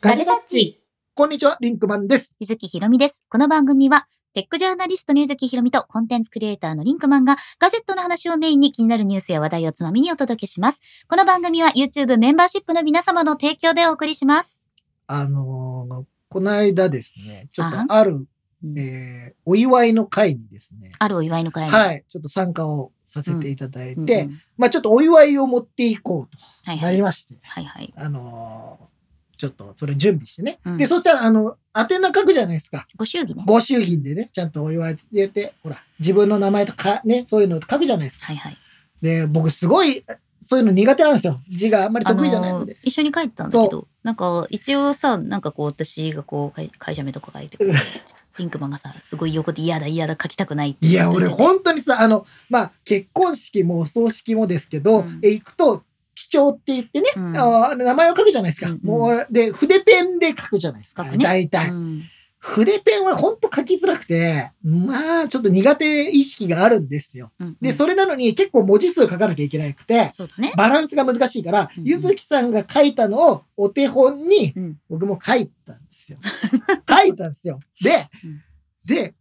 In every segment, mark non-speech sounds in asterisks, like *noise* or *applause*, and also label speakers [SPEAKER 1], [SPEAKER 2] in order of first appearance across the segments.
[SPEAKER 1] ガジェタッチ。
[SPEAKER 2] こんにちは、リンクマンです。
[SPEAKER 3] ゆずきひろみです。この番組は、テックジャーナリストのゆずきひろみとコンテンツクリエイターのリンクマンがガジェットの話をメインに気になるニュースや話題をつまみにお届けします。この番組は YouTube メンバーシップの皆様の提供でお送りします。
[SPEAKER 2] あのーこの間ですね、ちょっ
[SPEAKER 3] あ
[SPEAKER 2] とある、
[SPEAKER 3] うん
[SPEAKER 2] えーお祝いの会にですね、
[SPEAKER 3] あるお祝いの会に。
[SPEAKER 2] はい、ちょっと参加をさせていただい
[SPEAKER 3] うんうん
[SPEAKER 2] て、まあちょっとお祝いを持っていこう
[SPEAKER 3] はい
[SPEAKER 2] と
[SPEAKER 3] は
[SPEAKER 2] なり
[SPEAKER 3] い。
[SPEAKER 2] まして、
[SPEAKER 3] はいはい。
[SPEAKER 2] あのーちょっとそれ準備してね。
[SPEAKER 3] うん
[SPEAKER 2] で、そしたら、あの、宛名書くじゃないですか。
[SPEAKER 3] ご祝儀ね。
[SPEAKER 2] ご祝儀でね、ちゃんとお祝い入れて、ほら、自分の名前とか、ね、そういうの書くじゃないですか。
[SPEAKER 3] はいはい。
[SPEAKER 2] で、僕すごい、そういうの苦手なんですよ。字があんまり
[SPEAKER 3] あの
[SPEAKER 2] 得意じゃないので
[SPEAKER 3] ー。一緒に帰ったんだけど、なんか一応さ、なんかこう私がこう会会社名とか書いてこう
[SPEAKER 2] うん
[SPEAKER 3] リンクマンがさ、すごい横で嫌だ嫌だ書きたくないって
[SPEAKER 2] いや、
[SPEAKER 3] 言っ
[SPEAKER 2] 俺
[SPEAKER 3] てて
[SPEAKER 2] 本当にさ、あの、まあ、結婚式もお葬式もですけど、
[SPEAKER 3] うん
[SPEAKER 2] え行くと、貴重って言ってね、
[SPEAKER 3] うん
[SPEAKER 2] あ名前を書くじゃないですか。
[SPEAKER 3] うんうん
[SPEAKER 2] もう俺で、筆ペンで書くじゃないですか。
[SPEAKER 3] 書くね
[SPEAKER 2] 大体。
[SPEAKER 3] うん
[SPEAKER 2] 筆ペンは本当書きづらくて、まあ、ちょっと苦手意識があるんですよ。
[SPEAKER 3] うんうん
[SPEAKER 2] で、それなのに結構文字数書かなきゃいけなくて、
[SPEAKER 3] そうだね。
[SPEAKER 2] バランスが難しいから、
[SPEAKER 3] うんうん
[SPEAKER 2] ゆずきさんが書いたのをお手本に
[SPEAKER 3] うん。
[SPEAKER 2] 僕も書いたんです
[SPEAKER 3] *laughs*
[SPEAKER 2] よ。書いたんですよ。で、
[SPEAKER 3] うん
[SPEAKER 2] で、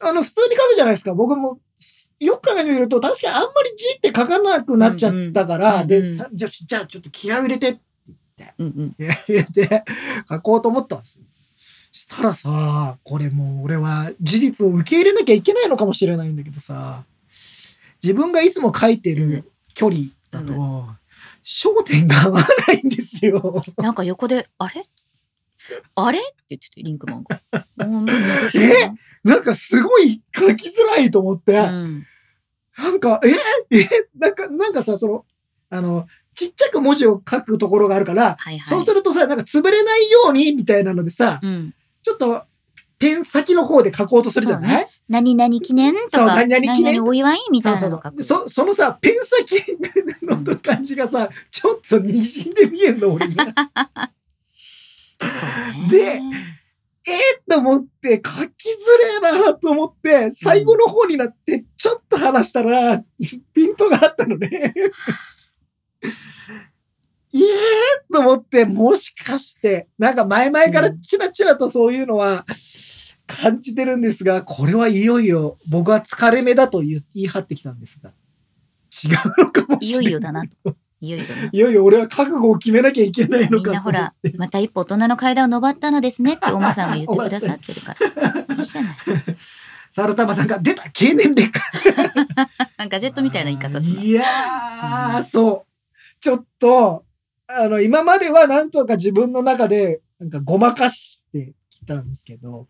[SPEAKER 2] あの、普通に書くじゃないですか。僕も、よく考えてみると、確かにあんまり字って書かなくなっちゃったから、
[SPEAKER 3] うんうんうん
[SPEAKER 2] で、
[SPEAKER 3] うん
[SPEAKER 2] さじゃあ、じゃあちょっと気合を入れてって
[SPEAKER 3] うんうん。
[SPEAKER 2] 言って、書こうと思ったんですよ。したらさ、これもう俺は事実を受け入れなきゃいけないのかもしれないんだけどさ、自分がいつも書いてる距離だと、
[SPEAKER 3] う
[SPEAKER 2] 焦点が合わないんですよ。
[SPEAKER 3] なんか横で、あれあれって言ってて、リンクマ
[SPEAKER 2] *laughs*
[SPEAKER 3] ンが。もう
[SPEAKER 2] なんかすごい書きづらいと思って、
[SPEAKER 3] うん
[SPEAKER 2] なんか、え *laughs* えなんか、なんかさ、その、あの、ちっちゃく文字を書くところがあるから、
[SPEAKER 3] はいはい
[SPEAKER 2] そうするとさ、なんか潰れないようにみたいなのでさ、
[SPEAKER 3] うん。
[SPEAKER 2] ちょっと、ペン先の方で書こうとするじゃない
[SPEAKER 3] 何々記念と
[SPEAKER 2] そう
[SPEAKER 3] か、
[SPEAKER 2] 何々記念
[SPEAKER 3] お祝いみ
[SPEAKER 2] そ
[SPEAKER 3] た
[SPEAKER 2] う
[SPEAKER 3] い
[SPEAKER 2] そ
[SPEAKER 3] な
[SPEAKER 2] う
[SPEAKER 3] の書く。
[SPEAKER 2] そそのさ、ペン先の感じがさ、ちょっと滲んで見えんの、俺に。
[SPEAKER 3] そう
[SPEAKER 2] で
[SPEAKER 3] ね
[SPEAKER 2] と思って、書きづれえなと思って、最後の方になって、ちょっと話したら、ピントがあったの
[SPEAKER 3] *laughs*
[SPEAKER 2] ね。いえーと思って、もしかして、なんか前々からチラチラとそういうのは感じてるんですが、これはいよいよ僕は疲れ目だと言い言い張ってきたんですが、違うのかも
[SPEAKER 3] い
[SPEAKER 2] しれ
[SPEAKER 3] よ
[SPEAKER 2] ない。
[SPEAKER 3] いよだな。いよいよだな。
[SPEAKER 2] いよいよ俺は覚悟を決めなきゃいけないの
[SPEAKER 3] みん
[SPEAKER 2] か
[SPEAKER 3] な
[SPEAKER 2] と
[SPEAKER 3] ほ
[SPEAKER 2] 思って
[SPEAKER 3] ら、また一歩大人の階段を上ったのですねっておまさんが言ってくださってるから。いいじゃない。
[SPEAKER 2] サルタマさんが出た経年劣化
[SPEAKER 3] なんかガジェットみたいな言い方する。
[SPEAKER 2] いやー、そう。ちょっと、あの、今まではなんとか自分の中で、なんかごまかしてきたんですけど、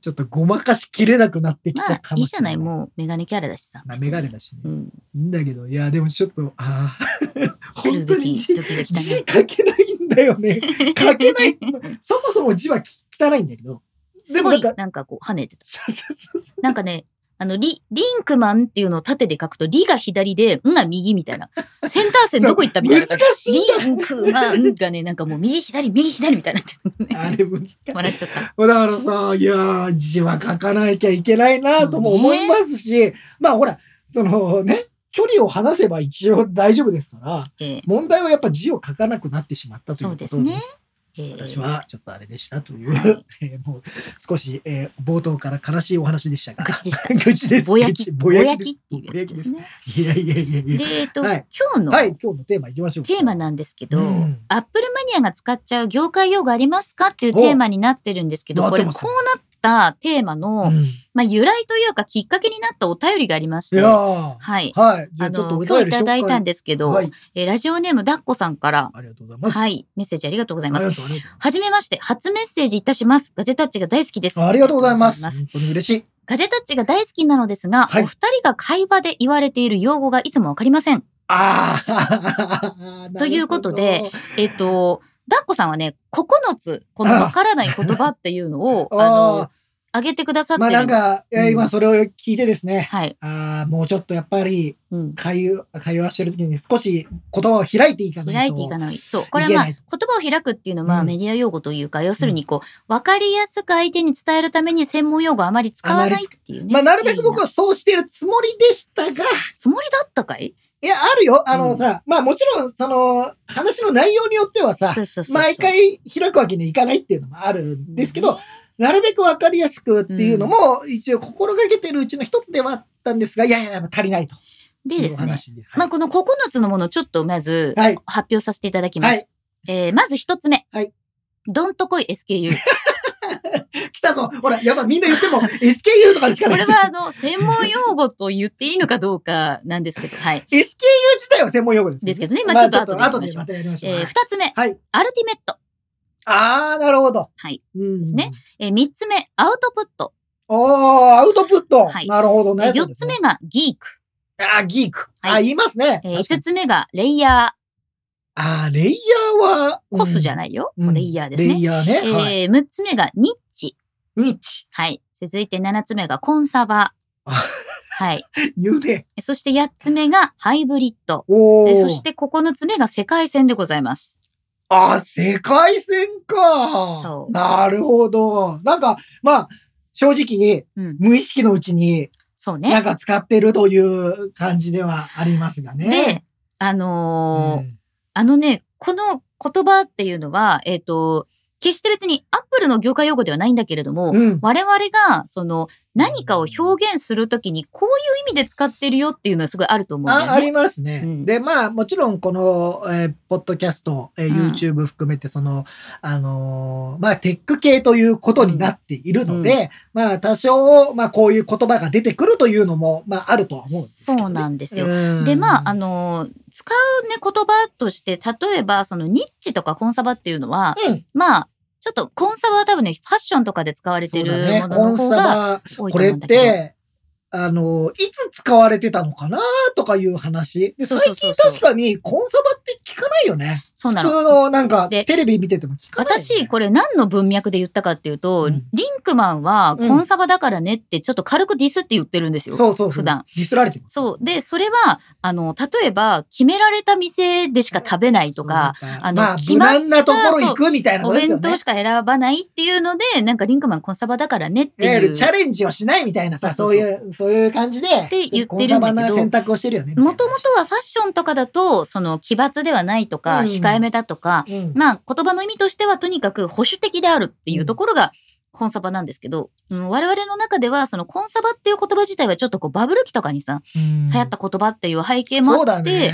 [SPEAKER 2] ちょっとごまかしきれなくなってき
[SPEAKER 3] ま
[SPEAKER 2] た
[SPEAKER 3] あ
[SPEAKER 2] か、
[SPEAKER 3] い
[SPEAKER 2] も
[SPEAKER 3] い
[SPEAKER 2] し
[SPEAKER 3] じ
[SPEAKER 2] れ
[SPEAKER 3] ゃ
[SPEAKER 2] な。
[SPEAKER 3] ないい。もうメガネキャラだしさ。
[SPEAKER 2] まあ、メガネだしね。
[SPEAKER 3] うん。
[SPEAKER 2] いいんだけど、いや、でもちょっと、ああ、
[SPEAKER 3] 来
[SPEAKER 2] 本
[SPEAKER 3] る
[SPEAKER 2] 当
[SPEAKER 3] べ
[SPEAKER 2] に
[SPEAKER 3] き
[SPEAKER 2] 字
[SPEAKER 3] 時が来た
[SPEAKER 2] 字
[SPEAKER 3] ね。
[SPEAKER 2] 書けないんだよね。書け
[SPEAKER 3] *laughs*
[SPEAKER 2] ない。そもそも字はき汚いんだけど。
[SPEAKER 3] すごい、
[SPEAKER 2] でもなんか
[SPEAKER 3] なんかこう、跳ねてた。
[SPEAKER 2] そうそうそうそう
[SPEAKER 3] なんかね、あの、リ、リンクマンっていうのを縦で書くと、リが左で、んが右みたいな。センター線どこ行ったみたいな
[SPEAKER 2] 難
[SPEAKER 3] 感じ。
[SPEAKER 2] しい。
[SPEAKER 3] リンクマンがね、なんかもう右左、右左みたいにな *laughs* って。
[SPEAKER 2] あれ難しい。
[SPEAKER 3] 笑っちゃった。
[SPEAKER 2] だからさ、いやー、字は書かなきゃいけないなとも思いますし、まあほら、そのね、距離を離せば一応大丈夫ですから、
[SPEAKER 3] ええ
[SPEAKER 2] 問題はやっぱ字を書かなくなってしまったという
[SPEAKER 3] そ
[SPEAKER 2] こ
[SPEAKER 3] う
[SPEAKER 2] と
[SPEAKER 3] で
[SPEAKER 2] です
[SPEAKER 3] ね。ええ
[SPEAKER 2] 私はちょっとあれでしたという、
[SPEAKER 3] はい
[SPEAKER 2] えーもう少し、えー冒頭から悲しいお話でしたが、
[SPEAKER 3] *laughs* 愚痴でし
[SPEAKER 2] *laughs* 愚痴です。
[SPEAKER 3] ぼやき、
[SPEAKER 2] ぼ
[SPEAKER 3] ぼ
[SPEAKER 2] や
[SPEAKER 3] や
[SPEAKER 2] き
[SPEAKER 3] きっていうやつですね。
[SPEAKER 2] です。いやいやいやい
[SPEAKER 3] で
[SPEAKER 2] や。、
[SPEAKER 3] えっと、
[SPEAKER 2] は
[SPEAKER 3] 今
[SPEAKER 2] い
[SPEAKER 3] 日の
[SPEAKER 2] は
[SPEAKER 3] テ
[SPEAKER 2] い、今日のテーマいきましょうか。
[SPEAKER 3] ーマなんですけど
[SPEAKER 2] うん、
[SPEAKER 3] アップルマニアが使っちゃう業界用語ありますかっていうテーマになってるんですけど、
[SPEAKER 2] お
[SPEAKER 3] これ、
[SPEAKER 2] なっ
[SPEAKER 3] こ
[SPEAKER 2] てますね
[SPEAKER 3] うなったテーマ
[SPEAKER 2] う
[SPEAKER 3] の、
[SPEAKER 2] んい
[SPEAKER 3] まあ、由来というか、きっかけになったお便りがありまして、
[SPEAKER 2] やー
[SPEAKER 3] はい。
[SPEAKER 2] はい。じゃ
[SPEAKER 3] あ
[SPEAKER 2] あちょっと
[SPEAKER 3] の、
[SPEAKER 2] お
[SPEAKER 3] 今
[SPEAKER 2] 便り
[SPEAKER 3] 日いただいたん
[SPEAKER 2] で
[SPEAKER 3] ですけ
[SPEAKER 2] す
[SPEAKER 3] ど、
[SPEAKER 2] はい。
[SPEAKER 3] えーラジオネームだっこさんから、
[SPEAKER 2] ありがとうございます。
[SPEAKER 3] はい、メッセージありがとうございま
[SPEAKER 2] ありが。
[SPEAKER 3] す
[SPEAKER 2] とうありがとう
[SPEAKER 3] はじめまして、初メッセージいたします。ガジェタッチが大好きです。
[SPEAKER 2] ありがとうございます。
[SPEAKER 3] ありがとうござい
[SPEAKER 2] 本当に嬉しい。
[SPEAKER 3] ますガジェタッチが大好きなのですが、
[SPEAKER 2] はい
[SPEAKER 3] お二人が会話で言われている用語がいつもわかりません。
[SPEAKER 2] ああ。 *laughs*
[SPEAKER 3] ということで、えっ、と、ダッコさんはね、9つ、このわからない言葉っていうのを、あ
[SPEAKER 2] あ
[SPEAKER 3] の、あげてくださっ
[SPEAKER 2] あ、
[SPEAKER 3] て
[SPEAKER 2] まあ
[SPEAKER 3] る。
[SPEAKER 2] なんか、いや
[SPEAKER 3] うん
[SPEAKER 2] 今それを聞いてですね、
[SPEAKER 3] はい。
[SPEAKER 2] ああ、もうちょっとやっぱり
[SPEAKER 3] うん。
[SPEAKER 2] 会話、会話してる時に少し言葉を開いていかないと。
[SPEAKER 3] 開いていかない。そう。これはまあ、
[SPEAKER 2] い
[SPEAKER 3] 言
[SPEAKER 2] け
[SPEAKER 3] 葉を開くっていうのはま
[SPEAKER 2] う
[SPEAKER 3] あ
[SPEAKER 2] ん
[SPEAKER 3] メディア用語というか、要するにこう、わかりやすく相手に伝えるために専門用語あまり使わないっていうね。
[SPEAKER 2] まあなるべく僕はそうしてるつもりでしたが、
[SPEAKER 3] つもりだったかい
[SPEAKER 2] いや、あるよ。あの
[SPEAKER 3] うん
[SPEAKER 2] さ、まあもちろん、その、話の内容によってはさ、
[SPEAKER 3] そうそうそうそう
[SPEAKER 2] 毎回開くわけにいかないっていうのもあるんですけど、なるべくわかりやすくっていうのも、一応心がけてるうちの一つではあったんですが、いやいや、やっぱ足りないと
[SPEAKER 3] で
[SPEAKER 2] い
[SPEAKER 3] で
[SPEAKER 2] うお
[SPEAKER 3] すね、
[SPEAKER 2] 話で。
[SPEAKER 3] まあ、この9つのものをちょっとまず
[SPEAKER 2] はい。
[SPEAKER 3] 発表させていただきます。
[SPEAKER 2] はい
[SPEAKER 3] えーまず1つ目。
[SPEAKER 2] はい
[SPEAKER 3] どんとこい
[SPEAKER 2] *laughs*
[SPEAKER 3] SKU。
[SPEAKER 2] 来たぞ。ほら、やっぱみんな言っても SKU とかですか
[SPEAKER 3] こ
[SPEAKER 2] ら
[SPEAKER 3] れ
[SPEAKER 2] ね。
[SPEAKER 3] はあの、専門用語と言っていいのかどうかなんですけど、はい。
[SPEAKER 2] SKU 自体は専門用語です、
[SPEAKER 3] ですけどねまあちょっと
[SPEAKER 2] まあ
[SPEAKER 3] 後で
[SPEAKER 2] ちょっと後でまたやりましょう。
[SPEAKER 3] えー、
[SPEAKER 2] はい
[SPEAKER 3] 2つ目、
[SPEAKER 2] はい
[SPEAKER 3] アルティメット。
[SPEAKER 2] あー、なるほど。
[SPEAKER 3] はい。
[SPEAKER 2] うん。
[SPEAKER 3] ですね。えー、3つ目、アウトプット。
[SPEAKER 2] おー、アウトプット。
[SPEAKER 3] はい
[SPEAKER 2] なるほど
[SPEAKER 3] え
[SPEAKER 2] ね。
[SPEAKER 3] ー、4つ目がギーク。
[SPEAKER 2] 目。あー、ギーク。
[SPEAKER 3] は
[SPEAKER 2] あ、言いますね。
[SPEAKER 3] えー、
[SPEAKER 2] 確かに
[SPEAKER 3] 5つ目がレイヤー。
[SPEAKER 2] あー、レイヤーは。
[SPEAKER 3] コスじゃ
[SPEAKER 2] ない、
[SPEAKER 3] ないよ。
[SPEAKER 2] うん
[SPEAKER 3] レイヤーです
[SPEAKER 2] レイ
[SPEAKER 3] ね。
[SPEAKER 2] ヤーね。
[SPEAKER 3] えー
[SPEAKER 2] はい。
[SPEAKER 3] 6つ目がニッチ。
[SPEAKER 2] ニッチ。
[SPEAKER 3] はい。続いて7つ目がコンサバ。
[SPEAKER 2] あ
[SPEAKER 3] はい。
[SPEAKER 2] 言うね。
[SPEAKER 3] そして8つ目がハイブリッド。
[SPEAKER 2] お
[SPEAKER 3] で
[SPEAKER 2] ー。
[SPEAKER 3] そして9つ目が世界線でございます。
[SPEAKER 2] あー、世界線か。
[SPEAKER 3] そう
[SPEAKER 2] なるほど。なんか、まあ、正直に、
[SPEAKER 3] うん。
[SPEAKER 2] 無意識のうちに、
[SPEAKER 3] そう
[SPEAKER 2] なん
[SPEAKER 3] ね。
[SPEAKER 2] か使ってるという感じではありますがね。
[SPEAKER 3] で、あのーあのね、この言葉っていうのは、えっ、と、決して別にアップルの業界用語ではないんだけれども、
[SPEAKER 2] うん、うん。
[SPEAKER 3] 我々が、その、何かを表現するときに、こういう意味で使ってるよっていうのはすごいあると思うんだ
[SPEAKER 2] あ
[SPEAKER 3] よ
[SPEAKER 2] あ
[SPEAKER 3] ね。
[SPEAKER 2] りますね。
[SPEAKER 3] うん
[SPEAKER 2] で、まあ、もちろん、この、えーポッドキャスト、えー
[SPEAKER 3] うん
[SPEAKER 2] YouTube 含めて、その、あのーまあ、テック系ということになっているので、
[SPEAKER 3] う
[SPEAKER 2] まあ、多少、まあ、こういう言葉が出てくるというのも、まあ、あるとは思うんですけど、ね。
[SPEAKER 3] そうなんですよ。
[SPEAKER 2] よ
[SPEAKER 3] で、まあ、あのー使うね、言葉として、例えば、その、ニッチとかコンサバっていうのは、
[SPEAKER 2] うん
[SPEAKER 3] まあ、ちょっと、コンサバは多分ね、ファッションとかで使われて
[SPEAKER 2] そう
[SPEAKER 3] る
[SPEAKER 2] だね
[SPEAKER 3] も。
[SPEAKER 2] コ
[SPEAKER 3] のの
[SPEAKER 2] ンサ
[SPEAKER 3] 方が
[SPEAKER 2] バ、
[SPEAKER 3] 多いと
[SPEAKER 2] こ
[SPEAKER 3] 思
[SPEAKER 2] れ
[SPEAKER 3] う
[SPEAKER 2] っ
[SPEAKER 3] んだけど。
[SPEAKER 2] て、あのーいつ使われてたのかなとかいう話。で、
[SPEAKER 3] そう
[SPEAKER 2] 最
[SPEAKER 3] そう
[SPEAKER 2] 近
[SPEAKER 3] そうそう
[SPEAKER 2] 確かにコンサバって聞かないよね。
[SPEAKER 3] そうな
[SPEAKER 2] 普
[SPEAKER 3] の。
[SPEAKER 2] 通の、なんか、
[SPEAKER 3] で
[SPEAKER 2] テレビ見てても聞かないよね、
[SPEAKER 3] 私、これ何の文脈で言ったかっていうと、
[SPEAKER 2] うん
[SPEAKER 3] リンクマンは
[SPEAKER 2] うん
[SPEAKER 3] コンサバだからねってちょっと軽くディスって言ってるんですよ。
[SPEAKER 2] そうそうそう
[SPEAKER 3] 普段。
[SPEAKER 2] ディスられてます。
[SPEAKER 3] そう。で、それは、あの、例えば、決められた店でしか食べないとか、
[SPEAKER 2] そうなんか
[SPEAKER 3] あの
[SPEAKER 2] まあ、
[SPEAKER 3] 決
[SPEAKER 2] 無
[SPEAKER 3] まった
[SPEAKER 2] 難なところ行くみたいなこ
[SPEAKER 3] お
[SPEAKER 2] とですよ
[SPEAKER 3] 弁当
[SPEAKER 2] ね
[SPEAKER 3] し。か選ばないっていうので、なんかリンクマンコンサバだからねって
[SPEAKER 2] いわゆ
[SPEAKER 3] い
[SPEAKER 2] るチャ
[SPEAKER 3] う。
[SPEAKER 2] レンジをしないみたいなさ、
[SPEAKER 3] そ
[SPEAKER 2] そうう
[SPEAKER 3] そ
[SPEAKER 2] い、
[SPEAKER 3] うそう
[SPEAKER 2] そういう感じで、
[SPEAKER 3] て言ってるんだけど
[SPEAKER 2] コンサバな選択をしてるよね。
[SPEAKER 3] もともとはファッションとかだと、その奇抜ではないとか、
[SPEAKER 2] うん
[SPEAKER 3] 控えめだとか、
[SPEAKER 2] うん
[SPEAKER 3] まあ言葉の意味としてはとにかく保守的であるっていうところがコンサバなんですけど、うん、我々の中ではそのコンサバっていう言葉自体はちょっとこうバブル期とかにさ、流行った言葉っていう背景もあ
[SPEAKER 2] そうだ
[SPEAKER 3] って、
[SPEAKER 2] ね。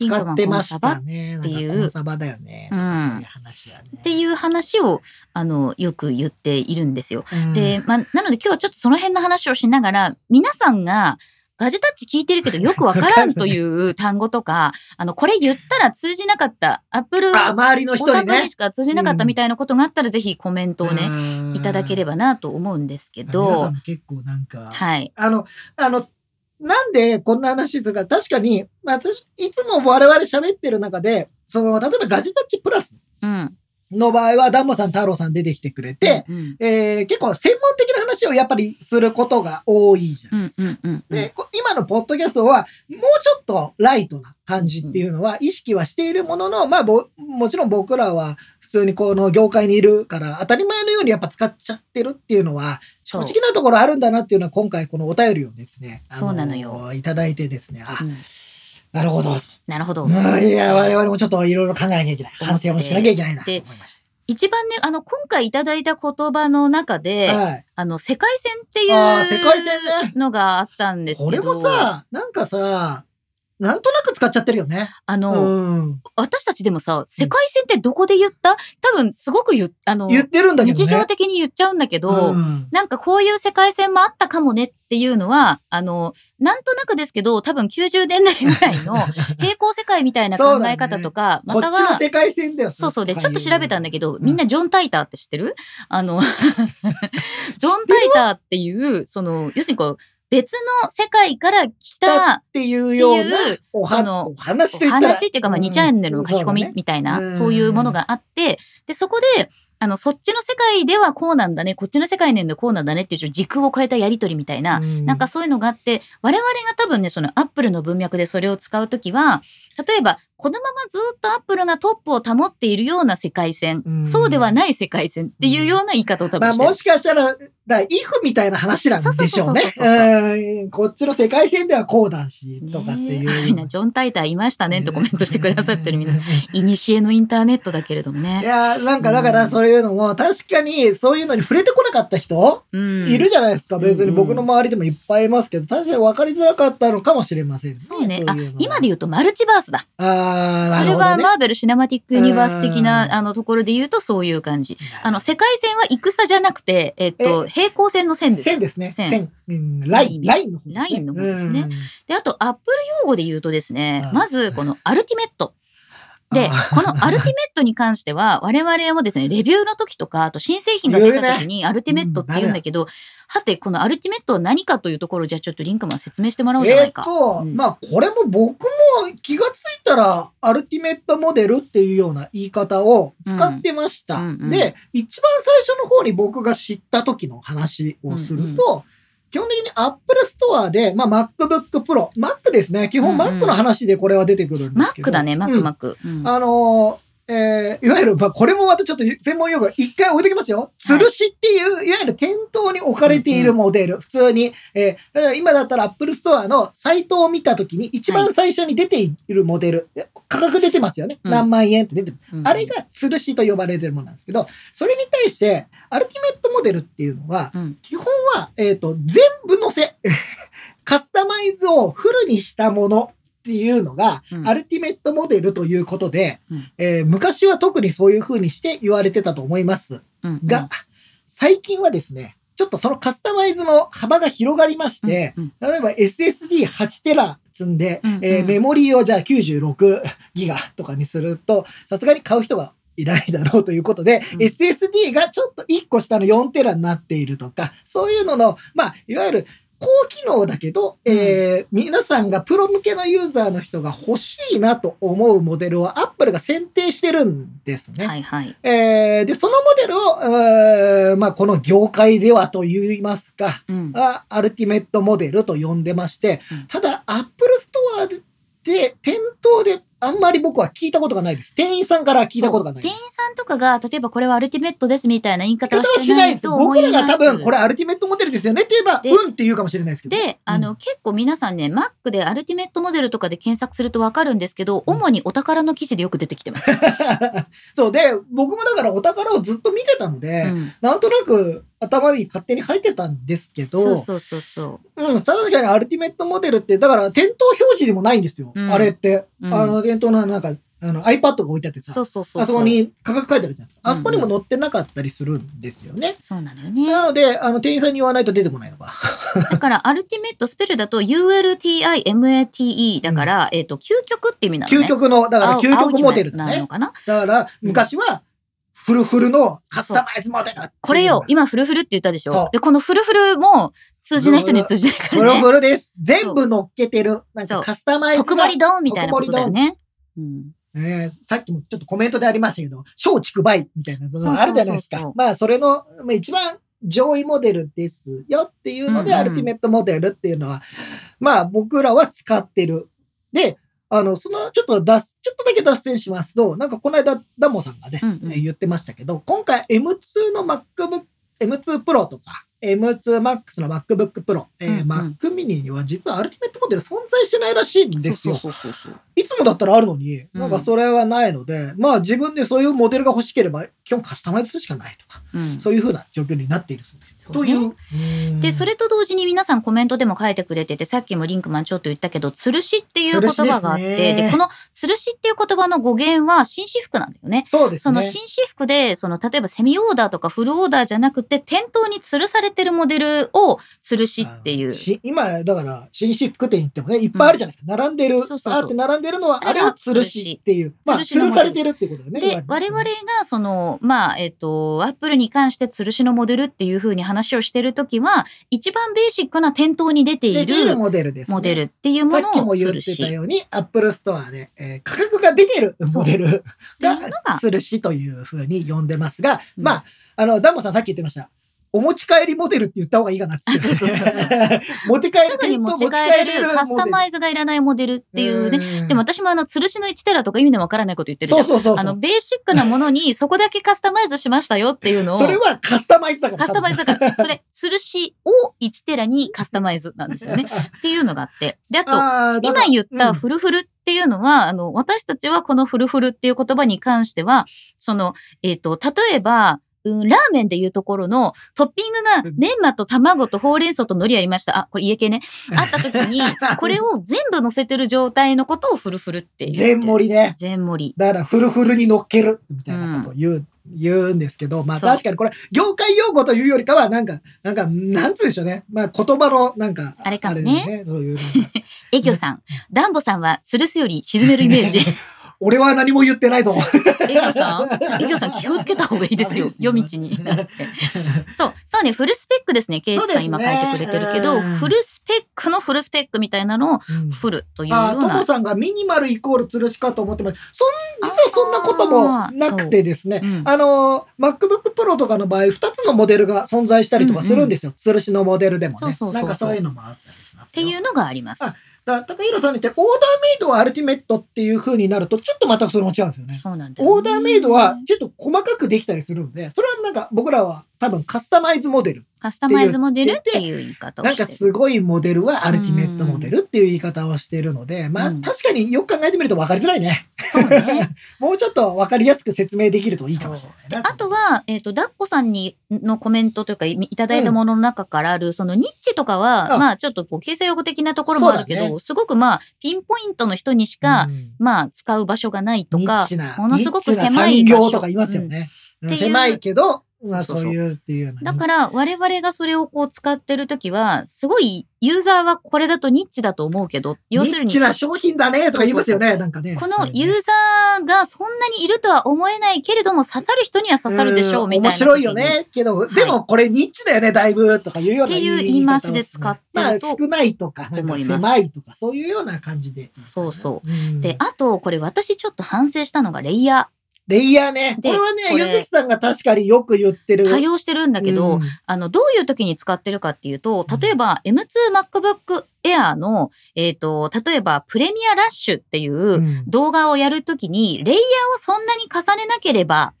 [SPEAKER 3] リンク
[SPEAKER 2] 使
[SPEAKER 3] マ
[SPEAKER 2] っ
[SPEAKER 3] ン
[SPEAKER 2] て
[SPEAKER 3] コ
[SPEAKER 2] ま
[SPEAKER 3] ンサ
[SPEAKER 2] し
[SPEAKER 3] バ
[SPEAKER 2] た
[SPEAKER 3] っ
[SPEAKER 2] ね。
[SPEAKER 3] ていう
[SPEAKER 2] なんかコンサバだよね。
[SPEAKER 3] うん
[SPEAKER 2] なんかそういう話はね。って
[SPEAKER 3] いう話をあのよく言っているんですよ。
[SPEAKER 2] う
[SPEAKER 3] で、まあ、なので今日はちょっとその辺の話をしながら皆さんがガジェタッチ聞いてるけどよくわからんという単語とか、 *laughs* あの、これ言ったら通じなかった、アップル
[SPEAKER 2] ん、あ、周りの
[SPEAKER 3] オ
[SPEAKER 2] 人
[SPEAKER 3] タ
[SPEAKER 2] に
[SPEAKER 3] ク
[SPEAKER 2] ね
[SPEAKER 3] に。しか通じなかったみたいなことがあったら、ぜひコメントをね、
[SPEAKER 2] ね
[SPEAKER 3] いただけれ
[SPEAKER 2] ば
[SPEAKER 3] ばなと思うんですけ
[SPEAKER 2] 皆さ
[SPEAKER 3] ど
[SPEAKER 2] ん、も結構なんか、
[SPEAKER 3] はい。
[SPEAKER 2] あの、あの、なんでこんな話とか、確かに、まあ、私いつも我々喋ってる中で、その、例えばガジェタッチプラス
[SPEAKER 3] うん。
[SPEAKER 2] の場合は、ダンボさん、太郎さん出てきてくれて、
[SPEAKER 3] うん、
[SPEAKER 2] えー結構専門的な話をやっぱりすることが多いじゃ
[SPEAKER 3] う
[SPEAKER 2] ない
[SPEAKER 3] ん
[SPEAKER 2] です、か。
[SPEAKER 3] うん、うん。
[SPEAKER 2] で、こ今のポッドキャストは、もうちょっとライトな感じっていうのは意識はしているものの、まあ、ぼもちろん僕らは普通にこの業界にいるから、当たり前のようにやっぱ使っちゃってるっていうのは、
[SPEAKER 3] そ
[SPEAKER 2] 正
[SPEAKER 3] う
[SPEAKER 2] 直なところあるんだなっていうのは今回このお便りをですね、あ
[SPEAKER 3] そうなのよ。
[SPEAKER 2] いただいてですね、あ
[SPEAKER 3] う、ん
[SPEAKER 2] なるほど。
[SPEAKER 3] なるほど
[SPEAKER 2] うん。いや、我々もちょっといろいろ考えなきゃいけない。反省もしなきゃいけないなと思
[SPEAKER 3] で
[SPEAKER 2] いまし
[SPEAKER 3] 一番ね、あの、今回いただいた言葉の中で、
[SPEAKER 2] た。はい。
[SPEAKER 3] あの、世界線ってい
[SPEAKER 2] あー世界線
[SPEAKER 3] う
[SPEAKER 2] ね
[SPEAKER 3] のがあったんですけど、
[SPEAKER 2] これもさ、なんかさ、なんとなく使っちゃってるよね。
[SPEAKER 3] あの、
[SPEAKER 2] うん。
[SPEAKER 3] 私たちでもさ、世界線ってどこで言った多分、すごく言っあの、
[SPEAKER 2] 言ってるんだけどね。
[SPEAKER 3] 日常的に言っちゃうんだけ
[SPEAKER 2] う
[SPEAKER 3] ど、
[SPEAKER 2] ん
[SPEAKER 3] なんかこういう世界線もあったかもねっていうのは、あの、なんとなくですけど、多分90年代ぐら
[SPEAKER 2] *laughs*
[SPEAKER 3] いの平行世界みたいな考え方とか、
[SPEAKER 2] こ
[SPEAKER 3] ま
[SPEAKER 2] ったちの
[SPEAKER 3] は、
[SPEAKER 2] 世界線だよ。
[SPEAKER 3] そうそうで、ちょっと調べたんだけど、みん
[SPEAKER 2] 知
[SPEAKER 3] なジョン・タイターって知ってる
[SPEAKER 2] *laughs*
[SPEAKER 3] あの、ジョン・タイターっていう、その、要するにこう、別の世界から来た
[SPEAKER 2] っていうような
[SPEAKER 3] っていう
[SPEAKER 2] お
[SPEAKER 3] そ
[SPEAKER 2] は
[SPEAKER 3] の
[SPEAKER 2] お話といったら。
[SPEAKER 3] 話っていうか、まあ、2チャンネルの書き込み
[SPEAKER 2] うん
[SPEAKER 3] みたいな、
[SPEAKER 2] うん
[SPEAKER 3] そういうものがあって、で、そこで、あの、そっちの世界ではこうなんだね、こっちの世界ではこうなんだねっていう、ちょっと時空を変えたやりとりみたいな、なんか、そういうのがあって、我々が多分ね、そのアップルの文脈でそれを使うときは、例えば、このままずっとアップルがトップを保っているような世界線、
[SPEAKER 2] うん
[SPEAKER 3] そうではない世界線っていうような言い方を多
[SPEAKER 2] まあ
[SPEAKER 3] 分してる
[SPEAKER 2] もしかしたら、だイフみたいな話なんでしょうね
[SPEAKER 3] そうそうそうそう
[SPEAKER 2] うん。こっちの世界線ではこうだし、とかっていう。
[SPEAKER 3] ねえあみんなジョン・タイターいましたねとコメントしてくださってる皆さん。いにしえのインターネットだけれど
[SPEAKER 2] *laughs*
[SPEAKER 3] も
[SPEAKER 2] い
[SPEAKER 3] ね。
[SPEAKER 2] やーなんかだからそういうのも、確かにそういうのに触れてこなかった人、
[SPEAKER 3] うん、
[SPEAKER 2] いるじゃないですか。別に
[SPEAKER 3] うん
[SPEAKER 2] 僕の周りでもいっぱいいますけど、確かに分かりづらかったのかもしれませんね。
[SPEAKER 3] そうね。
[SPEAKER 2] そ
[SPEAKER 3] あ
[SPEAKER 2] ういうの、
[SPEAKER 3] 今で言うとマルチバースだ。
[SPEAKER 2] あーな
[SPEAKER 3] そ
[SPEAKER 2] る
[SPEAKER 3] れ
[SPEAKER 2] ほど
[SPEAKER 3] は
[SPEAKER 2] ね
[SPEAKER 3] マーベル・シネマティック・ユニバース的
[SPEAKER 2] うん
[SPEAKER 3] なあのところで言うとそういう感じ。あの、世界線は戦じゃなくて、えっと、平行線の線です。
[SPEAKER 2] 線ですね。
[SPEAKER 3] 線
[SPEAKER 2] 線。うんライン、ラ
[SPEAKER 3] ラ
[SPEAKER 2] インの方ですね。
[SPEAKER 3] ラインの方ですね
[SPEAKER 2] うん。
[SPEAKER 3] で、あと、アップル用語で言うとですね、
[SPEAKER 2] うん
[SPEAKER 3] まず、このアルティメット。で
[SPEAKER 2] あ、ー
[SPEAKER 3] このアルティメットに関して
[SPEAKER 2] *laughs*
[SPEAKER 3] は、我々もですね、レビューの時とか、あと新製品が出た時にアルティメットって言うんだけど、はて、このアルティメットは何かというところを、じゃあちょっとリンクマン説明してもらおうじゃ
[SPEAKER 2] え
[SPEAKER 3] な
[SPEAKER 2] っ、
[SPEAKER 3] いか。
[SPEAKER 2] と、
[SPEAKER 3] うん
[SPEAKER 2] まあこれも僕も気がついたらアルティメットモデルっていうような言い方を使ってました。
[SPEAKER 3] うんうんうん
[SPEAKER 2] で、一番最初の方に僕が知った時の話をすると、基本的に Apple Store で、まあ、MacBook Pro。Mac ですね。基
[SPEAKER 3] う
[SPEAKER 2] 本
[SPEAKER 3] んうん
[SPEAKER 2] Mac の話でこれは出てくるんで
[SPEAKER 3] マ
[SPEAKER 2] すけど。
[SPEAKER 3] ックだね、マッ
[SPEAKER 2] う
[SPEAKER 3] ク
[SPEAKER 2] ん
[SPEAKER 3] マック。うん
[SPEAKER 2] あのーえーいわゆる、まあ、これもまたちょっと専門用語、一回置いときますよ。吊るしっていう、い、わゆる店頭に置かれているモデル。普通に、えー例えば今だったら Apple Store のサイトを見たときに、一番最初に出ているモデル、で価格出てますよね。
[SPEAKER 3] うん
[SPEAKER 2] 何万円って出てる。
[SPEAKER 3] うん
[SPEAKER 2] あれが吊るしと呼ばれてるものなんですけど、それに対して、アルティメットモデルっていうのは、
[SPEAKER 3] うん
[SPEAKER 2] 基本は、えっ、と、全部乗せ。 *laughs* カスタマイズをフルにしたものっていうのが、
[SPEAKER 3] うん
[SPEAKER 2] アルティメットモデルということで、
[SPEAKER 3] うん
[SPEAKER 2] えー昔は特にそういう風にして言われてたと思います
[SPEAKER 3] うん
[SPEAKER 2] が、最近はですね、ちょっとそのカスタマイズの幅が広がりまして、
[SPEAKER 3] うん
[SPEAKER 2] 例えば SSD8 テラ積んで、
[SPEAKER 3] うんうん
[SPEAKER 2] えーメモリーをじゃあ96ギガとかにすると、さすがに買う人がいないだろうということで、
[SPEAKER 3] うん
[SPEAKER 2] SSD がちょっと1個下の4テラになっているとか、そういうのの、まあ、いわゆる高機能だけど、えー皆さんがプロ向けのユーザーの人が欲しいなと思うモデルを Apple が選定してるんですね。
[SPEAKER 3] はいはい。
[SPEAKER 2] えーで、そのモデルを、えーまあ、この業界ではと言いますか、
[SPEAKER 3] うん
[SPEAKER 2] あアルティメットモデルと呼んでまして
[SPEAKER 3] うん、
[SPEAKER 2] ただ、アップルストアで、店頭であんまり僕は聞いたことがないです。店員さんから聞いたことがないで
[SPEAKER 3] 店
[SPEAKER 2] す
[SPEAKER 3] 員。さんとかが、例えばこれはアルティメットですみたいな言い方
[SPEAKER 2] 言い
[SPEAKER 3] は
[SPEAKER 2] 方は
[SPEAKER 3] して
[SPEAKER 2] し
[SPEAKER 3] な
[SPEAKER 2] ないで
[SPEAKER 3] い
[SPEAKER 2] す。
[SPEAKER 3] と思い
[SPEAKER 2] 僕
[SPEAKER 3] ま
[SPEAKER 2] ら
[SPEAKER 3] す。
[SPEAKER 2] が多分、これアルティメットモデルですよねって言えば、
[SPEAKER 3] で
[SPEAKER 2] うんって言うかもしれないですけど。
[SPEAKER 3] で、あの、
[SPEAKER 2] う
[SPEAKER 3] 結構皆さんね、Mac でアルティメットモデルとかで検索するとわかるんですけど、主にお宝の記事でよく出てきてます。
[SPEAKER 2] そうで、僕もだからお宝をずっと見てたので、
[SPEAKER 3] うん
[SPEAKER 2] なんとなく頭に勝手に入ってたんですけど、
[SPEAKER 3] そうそうそうそ
[SPEAKER 2] うん、確かにアルティメットモデルって、だから店頭表示でもないんですよ。
[SPEAKER 3] うん
[SPEAKER 2] あれって。
[SPEAKER 3] うん
[SPEAKER 2] あの、店頭のなんか、あの iPad が置いてあって
[SPEAKER 3] う。
[SPEAKER 2] さ、
[SPEAKER 3] そうそうそうそう。
[SPEAKER 2] あそこに価格書いてあるじゃないですか。
[SPEAKER 3] う
[SPEAKER 2] あ
[SPEAKER 3] ん
[SPEAKER 2] そこにも載ってなかったりするんですよね。
[SPEAKER 3] そうなのよね。
[SPEAKER 2] なので、あの、店員さんに言わないと出てこないのか。
[SPEAKER 3] だから、アルティメット、スペルだと ULTIMATE だから、えっと、究極って意味なのね。
[SPEAKER 2] 究極の、だから究
[SPEAKER 3] 青
[SPEAKER 2] 極モデルだ
[SPEAKER 3] なの
[SPEAKER 2] ね。
[SPEAKER 3] かな
[SPEAKER 2] だから、昔は、フルフルのカスタマイズモデル。
[SPEAKER 3] これよ、。今フルフルって言ったでし
[SPEAKER 2] そう
[SPEAKER 3] ょ。で、このフルフルも通じない人には通じないか
[SPEAKER 2] フル
[SPEAKER 3] らね。
[SPEAKER 2] フルです。全部乗っけてる。なん
[SPEAKER 3] そ
[SPEAKER 2] か
[SPEAKER 3] う
[SPEAKER 2] カスタマイズ
[SPEAKER 3] 特
[SPEAKER 2] が
[SPEAKER 3] 盛りドンみたいなことだよね。うん
[SPEAKER 2] ねえ、さっきもちょっとコメントでありましたけど、小畜梅みたいなの
[SPEAKER 3] そうそうそう
[SPEAKER 2] があ
[SPEAKER 3] そう
[SPEAKER 2] るじゃないですか。まあ、それの、まあ、一番上位モデルですよっていうので、
[SPEAKER 3] うんうん
[SPEAKER 2] アルティメットモデルっていうのは、まあ、僕らは使ってる。で、あの、その、ちょっと脱、ちょっとだけ脱線しますと、なんかこの間、ダモさんがね、
[SPEAKER 3] うんうん
[SPEAKER 2] え言ってましたけど、今回 M2 の MacBook、M2 Pro とか、M2Max の MacBook Pro、えー
[SPEAKER 3] うんうん
[SPEAKER 2] Mac mini には実はアルティメットモデル存在してないらしいんですよ。
[SPEAKER 3] そうそうそうそう
[SPEAKER 2] いつもだったらあるのに、
[SPEAKER 3] うん
[SPEAKER 2] なんかそれがないので、まあ自分でそういうモデルが欲しければ、基本カスタマイズするしかないとか、
[SPEAKER 3] うん
[SPEAKER 2] そういうふうな状況になっているそうです。
[SPEAKER 3] そう
[SPEAKER 2] と
[SPEAKER 3] ね
[SPEAKER 2] いう。うん
[SPEAKER 3] で、それと同時に皆さんコメントでも書いてくれてて、さっきもリンクマンちょっと言ったけど、吊るしっていう言葉があ
[SPEAKER 2] 吊る
[SPEAKER 3] って、
[SPEAKER 2] し
[SPEAKER 3] で
[SPEAKER 2] ですね
[SPEAKER 3] この吊るしっていう言葉の語源は紳士服なんだよね。
[SPEAKER 2] そうです
[SPEAKER 3] その
[SPEAKER 2] ね。
[SPEAKER 3] 紳士服で、その例えばセミオーダーとかフルオーダーじゃなくて、店頭に吊るされてるモデルを吊るしっていう。
[SPEAKER 2] し今、だから、紳士服店行ってもね、いっぱいあるじゃないですか。並んでる、
[SPEAKER 3] そうそうそう
[SPEAKER 2] あーって並んでるのは、あれを吊るしっていう。まあ、
[SPEAKER 3] 吊るし
[SPEAKER 2] 吊
[SPEAKER 3] の
[SPEAKER 2] る
[SPEAKER 3] モデ
[SPEAKER 2] さ
[SPEAKER 3] ル
[SPEAKER 2] れてるってことだよね。いわゆ
[SPEAKER 3] で
[SPEAKER 2] る、
[SPEAKER 3] 我々が、その、まあ、えっと、アップルに関して吊るしのモデルっていうふうに話をしてるときは、一番ベーシックな店頭に出てい
[SPEAKER 2] で出る
[SPEAKER 3] る
[SPEAKER 2] モデルです、ね。
[SPEAKER 3] モデルっていうも
[SPEAKER 2] さ
[SPEAKER 3] の
[SPEAKER 2] っきも
[SPEAKER 3] を
[SPEAKER 2] 言
[SPEAKER 3] 吊
[SPEAKER 2] っ
[SPEAKER 3] る
[SPEAKER 2] て。
[SPEAKER 3] した
[SPEAKER 2] ように、アップルストアで、えー価格が出てるモデル
[SPEAKER 3] そうっていうのが
[SPEAKER 2] が、するしというふうに呼んでますが、
[SPEAKER 3] うん
[SPEAKER 2] まあ、あの、ダンボさんさっき言ってました。お持ち帰りモデルって言った方がいいかな
[SPEAKER 3] *laughs*
[SPEAKER 2] って。
[SPEAKER 3] あそうそうそうそう
[SPEAKER 2] 持って帰
[SPEAKER 3] す
[SPEAKER 2] る
[SPEAKER 3] ぐに持ち帰れるカスタマイズがいらないモデルっていうね。
[SPEAKER 2] ね
[SPEAKER 3] でも私もあの、吊るしの1テラとか意味のわからないこと言ってるじ
[SPEAKER 2] そ
[SPEAKER 3] ゃ。
[SPEAKER 2] うんそうそうそう。
[SPEAKER 3] あの、ベーシックなものにそこだけカスタマイズしましたよっていうのを。
[SPEAKER 2] それはカスタマイズだから。
[SPEAKER 3] カスタマイ
[SPEAKER 2] ズ。
[SPEAKER 3] ズだから、それ、吊るしを1テラにカスタマイズなんです *laughs* よね。っていうのがあって。で、あと、
[SPEAKER 2] あーだから
[SPEAKER 3] 今言っ
[SPEAKER 2] う
[SPEAKER 3] た
[SPEAKER 2] ん
[SPEAKER 3] フルフルっていうのは、あの、私たちはこのフルフルっていう言葉に関しては、その、えっ、と、例えば、うん、ラーメンでいうところのトッピングが
[SPEAKER 2] うん
[SPEAKER 3] メンマと卵とほうれん草と海苔ありました。あ、これ家系ね。あった時
[SPEAKER 2] *laughs*
[SPEAKER 3] に、これを全部乗せてる状態のことをフルフルって言う。
[SPEAKER 2] 全盛りね。
[SPEAKER 3] 全盛り。
[SPEAKER 2] だからフルフルに乗っけるみたいなことを言う。言うんですけど、まあ
[SPEAKER 3] そう
[SPEAKER 2] 確かにこれ、業界用語というよりかは、なんか、なんか、なんつうんでしょうね。まあ言葉の、なんか、
[SPEAKER 3] あれかもね
[SPEAKER 2] ですそういうなんか。
[SPEAKER 3] えぎょさん。ダンボさんは吊るすより沈めるイメージ。
[SPEAKER 2] 俺は何も言ってないぞ。
[SPEAKER 3] えぎょさ
[SPEAKER 2] *laughs*
[SPEAKER 3] んえぎょさん気をつけた方がいいですよ。
[SPEAKER 2] 危
[SPEAKER 3] 夜
[SPEAKER 2] ないです
[SPEAKER 3] 道になって。
[SPEAKER 2] *laughs*
[SPEAKER 3] そう、そうね、フルスペックですね。ケイチさん今書いてくれてるけど、
[SPEAKER 2] うん
[SPEAKER 3] フルスペックのフルスペックみたいなのをフルというよう
[SPEAKER 2] あー、と
[SPEAKER 3] な
[SPEAKER 2] も。さんがミニマルイコール吊るしかと思ってます。そん、実はそんなこともなくてですね。
[SPEAKER 3] あーそううん
[SPEAKER 2] あのー、MacBook Pro とかの場合、二つのモデルが存在したりとかするんですよ。吊るしのモデルでもね。
[SPEAKER 3] そうそうそうそう
[SPEAKER 2] なんかそういうのもあったりしますよ。
[SPEAKER 3] っていうのがあります。
[SPEAKER 2] あだ高弘さんに言って、オーダーメイドはアルティメットっていう風になると、ちょっとまたそれも違うんですよね。
[SPEAKER 3] そうなんだよね
[SPEAKER 2] オーダーメイドはちょっと細かくできたりするので、それはなんか僕らは多分カスタマイズモデル。
[SPEAKER 3] カスタマイズモデルっていう言い方を
[SPEAKER 2] なん
[SPEAKER 3] して
[SPEAKER 2] か
[SPEAKER 3] る。
[SPEAKER 2] すごいモデルはアルティメットモデルっていう言い方をしているので、まあ
[SPEAKER 3] うん
[SPEAKER 2] 確かによく考えてみると分かりづらいね。
[SPEAKER 3] そうね。
[SPEAKER 2] もうちょっと分かりやすく説明できるといいかもしれないな。
[SPEAKER 3] あとは、えっ、と、ダッコさんに、のコメントというか、いいただいたものの中からある、そのニッチとかは、
[SPEAKER 2] あ
[SPEAKER 3] まあ、ちょっとこう、形成用語的なところもあるけ
[SPEAKER 2] そう
[SPEAKER 3] ど、
[SPEAKER 2] だ
[SPEAKER 3] すごくまあ、ピンポイントの人にしか、
[SPEAKER 2] うん
[SPEAKER 3] まあ、使う場所がないとか、
[SPEAKER 2] ニッチな
[SPEAKER 3] ものすごく
[SPEAKER 2] ニッチな
[SPEAKER 3] 狭い
[SPEAKER 2] 産
[SPEAKER 3] 場所
[SPEAKER 2] 業とか言いますよね。
[SPEAKER 3] んっていう
[SPEAKER 2] 狭いけど、まあ
[SPEAKER 3] そう
[SPEAKER 2] そ
[SPEAKER 3] そう
[SPEAKER 2] う
[SPEAKER 3] そう
[SPEAKER 2] いうっていうような
[SPEAKER 3] だから我々がそれをこう使ってるときは、すごいユーザーはこれだとニッチだと思うけど、要す
[SPEAKER 2] ニッ
[SPEAKER 3] るに、
[SPEAKER 2] チ
[SPEAKER 3] こ
[SPEAKER 2] な商品だねとか言いますよね、なんかね。
[SPEAKER 3] のユ
[SPEAKER 2] う
[SPEAKER 3] ーザーがそんなにいるとは思えないけれども、刺さる人には刺さるでしょう、
[SPEAKER 2] ん
[SPEAKER 3] みたいな。
[SPEAKER 2] 面白いよ。ね。けど、でもこれニッチだよね、だいぶとかいうよう
[SPEAKER 3] っ
[SPEAKER 2] な
[SPEAKER 3] ていう言い回しで使って
[SPEAKER 2] ま
[SPEAKER 3] る
[SPEAKER 2] あ
[SPEAKER 3] と
[SPEAKER 2] 少。ないとか、なん
[SPEAKER 3] 思
[SPEAKER 2] か
[SPEAKER 3] います
[SPEAKER 2] 狭いとか、そういうような感じで。。
[SPEAKER 3] そうそう
[SPEAKER 2] ん
[SPEAKER 3] で、あと、これ私ちょっと反省したのがレイヤ
[SPEAKER 2] レイヤーね。
[SPEAKER 3] で
[SPEAKER 2] これはね、
[SPEAKER 3] これ
[SPEAKER 2] ゆずきさんが確かによく言ってる。
[SPEAKER 3] ー。多用してるんだけど、
[SPEAKER 2] うん
[SPEAKER 3] あの、どういう時に使ってるかっていうと、例えば M2MacBook Air の、えっ、と、例えばプレミアラッシュっていう、
[SPEAKER 2] うん
[SPEAKER 3] 動画をやるときに、レイヤーをそんなに重ねなければ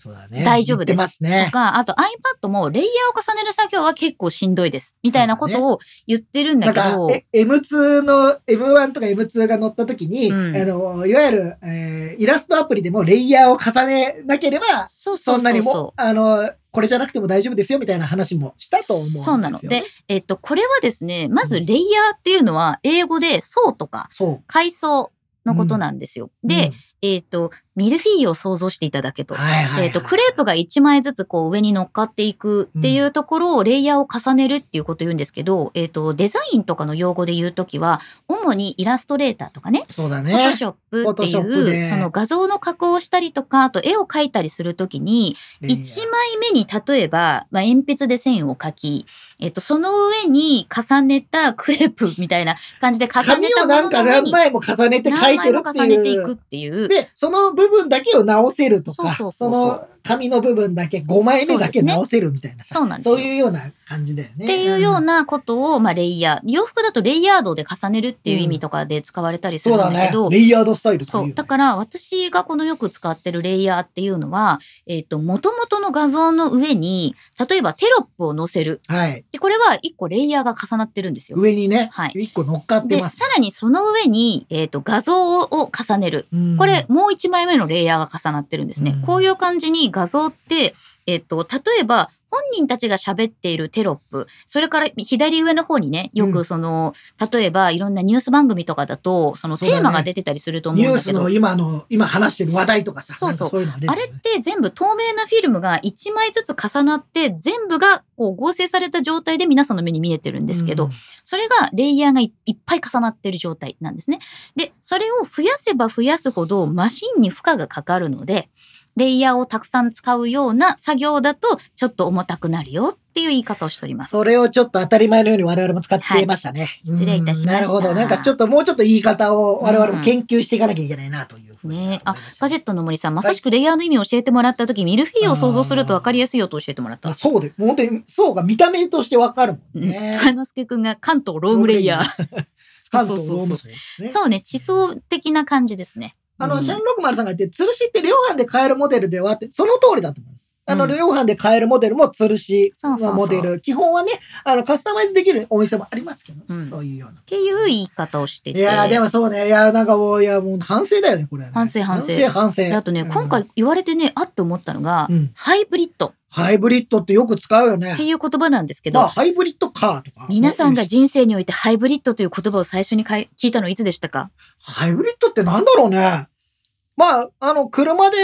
[SPEAKER 2] そうだね。
[SPEAKER 3] 大丈夫で
[SPEAKER 2] 言っ
[SPEAKER 3] す
[SPEAKER 2] てます
[SPEAKER 3] と
[SPEAKER 2] ね。
[SPEAKER 3] か、あと iPad もレイヤーを重ねる作業は結構しんどいです。みたいなことを言ってるん
[SPEAKER 2] な
[SPEAKER 3] だ
[SPEAKER 2] ん
[SPEAKER 3] け
[SPEAKER 2] か
[SPEAKER 3] ど、、
[SPEAKER 2] え M2 の、M1 とか M2 が乗った時に、
[SPEAKER 3] うん
[SPEAKER 2] あの、いわゆる、えーイラストアプリでもレイヤーを重ねなければ、
[SPEAKER 3] そうそうそうそう
[SPEAKER 2] そんなにも、あの、これじゃなくても大丈夫ですよみたいな話もしたと思うんですよ。
[SPEAKER 3] そうなの。で、、えっと、これはですね、まずレイヤーっていうのは英語で層とか
[SPEAKER 2] そう。
[SPEAKER 3] 階層のことなんですよ。で、えっと、ミルフィーユを想像していただけ
[SPEAKER 2] う
[SPEAKER 3] と
[SPEAKER 2] ん、。はいはいはい
[SPEAKER 3] えっと、クレープが1枚ずつこう上に乗っかっていくっていうところをレイヤーを重ねるっていうことを言うんですけど、えっと、デザインとかの用語で言うときは、主にイラストレーターとかね、
[SPEAKER 2] そうだ
[SPEAKER 3] フォト
[SPEAKER 2] ね。
[SPEAKER 3] ショップってい
[SPEAKER 2] Photoshop
[SPEAKER 3] う、
[SPEAKER 2] で
[SPEAKER 3] その画像の加工をしたりとか、あと絵を描いたりするときに、
[SPEAKER 2] レイヤー
[SPEAKER 3] 1枚目に例えば、まあ、鉛筆で線を描き、えっと、その上に重ねたクレープみたいな感じで重
[SPEAKER 2] 紙
[SPEAKER 3] ねた
[SPEAKER 2] を
[SPEAKER 3] も
[SPEAKER 2] な
[SPEAKER 3] の
[SPEAKER 2] ん
[SPEAKER 3] の
[SPEAKER 2] か
[SPEAKER 3] 上
[SPEAKER 2] 何
[SPEAKER 3] に
[SPEAKER 2] 枚も重ねて書
[SPEAKER 3] 何
[SPEAKER 2] いてる
[SPEAKER 3] 枚も
[SPEAKER 2] って
[SPEAKER 3] 重ねて
[SPEAKER 2] い
[SPEAKER 3] いうくっていう。
[SPEAKER 2] で、その部分だけを直せるとか、
[SPEAKER 3] そう
[SPEAKER 2] そ
[SPEAKER 3] そうそうそう
[SPEAKER 2] の紙の部分だけ、5枚目だけ直せるみたいなさ
[SPEAKER 3] そうなんですよ
[SPEAKER 2] そういうような感じだよね。
[SPEAKER 3] っていうよう
[SPEAKER 2] な。
[SPEAKER 3] なことを、まあ、レイヤー。洋服だとレイヤードで重ねるっていう意味とかで使われたりす
[SPEAKER 2] そ
[SPEAKER 3] る
[SPEAKER 2] うんだ
[SPEAKER 3] だ
[SPEAKER 2] ね
[SPEAKER 3] けど、。
[SPEAKER 2] レイヤードスタイルとか
[SPEAKER 3] そ
[SPEAKER 2] 言う
[SPEAKER 3] う。
[SPEAKER 2] よね
[SPEAKER 3] だから、私がこのよく使ってるレイヤーっていうのは、えっ、と、元々の画像の上に、例えばテロップを載せる。
[SPEAKER 2] はい。
[SPEAKER 3] で、これは一個レイヤーが重なってるんですよ。
[SPEAKER 2] 上にね、
[SPEAKER 3] はい
[SPEAKER 2] 一個乗っかって
[SPEAKER 3] で、
[SPEAKER 2] ます。
[SPEAKER 3] さらにその上に、えっ、と、画像を重ねる。
[SPEAKER 2] うん
[SPEAKER 3] これ、、もう一枚目のレイヤーが重なってるんですね。
[SPEAKER 2] うん
[SPEAKER 3] こういう感じに画像って、えっ、と、例えば、本人たちが喋っているテロップ、それから左上の方にね、よ
[SPEAKER 2] う
[SPEAKER 3] く
[SPEAKER 2] ん
[SPEAKER 3] その、例えばいろんなニュース番組とかだと、その
[SPEAKER 2] そうだ
[SPEAKER 3] テ
[SPEAKER 2] ね
[SPEAKER 3] ーマが出てたりすると思
[SPEAKER 2] ニ
[SPEAKER 3] う
[SPEAKER 2] ュ
[SPEAKER 3] ん
[SPEAKER 2] ー
[SPEAKER 3] だけ
[SPEAKER 2] ス
[SPEAKER 3] ど、
[SPEAKER 2] の今の、今話してる話題とかさ、
[SPEAKER 3] そうそう
[SPEAKER 2] なんかそういうのが出て
[SPEAKER 3] あ
[SPEAKER 2] くる
[SPEAKER 3] れっ
[SPEAKER 2] ね
[SPEAKER 3] て全部透明なフィルムが1枚ずつ重なって、全部がこう合成された状態で皆さんの目に見えてるんですけど、
[SPEAKER 2] うん
[SPEAKER 3] それがレイヤーがいいっぱい重なってる状態なんですね。で、それを増やせば増やすほどマシンに負荷がかかるので、レイヤーをたくさん使うような作業だと、ちょっと重たくなるよっていう言い方をしております。
[SPEAKER 2] それをちょっと当たり前のように我々も使っていましたね。
[SPEAKER 3] 失礼いたしま
[SPEAKER 2] う
[SPEAKER 3] した
[SPEAKER 2] んなるほど。なんかちょっともうちょっと言い方を我々も研究していかなきゃいけないなというふうに思いま
[SPEAKER 3] ね
[SPEAKER 2] し、た。
[SPEAKER 3] あ、ガジェットの森さん、まさしくレイヤーの意味を教えてもらった時、ミルフィーユを想像すると分かりやすいよと教えてもらった
[SPEAKER 2] あ。そうで、もう本当に、そうか、見た目としてわかるもんね。
[SPEAKER 3] 虎之助くんが *laughs* 関東ロームレイヤー。
[SPEAKER 2] 関東
[SPEAKER 3] そうそうそう
[SPEAKER 2] ローム層ですね。
[SPEAKER 3] そうね、地層的な感じですね。
[SPEAKER 2] あ
[SPEAKER 3] う
[SPEAKER 2] の、
[SPEAKER 3] ん
[SPEAKER 2] シャンロクマルさんが言って、吊るしって量販で買えるモデルではって、その通りだと思います。あの、
[SPEAKER 3] うん
[SPEAKER 2] 量販で買えるモデルも吊るし
[SPEAKER 3] そうそうそ
[SPEAKER 2] の
[SPEAKER 3] う
[SPEAKER 2] モデル。基本はね、あの、カスタマイズできるお店もありますけど、
[SPEAKER 3] うん
[SPEAKER 2] そういうような
[SPEAKER 3] っ。ていう言い方をしてて。
[SPEAKER 2] いやー、でもそうね。いやー、なんかもう、いやー、もう反省だよね、これ、ね。
[SPEAKER 3] 反省反省
[SPEAKER 2] 反省反省
[SPEAKER 3] であとね、
[SPEAKER 2] うん
[SPEAKER 3] 今回言われてね、あって思ったのが、
[SPEAKER 2] うん
[SPEAKER 3] ハイブリッド
[SPEAKER 2] ハイブリッドってよく使うよね
[SPEAKER 3] って。いう言葉なんですけど、
[SPEAKER 2] まあ、ハイブリッドカーとか。
[SPEAKER 3] 皆さんが人生においてハイブリッドという言葉を最初にかい聞いたのいつでしたか
[SPEAKER 2] ハイブリッドってなんだろうね。まあ、あの、車で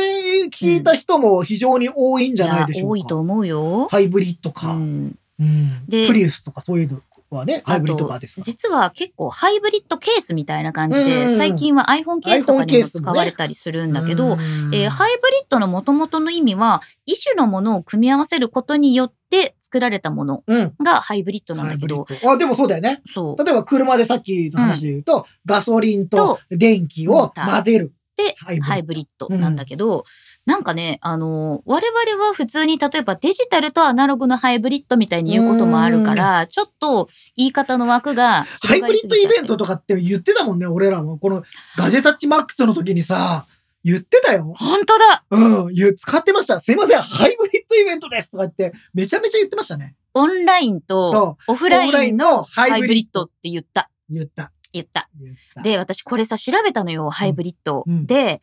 [SPEAKER 2] 聞いた人も非常に多いんじゃないでしょうか。
[SPEAKER 3] いや多いと思うよ。
[SPEAKER 2] ハイブリッドカー。
[SPEAKER 3] うん
[SPEAKER 2] うん。
[SPEAKER 3] で
[SPEAKER 2] プリウスとかそういうのはね、ハイブリッドカーですから。
[SPEAKER 3] 実は結構ハイブリッドケースみたいな感じ
[SPEAKER 2] うんうんう
[SPEAKER 3] で、
[SPEAKER 2] ん
[SPEAKER 3] 最近は iPhone ケースとか
[SPEAKER 2] iPhone
[SPEAKER 3] に
[SPEAKER 2] ケー
[SPEAKER 3] も
[SPEAKER 2] スもね
[SPEAKER 3] 使われたりするんだけど、えー
[SPEAKER 2] イ
[SPEAKER 3] ハイブリッドの元々の意味は、一種のものを組み合わせることによって作られたもの
[SPEAKER 2] うん。
[SPEAKER 3] がハイブリッドなん
[SPEAKER 2] ハイ
[SPEAKER 3] だけ
[SPEAKER 2] ブリ
[SPEAKER 3] ど、
[SPEAKER 2] ッド。あ、でもそうだよね。
[SPEAKER 3] そう。
[SPEAKER 2] 例えば車でさっきの話で言うと、ガソリン
[SPEAKER 3] と
[SPEAKER 2] と電気
[SPEAKER 3] モー
[SPEAKER 2] を
[SPEAKER 3] ター
[SPEAKER 2] 混ぜる。
[SPEAKER 3] で
[SPEAKER 2] ハイブリッド
[SPEAKER 3] ハイブリッドなんだけど、なんかね、あの、我々は普通に例えばデジタルとアナログのハイブリッドみたいに言うこともあるから、ちょっと言い方の枠が
[SPEAKER 2] ハイ
[SPEAKER 3] 広が
[SPEAKER 2] ブリ
[SPEAKER 3] りす
[SPEAKER 2] ッド
[SPEAKER 3] ぎち
[SPEAKER 2] イ
[SPEAKER 3] ゃって
[SPEAKER 2] ベントとかって言ってたもんね、俺らも。このガジェタッチマックスの時にさ、言ってたよ。
[SPEAKER 3] 本当だ
[SPEAKER 2] うん、言う、使ってました。すいません、ハイブリッドイベントですとか言って、めちゃめちゃ言ってましたね。
[SPEAKER 3] オンラインと
[SPEAKER 2] そ
[SPEAKER 3] オフラ
[SPEAKER 2] オフラ
[SPEAKER 3] イ
[SPEAKER 2] イ
[SPEAKER 3] ン
[SPEAKER 2] ン
[SPEAKER 3] の
[SPEAKER 2] の
[SPEAKER 3] ハ
[SPEAKER 2] ハ
[SPEAKER 3] イ
[SPEAKER 2] イ
[SPEAKER 3] ブ
[SPEAKER 2] ブ
[SPEAKER 3] リ
[SPEAKER 2] リ
[SPEAKER 3] ッ
[SPEAKER 2] ッ
[SPEAKER 3] ドって言った。
[SPEAKER 2] う、言った、
[SPEAKER 3] 言った。
[SPEAKER 2] 言った。
[SPEAKER 3] で、私これさ、調べたのよ、ハイブリッド。
[SPEAKER 2] うん
[SPEAKER 3] で、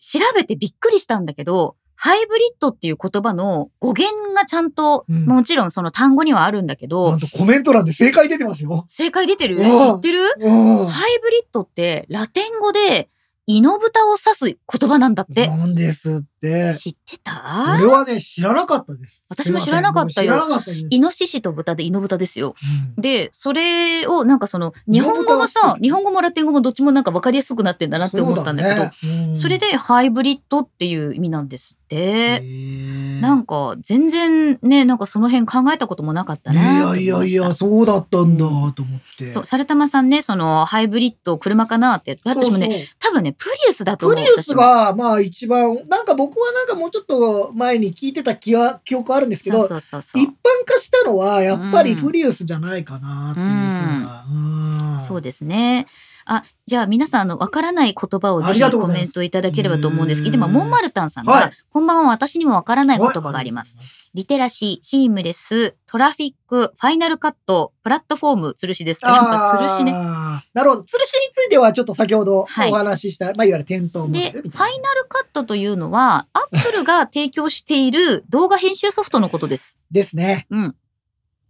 [SPEAKER 3] 調べてびっくりしたんだけど、ハイブリッドっていう言葉の語源がちゃんと、
[SPEAKER 2] うん
[SPEAKER 3] もちろんその単語にはあるんだけど、
[SPEAKER 2] なんとコメント欄で正解出てますよ。
[SPEAKER 3] 正解出てる知
[SPEAKER 2] うわ
[SPEAKER 3] ってる
[SPEAKER 2] うん。
[SPEAKER 3] ハイブリッドってラテン語でイノブタを指す言葉なんだって。
[SPEAKER 2] なんですって。
[SPEAKER 3] 知ってた
[SPEAKER 2] 俺はね、知らなかったです。
[SPEAKER 3] 私も知らなかった
[SPEAKER 2] 知ら
[SPEAKER 3] よ。
[SPEAKER 2] なかったです。
[SPEAKER 3] イノシシと豚でイノブタですよ。
[SPEAKER 2] うん
[SPEAKER 3] で、それをなんかその、日本語も
[SPEAKER 2] イノブタは
[SPEAKER 3] さ
[SPEAKER 2] 知っ、てる
[SPEAKER 3] 日本語もラテン語もどっちもなんか分かりやすくなってんだなって思ったんだけど、そ
[SPEAKER 2] そうだねうん
[SPEAKER 3] れでハイブリッドっていう意味なんですっ
[SPEAKER 2] へ
[SPEAKER 3] て。
[SPEAKER 2] ー
[SPEAKER 3] なんか全然ね、なんかその辺考えたこともなかった
[SPEAKER 2] い
[SPEAKER 3] なと思
[SPEAKER 2] や
[SPEAKER 3] ました
[SPEAKER 2] いやいや、そうだったんだと思って。
[SPEAKER 3] そう、サルタマさんね、そのハイブリッド車かなって、私もね、
[SPEAKER 2] そうそう
[SPEAKER 3] 多分ね、プリウスだ
[SPEAKER 2] プ
[SPEAKER 3] と思う。
[SPEAKER 2] リウス
[SPEAKER 3] 私も
[SPEAKER 2] が、まあ一番、なんか僕はなんかもうちょっと前に聞いてた気は、記憶あるんですけど、
[SPEAKER 3] そうそうそうそう
[SPEAKER 2] 一般化したのはやっぱり
[SPEAKER 3] うん
[SPEAKER 2] プリウスじゃないかなっていうふうな。ん
[SPEAKER 3] そうですね。あ、じゃあ皆さん、あの、わからない言葉をぜ
[SPEAKER 2] あり
[SPEAKER 3] ひ
[SPEAKER 2] がとうご
[SPEAKER 3] コ
[SPEAKER 2] ざいます
[SPEAKER 3] メントいただければと思うんですけど、
[SPEAKER 2] うん
[SPEAKER 3] 今、モンマルタンさんが、
[SPEAKER 2] はい
[SPEAKER 3] こんばんは、私にもわからない言
[SPEAKER 2] はい
[SPEAKER 3] 葉があります。。リテラシー、シームレス、トラフィック、ファイナルカット、プラットフォーム、つるしですか。やっぱつるしね。
[SPEAKER 2] あーなるほど。吊るしについてはちょっと先ほどお
[SPEAKER 3] はい
[SPEAKER 2] 話しした、まあいわゆる店頭モ
[SPEAKER 3] で、
[SPEAKER 2] デ
[SPEAKER 3] フ
[SPEAKER 2] ル
[SPEAKER 3] ァイ
[SPEAKER 2] みたいな。
[SPEAKER 3] ナルカットというのは、アップルが提供している動画編集ソフトのことです。
[SPEAKER 2] ですね。
[SPEAKER 3] うん。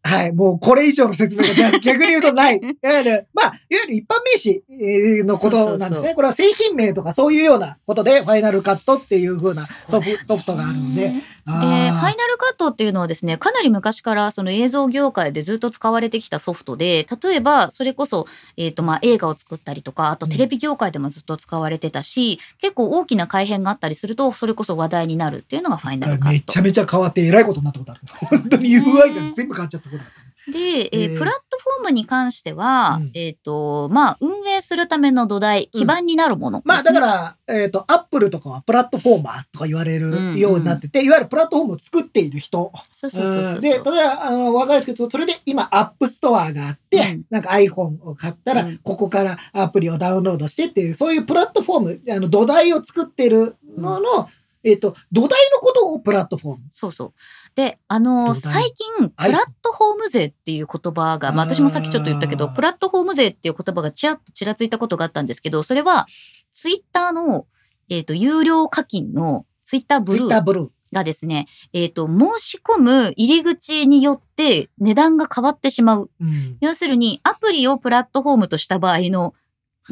[SPEAKER 2] はい。もうこれ以上の説明が
[SPEAKER 3] *laughs*
[SPEAKER 2] 逆逆に言うとない。いわゆる、まあ、いわゆる一般名詞えーのことなんで
[SPEAKER 3] そう
[SPEAKER 2] す
[SPEAKER 3] そうそ
[SPEAKER 2] ね。これは製品名とかそういうようなことで、ファイナルカットっていう風なソフソフトがあるので。
[SPEAKER 3] で、ファイナルカットっていうのはですね、かなり昔からその映像業界でずっと使われてきたソフトで、例えばそれこそ、えっ、とまあ映画を作ったりとか、あとテレビ業界でもずっと使われてたし、結構大きな改変があったりすると、それこそ話題になるっていうのがファイナルカ
[SPEAKER 2] め
[SPEAKER 3] ッ
[SPEAKER 2] ちゃ
[SPEAKER 3] ト。
[SPEAKER 2] めちゃ変わってえらいことになったことある。本当に UI が全部変わっちゃったことだった。
[SPEAKER 3] で、えー
[SPEAKER 2] えー
[SPEAKER 3] プラットフォームに関しては、
[SPEAKER 2] うん
[SPEAKER 3] えっ、と、まあ運営するための土台、基盤になるもの、
[SPEAKER 2] まあだか、ら、えっ、と、アップルとかはプラットフォーマーとか言われ
[SPEAKER 3] うん
[SPEAKER 2] るようになってて、いわゆるプラットフォームを作っている人。
[SPEAKER 3] そうそうそうそううん
[SPEAKER 2] で、例えば、あの、わかりやすく言うと、それで今、アップストアがあって、
[SPEAKER 3] うん
[SPEAKER 2] なんか iPhone を買ったら、
[SPEAKER 3] うん
[SPEAKER 2] ここからアプリをダウンロードしてっていう、そういうプラットフォーム、あの、土台を作ってるのの、えっ、と、土台のことをプラットフォーム。
[SPEAKER 3] そうそう。で、あの、
[SPEAKER 2] どうだ
[SPEAKER 3] 最近、プ
[SPEAKER 2] はい
[SPEAKER 3] ラットフォーム税っていう言葉が、まあ
[SPEAKER 2] あー
[SPEAKER 3] 私もさっきちょっと言ったけど、プラットフォーム税っていう言葉がちらっとちらついたことがあったんですけど、それは、ツイッターの、えっ、と、有料課金の、ツイッターブ
[SPEAKER 2] ツイ
[SPEAKER 3] ル
[SPEAKER 2] ッター
[SPEAKER 3] ー
[SPEAKER 2] ブルー。
[SPEAKER 3] がですね、えっ、と、申し込む入り口によって値段が変わってしまう。
[SPEAKER 2] うん。
[SPEAKER 3] 要するに、アプリをプラットフォームとした場合の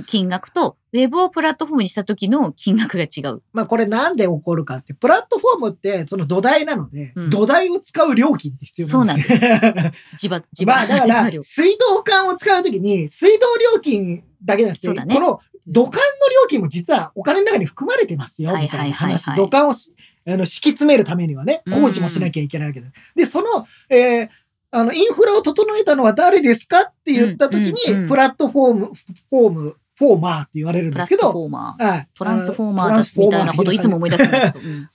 [SPEAKER 3] 金額と、ウェブをプラットフォームにした時の金額が違う。
[SPEAKER 2] まあこれなんで起こるかって、プラットフォームってその土台なので、
[SPEAKER 3] うん
[SPEAKER 2] 土台を使う料金って必要なんですよ。 *laughs*
[SPEAKER 3] 自爆、自
[SPEAKER 2] まあ
[SPEAKER 3] 爆。
[SPEAKER 2] だ
[SPEAKER 3] *laughs*
[SPEAKER 2] から、
[SPEAKER 3] 料
[SPEAKER 2] 水道管を使うときに、水道料金だけじゃなく
[SPEAKER 3] そう
[SPEAKER 2] て、
[SPEAKER 3] だね
[SPEAKER 2] この土管の料金も実はお金の中に含まれてますよ、
[SPEAKER 3] はい
[SPEAKER 2] み
[SPEAKER 3] は
[SPEAKER 2] た
[SPEAKER 3] い
[SPEAKER 2] いな
[SPEAKER 3] はいはい
[SPEAKER 2] 話。土管をしあの、敷き詰めるためにはね、工事もしなきゃいけないわけです。で、その、えーあの、インフラを整えたのは誰ですかって言った時
[SPEAKER 3] うんうんう
[SPEAKER 2] に、
[SPEAKER 3] ん
[SPEAKER 2] プラットフォーム、フォーム、フォーマーって言われるん
[SPEAKER 3] プ
[SPEAKER 2] で
[SPEAKER 3] ラ
[SPEAKER 2] すけ
[SPEAKER 3] ッ
[SPEAKER 2] ど、
[SPEAKER 3] トフォーマー。
[SPEAKER 2] はい
[SPEAKER 3] トランスフォーマ
[SPEAKER 2] トラ
[SPEAKER 3] ー
[SPEAKER 2] ン
[SPEAKER 3] だ
[SPEAKER 2] スフォ
[SPEAKER 3] み
[SPEAKER 2] ーマ
[SPEAKER 3] た
[SPEAKER 2] ー
[SPEAKER 3] いなこといつも思い出すんだけど。うん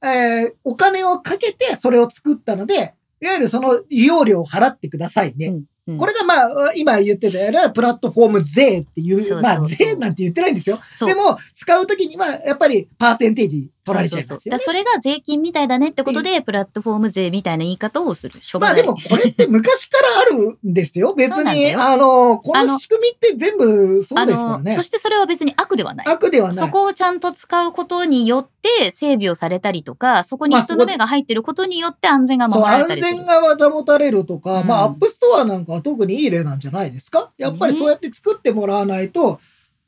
[SPEAKER 2] が、えーお金をかけてそれを作ったので、いわゆるその利用料を払ってくださいね。
[SPEAKER 3] うんうん
[SPEAKER 2] *laughs* これがまあ、今言ってたようなプラットフォーム税っていう、
[SPEAKER 3] そうそうそう
[SPEAKER 2] まあ税なんて言ってないんですよ。
[SPEAKER 3] そう
[SPEAKER 2] でも、使うときにはやっぱりパーセンテージ取られちゃい
[SPEAKER 3] そ
[SPEAKER 2] ま
[SPEAKER 3] う
[SPEAKER 2] す
[SPEAKER 3] そ
[SPEAKER 2] よ
[SPEAKER 3] うそうだ
[SPEAKER 2] ね。
[SPEAKER 3] からそれが税金みたいだねってことで、プラットフォーム税みたいな言い方をする。しょう
[SPEAKER 2] ま
[SPEAKER 3] が
[SPEAKER 2] あ
[SPEAKER 3] な
[SPEAKER 2] で
[SPEAKER 3] い。
[SPEAKER 2] もこれって昔からあるんですよ。別
[SPEAKER 3] *laughs* そうなんだ
[SPEAKER 2] に、
[SPEAKER 3] よ
[SPEAKER 2] あの、こ
[SPEAKER 3] あ
[SPEAKER 2] の
[SPEAKER 3] の
[SPEAKER 2] 仕組みって全部そう
[SPEAKER 3] あ
[SPEAKER 2] ですから
[SPEAKER 3] の、
[SPEAKER 2] ね
[SPEAKER 3] そ。してそれは別に悪ではない。
[SPEAKER 2] 悪ではな
[SPEAKER 3] そ
[SPEAKER 2] い。
[SPEAKER 3] こをちゃんと使うことによって整備をされたりとか、そこに
[SPEAKER 2] まあ
[SPEAKER 3] 人の目が入ってることによって安全が
[SPEAKER 2] そ
[SPEAKER 3] 守
[SPEAKER 2] う、
[SPEAKER 3] られ
[SPEAKER 2] 安
[SPEAKER 3] たりする
[SPEAKER 2] 全。が保たれるとか、
[SPEAKER 3] うん
[SPEAKER 2] まあ、アップストアなんかは特にいい例なんじゃないですかやっぱり
[SPEAKER 3] ね
[SPEAKER 2] そうやって作ってもらわないと、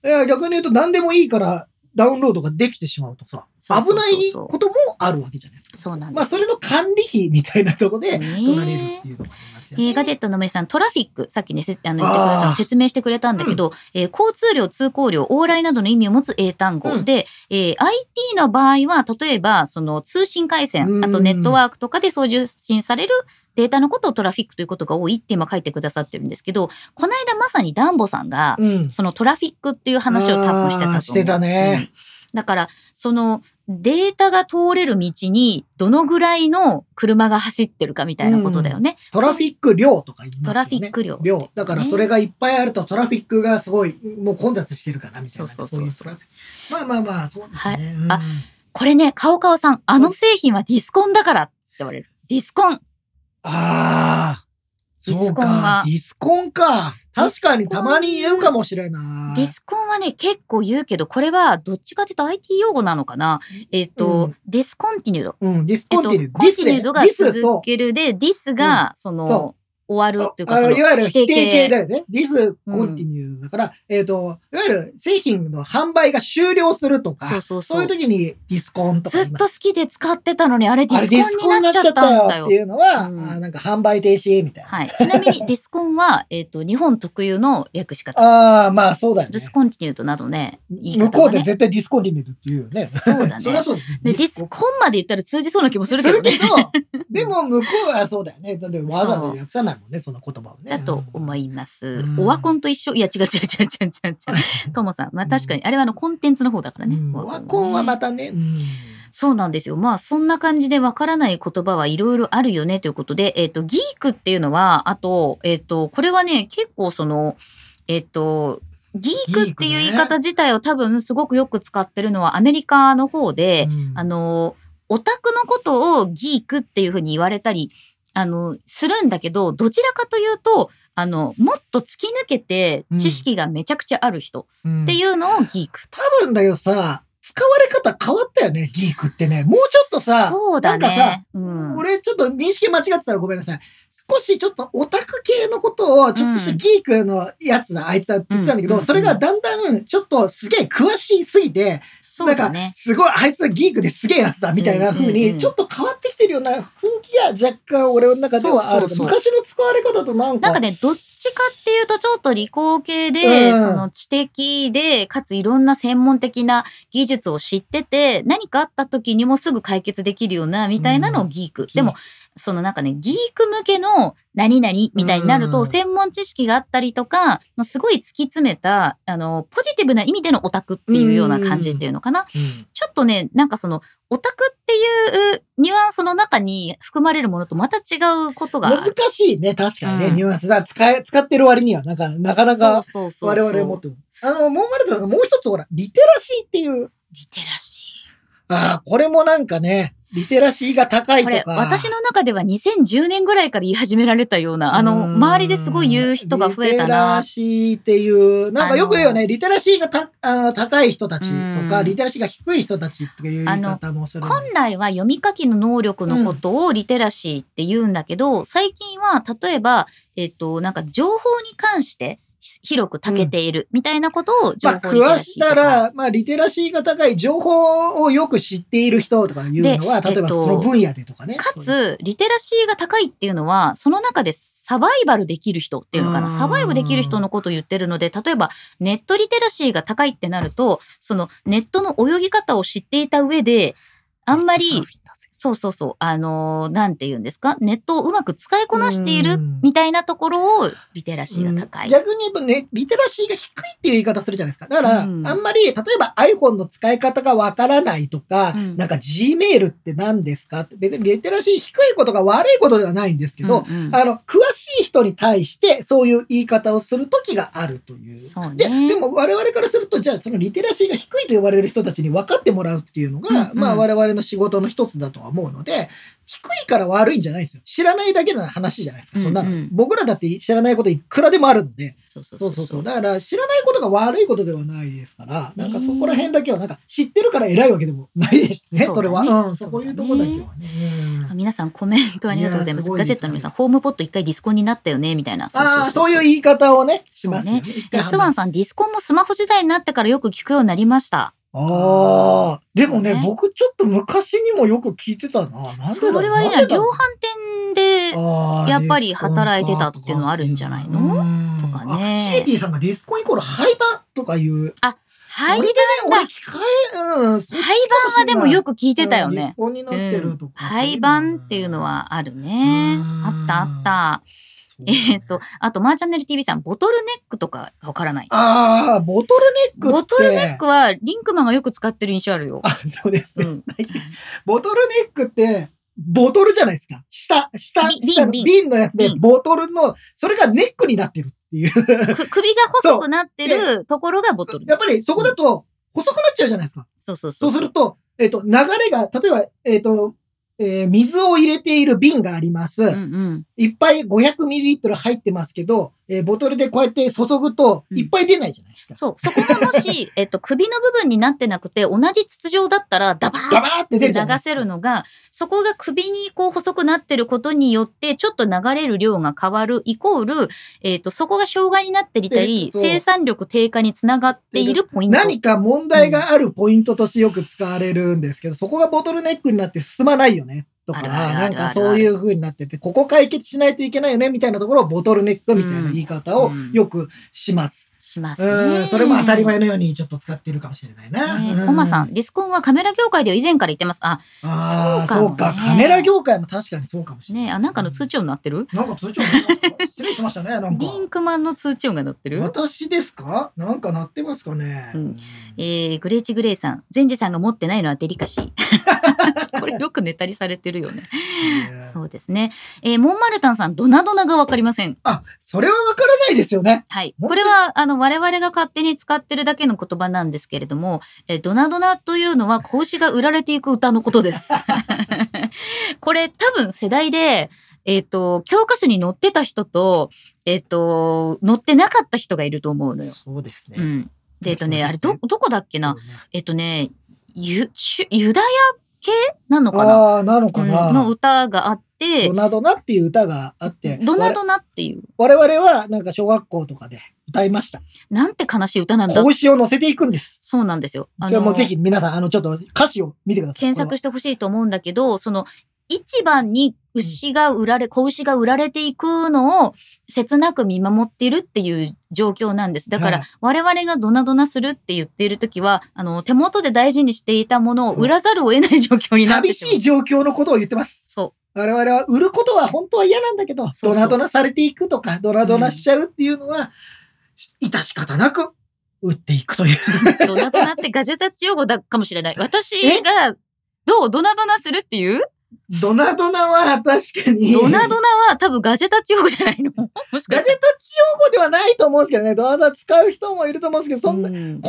[SPEAKER 2] えー逆に言うと何でもいいからダウンロードができてしまうとさ、
[SPEAKER 3] そうそ
[SPEAKER 2] 危
[SPEAKER 3] う
[SPEAKER 2] な
[SPEAKER 3] そうそう
[SPEAKER 2] いこともあるわけじゃないですか。
[SPEAKER 3] そうなんで
[SPEAKER 2] まあ、
[SPEAKER 3] す。
[SPEAKER 2] それの管理費みたいなとこで
[SPEAKER 3] ね
[SPEAKER 2] 取られるっていうのもありますよ
[SPEAKER 3] え
[SPEAKER 2] ね。
[SPEAKER 3] ーガジェットの森さん、トラフィック、さっきね、せあの言ってくれた
[SPEAKER 2] あー
[SPEAKER 3] 説明してくれたんだけど、えー交通量、通行量、往来などの意味を持つ英単語、
[SPEAKER 2] うん
[SPEAKER 3] で、えー IT の場合は、例えば、その通信回
[SPEAKER 2] う
[SPEAKER 3] 線、
[SPEAKER 2] ん
[SPEAKER 3] あとネットワークとかで送信されるデータのことをトラフィックということが多いって今書いてくださってるんですけど、この間まさにダンボさんが、
[SPEAKER 2] うん。
[SPEAKER 3] そのトラフィックっていう話を多分してたと思
[SPEAKER 2] あ
[SPEAKER 3] う。
[SPEAKER 2] ーしてたね
[SPEAKER 3] うんだから、そのデータが通れる道にどのぐらいの車が走ってるかみたいなことだよね。
[SPEAKER 2] トラフィック量とか言いますよね。
[SPEAKER 3] トラフィック量。
[SPEAKER 2] 量。だからそれがいっぱいあるとトラフィックがすごい、もう混雑してるからみたいな。
[SPEAKER 3] そうそうそうそう
[SPEAKER 2] いトラフィックまあまあまあ、そうですね。
[SPEAKER 3] はい
[SPEAKER 2] うん
[SPEAKER 3] あこれね、カオカオさん、あの製品はディスコンだからって言われる。ディスコン。
[SPEAKER 2] ああ。
[SPEAKER 3] ディ
[SPEAKER 2] そ
[SPEAKER 3] ス
[SPEAKER 2] う
[SPEAKER 3] コンが
[SPEAKER 2] か。ディスコンか。確か
[SPEAKER 3] ディ
[SPEAKER 2] に
[SPEAKER 3] スコン
[SPEAKER 2] たまに言うかもしれんな
[SPEAKER 3] ディスコンはね、結構言うけど、これはどっちかというと IT 用語なのかな。えっ、と、
[SPEAKER 2] うん
[SPEAKER 3] ディスコンティニュード。
[SPEAKER 2] うん、ディス
[SPEAKER 3] えっ
[SPEAKER 2] コン
[SPEAKER 3] と、
[SPEAKER 2] テ
[SPEAKER 3] コ
[SPEAKER 2] ィ
[SPEAKER 3] ンテ
[SPEAKER 2] ニュー。ディス
[SPEAKER 3] ィニュードが
[SPEAKER 2] ディス
[SPEAKER 3] 続
[SPEAKER 2] と、
[SPEAKER 3] けるで、ディスが、その
[SPEAKER 2] そ、
[SPEAKER 3] 終わるっていうか、
[SPEAKER 2] あ
[SPEAKER 3] そ
[SPEAKER 2] の
[SPEAKER 3] の
[SPEAKER 2] いわゆる否定形
[SPEAKER 3] だ
[SPEAKER 2] だよね。ディスコンティニューだから、えっ、と、いわゆる製品の販売が終了するとか、そ
[SPEAKER 3] そううそうそう
[SPEAKER 2] いう。時にディスコンとか
[SPEAKER 3] ず
[SPEAKER 2] 言
[SPEAKER 3] っ
[SPEAKER 2] います。
[SPEAKER 3] と好きで使ってたのに、あれディ
[SPEAKER 2] あれ
[SPEAKER 3] スコンになっちゃったんだよ
[SPEAKER 2] ディスコンになっちゃったよって。いうのは、
[SPEAKER 3] うん
[SPEAKER 2] あなんか販売停止みたいな。
[SPEAKER 3] はい。ちなみにディスコンは、えっ、と、日本特有の略し方。
[SPEAKER 2] ああ、まあそうだよね
[SPEAKER 3] ディ。スコンティニュードなどね、言い
[SPEAKER 2] 向
[SPEAKER 3] 方
[SPEAKER 2] こ
[SPEAKER 3] が
[SPEAKER 2] うで
[SPEAKER 3] ね。
[SPEAKER 2] 絶対ディスコンティニューって言うよね。
[SPEAKER 3] そうだね
[SPEAKER 2] そりゃそうだ
[SPEAKER 3] で、ディスコンまで言ったら通じそうな気もするけどね。
[SPEAKER 2] でも向こうはそうだよね。だってわざわざ訳さないもんね、その言葉をね。
[SPEAKER 3] だと思います
[SPEAKER 2] う。ん
[SPEAKER 3] オワコンと一緒いや、違う違う違う違う違う違う。ともさん、まあ確かに、あれはあのコンテンツの方だから
[SPEAKER 2] う
[SPEAKER 3] ね。
[SPEAKER 2] ん。
[SPEAKER 3] オ
[SPEAKER 2] オ
[SPEAKER 3] ワ
[SPEAKER 2] ワ
[SPEAKER 3] コ
[SPEAKER 2] コ
[SPEAKER 3] ン
[SPEAKER 2] ン
[SPEAKER 3] は
[SPEAKER 2] は
[SPEAKER 3] ね
[SPEAKER 2] またね。うん
[SPEAKER 3] そうなんですよ。まあそんな感じでわからない言葉はいろいろあるよねということで、えっ、と、ギークっていうのは、あと、えっ、と、これはね、結構その、えっ、と、ギークっていう言い方自体を多分すごくよく使ってるのはアメリカの方で、
[SPEAKER 2] うん
[SPEAKER 3] あの、オタクのことをギークっていうふうに言われたり、あの、するんだけど、どちらかというと、あの、もっと突き抜けて知識がめちゃくちゃある人
[SPEAKER 2] うん
[SPEAKER 3] っていうのをギーク。
[SPEAKER 2] 多分だよさ、使われ方変わったよね、ギークってね。もうちょっとさ、
[SPEAKER 3] そうだ
[SPEAKER 2] なんかさ
[SPEAKER 3] ね。うん
[SPEAKER 2] 俺ちょっと認識間違ってたらごめんなさい。少しちょっとオタク系のことを、ちょっとしたギークのやつだ、あいつだって言ってたんだけど、
[SPEAKER 3] うん
[SPEAKER 2] それがだんだんちょっとすげえ詳しすぎて、
[SPEAKER 3] そうだ
[SPEAKER 2] なん
[SPEAKER 3] ね
[SPEAKER 2] か。すごいあいつはギークですげえやつだみたいな風
[SPEAKER 3] うんうんう
[SPEAKER 2] に
[SPEAKER 3] ん
[SPEAKER 2] ちょっと変わってきてるような雰囲気が若干俺の中ではある
[SPEAKER 3] そうそうそう
[SPEAKER 2] 昔の使われ方となんか
[SPEAKER 3] なんかね、どっちかっていうと、ちょっと理工系で、
[SPEAKER 2] うん
[SPEAKER 3] その知的で、かついろんな専門的な技術を知ってて、何かあった時にもすぐ解決できるような、みたいなのをギーク。でも、そのなんかね、ギーク向けの何々みたいになると、
[SPEAKER 2] うん
[SPEAKER 3] 専門知識があったりとか、もうすごい突き詰めた、あの、ポジティブな意味でのオタクっていうような感じっていうのかな。
[SPEAKER 2] うん
[SPEAKER 3] ちょっとね、なんかその、オタクっていうニュアンスの中に含まれるものとまた違うことがある
[SPEAKER 2] 難しいね確かにね、
[SPEAKER 3] うん
[SPEAKER 2] ニュアンスだ使え使ってる割にはなんかなかなか
[SPEAKER 3] そうそうそう
[SPEAKER 2] 我
[SPEAKER 3] そう
[SPEAKER 2] 々もっとあのもう丸田さんがもう一つほらリテラシーっていう
[SPEAKER 3] リテラシ
[SPEAKER 2] ああこれもなんかねリテラシーが高
[SPEAKER 3] ー。
[SPEAKER 2] い
[SPEAKER 3] ことれ、
[SPEAKER 2] か
[SPEAKER 3] 私の中では2010年ぐらいから言い始められたような、あ
[SPEAKER 2] う
[SPEAKER 3] の、
[SPEAKER 2] ん
[SPEAKER 3] 周りですごい言う人が増えた
[SPEAKER 2] リテラ
[SPEAKER 3] な。
[SPEAKER 2] シーっていう、なんかよく言うよね、リテラシーがたあの高い人たちと
[SPEAKER 3] う
[SPEAKER 2] か、
[SPEAKER 3] ん
[SPEAKER 2] リテラシーが低い人たちっていう言い方もするよね。
[SPEAKER 3] 本来は読み書きの能力のことをリテラシーって言うんだけど、最近は例えば、えっと、なんか情報に関してひ広く長けているみたいなことを情
[SPEAKER 2] ま
[SPEAKER 3] 報
[SPEAKER 2] あ、
[SPEAKER 3] リテ
[SPEAKER 2] 詳
[SPEAKER 3] ラ
[SPEAKER 2] し
[SPEAKER 3] シーと
[SPEAKER 2] た
[SPEAKER 3] か。
[SPEAKER 2] ら、まあ、リテラシーが高い情報をよく知っている人とかいうのは、
[SPEAKER 3] で
[SPEAKER 2] 例えば
[SPEAKER 3] えっと
[SPEAKER 2] その分野でとかね。
[SPEAKER 3] か
[SPEAKER 2] そういう、
[SPEAKER 3] つ、リテラシーが高いっていうのは、その中でサバイバルできる人っていうのかな。
[SPEAKER 2] うん
[SPEAKER 3] サバイブできる人のことを言ってるので、例えば、ネットリテラシーが高いってなると、そのネットの泳ぎ方を知っていた上で、あんまり
[SPEAKER 1] ネットサーフィンだぜ
[SPEAKER 3] そうそうそう。あのーなんて言うんですかネットをうまく使いこなしている
[SPEAKER 2] うん
[SPEAKER 3] みたいなところを、リテラシーが高い。
[SPEAKER 2] 逆に言うとね、リテラシーが低いっていう言い方するじゃないですか。だから、
[SPEAKER 3] うん
[SPEAKER 2] あんまり、例えば iPhone の使い方がわからないとか、
[SPEAKER 3] うん
[SPEAKER 2] なんか Gmail って何ですかって、別にリテラシー低いことが悪いことではないんですけど、
[SPEAKER 3] うんうん
[SPEAKER 2] あの、詳しい人に対して、そういう言い方をする時があるという。
[SPEAKER 3] そう
[SPEAKER 2] で
[SPEAKER 3] ね
[SPEAKER 2] でも我々からするとじゃあそのリテラシーが低いと言われる人たちに分かってもらうっていうのが、
[SPEAKER 3] うんうん
[SPEAKER 2] まあ、我々の仕事の一つだとは思うので低いから悪いんじゃないですよ知らないだけの話じゃないですかそんなの、
[SPEAKER 3] うんうん
[SPEAKER 2] 僕らだって知らないこといくらでもあるので
[SPEAKER 3] そうそうそ
[SPEAKER 2] そううそう
[SPEAKER 3] そ
[SPEAKER 2] そう
[SPEAKER 3] う。
[SPEAKER 2] だから知らないことが悪いことではないですからなんかそこら辺だけはなんか知ってるから偉いわけでもないですね
[SPEAKER 3] そうだね
[SPEAKER 2] それは、うん、そ
[SPEAKER 3] そうだね
[SPEAKER 2] こいうとこだけはね。うん
[SPEAKER 3] 皆さんコメントありがとうございま
[SPEAKER 2] いやー
[SPEAKER 3] す。
[SPEAKER 2] すごい
[SPEAKER 3] ガジェットの皆さん、ホームポット一回ディスコンになったよね、みたいな。
[SPEAKER 2] ああ、そういう言い方をね、しますよね。一回
[SPEAKER 3] でスワンさん、ディスコンもスマホ時代になってからよく聞くようになりました。
[SPEAKER 2] ああ、でもね
[SPEAKER 3] ね
[SPEAKER 2] 僕ちょっと昔にもよく聞いてたな。なんでだ
[SPEAKER 3] そ
[SPEAKER 2] ろう
[SPEAKER 3] れは
[SPEAKER 2] なん
[SPEAKER 3] ね、
[SPEAKER 2] でだ
[SPEAKER 3] 量
[SPEAKER 2] ろ
[SPEAKER 3] 販
[SPEAKER 2] う
[SPEAKER 3] 店で、
[SPEAKER 2] あー
[SPEAKER 3] やっぱり
[SPEAKER 2] ディスコン
[SPEAKER 3] 働いてたっていうのはあるんじゃないの
[SPEAKER 2] うん
[SPEAKER 3] とかね
[SPEAKER 2] あシエティさんがディスコンイコール廃盤とかいう。
[SPEAKER 3] 廃
[SPEAKER 2] それ
[SPEAKER 3] 盤
[SPEAKER 2] でね、俺聞かえ、うん。そっちか
[SPEAKER 3] 廃
[SPEAKER 2] もし
[SPEAKER 3] 盤
[SPEAKER 2] れ
[SPEAKER 3] は
[SPEAKER 2] ない
[SPEAKER 3] でもよく聞いてたよ
[SPEAKER 2] ディス
[SPEAKER 3] ね。
[SPEAKER 2] コンになってるとか。
[SPEAKER 3] 廃盤っていうのはあるね。
[SPEAKER 2] うん
[SPEAKER 3] あったあった。
[SPEAKER 2] そうだね。
[SPEAKER 3] えーっと、あと、マーチャンネル TV さん、ボトルネックとかがわからない。
[SPEAKER 2] ああ、ボトルネックって。
[SPEAKER 3] ボトルネックは、リンクマンがよく使ってる印象あるよ。
[SPEAKER 2] あ、そうです
[SPEAKER 3] う
[SPEAKER 2] ね。
[SPEAKER 3] ん。
[SPEAKER 2] ボトルネックって、ボトルじゃないですか。下、下、
[SPEAKER 3] び
[SPEAKER 2] 下の
[SPEAKER 3] 瓶
[SPEAKER 2] 瓶のやつで、
[SPEAKER 3] 瓶
[SPEAKER 2] ボトルの、それがネックになってるっていう。
[SPEAKER 3] く首が細くなってるところがボトル。
[SPEAKER 2] やっぱりそこだと、細くなっちゃうじゃないですか。
[SPEAKER 3] そうそうそ。
[SPEAKER 2] そううすると、えっ、と、流れが、例えば、えっ、と、えー水を入れている瓶があります。
[SPEAKER 3] うんうん。
[SPEAKER 2] いっぱい 500ml 入ってますけど、えーボトルでこうやって注ぐと、
[SPEAKER 3] うん
[SPEAKER 2] いっぱい出ないじゃないですか。
[SPEAKER 3] そう。そこがも
[SPEAKER 2] *laughs*
[SPEAKER 3] し、えっと、首の部分になってなくて、同じ筒状だったら、ダバーン
[SPEAKER 2] ダバーって出るじゃないで
[SPEAKER 3] 流
[SPEAKER 2] すか
[SPEAKER 3] せるのが、そこが首にこう細くなってることによって、ちょっと流れる量が変わる、イコール、えっ、と、そこが障害になっていたり、
[SPEAKER 2] そう
[SPEAKER 3] 生産力低下につながっているポイント。
[SPEAKER 2] 何か問題があるポイントとしてよく使われるんですけど、そこがボトルネックになって進まないよね。とか、
[SPEAKER 3] あるあるあ
[SPEAKER 2] な
[SPEAKER 3] る
[SPEAKER 2] んかそういう風になってて、ここ解決しないといけないよね、みたいなところをボトルネックみたいな言い方をよくします。
[SPEAKER 3] します
[SPEAKER 2] うん、
[SPEAKER 3] ね。
[SPEAKER 2] それも当たり前のようにちょっと使ってるかもしれないな。
[SPEAKER 3] ね
[SPEAKER 2] う
[SPEAKER 3] コマさん、ディスコンはカメラ業界では以前から言ってます。あ、
[SPEAKER 2] ああ、
[SPEAKER 3] そ
[SPEAKER 2] そううか
[SPEAKER 3] かもね
[SPEAKER 2] カメラ業界も確かにそうかもしれない。
[SPEAKER 3] ねあ、なんかの通知音鳴ってる
[SPEAKER 2] なんか通知音鳴ってますか失礼しましたね、なんか
[SPEAKER 3] リ。ンクマンの通知音が鳴ってる
[SPEAKER 2] 私ですかなんか鳴ってますかね。
[SPEAKER 3] うんえー、グレーチグレイさん、善治さんが持ってないのはデリカシー。
[SPEAKER 2] *laughs*
[SPEAKER 3] これよくネタにされてるよね。
[SPEAKER 2] ね
[SPEAKER 3] そうですね。えー、モンマルタンさん、ドナドナがわかりません。
[SPEAKER 2] あ、それはわからないですよね。
[SPEAKER 3] はい。
[SPEAKER 2] 本
[SPEAKER 3] こ
[SPEAKER 2] 当
[SPEAKER 3] れ
[SPEAKER 2] に
[SPEAKER 3] は、あの、我々が勝手に使ってるだけの言葉なんですけれども、えードナドナというのは、子牛が売られていく歌のこ
[SPEAKER 2] *laughs*
[SPEAKER 3] とです。これ、多分世代で、えっ、と、教科書に載ってた人と、えっ、と、載ってなかった人がいると思うのよ。
[SPEAKER 2] そうですね
[SPEAKER 3] うん。で、えっ、と
[SPEAKER 2] そうです
[SPEAKER 3] ね、
[SPEAKER 2] ね
[SPEAKER 3] あれ、ど、どこだっけな。
[SPEAKER 2] そうね
[SPEAKER 3] えっ、とね、ゆ、ちゅユダヤ系なのかな
[SPEAKER 2] ああー、なのか
[SPEAKER 3] うんの
[SPEAKER 2] な。
[SPEAKER 3] 歌があって
[SPEAKER 2] ド、ナドナっていう歌があって、
[SPEAKER 3] ドナドナっていう、
[SPEAKER 2] 我我々はなんか小学校とかで歌いました。
[SPEAKER 3] なんて悲しい歌なんだ
[SPEAKER 2] 子。牛を乗せていくんです。
[SPEAKER 3] そうなんですよ。
[SPEAKER 2] じゃあもうぜひ皆さん、あの、ちょっと歌詞を見てください。
[SPEAKER 3] 検索してほしいと思うんだけど、その、市場に牛が売られ、子牛が売られていくのを切なく見守っているっていう状況なんです。だから
[SPEAKER 2] はい、
[SPEAKER 3] 我々がドナドナするって言っているときは、あの、手元で大事にしていたものを売らざるを得ない状況
[SPEAKER 2] これ
[SPEAKER 3] に
[SPEAKER 2] は
[SPEAKER 3] なっ
[SPEAKER 2] 寂
[SPEAKER 3] てしまう。
[SPEAKER 2] しい状況のことを言ってます。
[SPEAKER 3] そ
[SPEAKER 2] 我々は売ることは本当は嫌なんだけど、
[SPEAKER 3] そうそう
[SPEAKER 2] ドナドナされていくとか、ドナドナしちゃうっていうのは、致し方なく売っていくという。
[SPEAKER 3] う。ドナドナってガジェタッチ用語だかもしれない。私が、どうドナドナするっていう
[SPEAKER 2] ドナドナは確かに、
[SPEAKER 3] ドナドナは多分ガジェタッチ用語じゃないのもしか
[SPEAKER 2] ガ
[SPEAKER 3] し
[SPEAKER 2] ジェタッチ用語ではないと思うんですけどね、ドナドナ使う人もいると思うんですけど、そんな、
[SPEAKER 3] うん
[SPEAKER 2] こんなに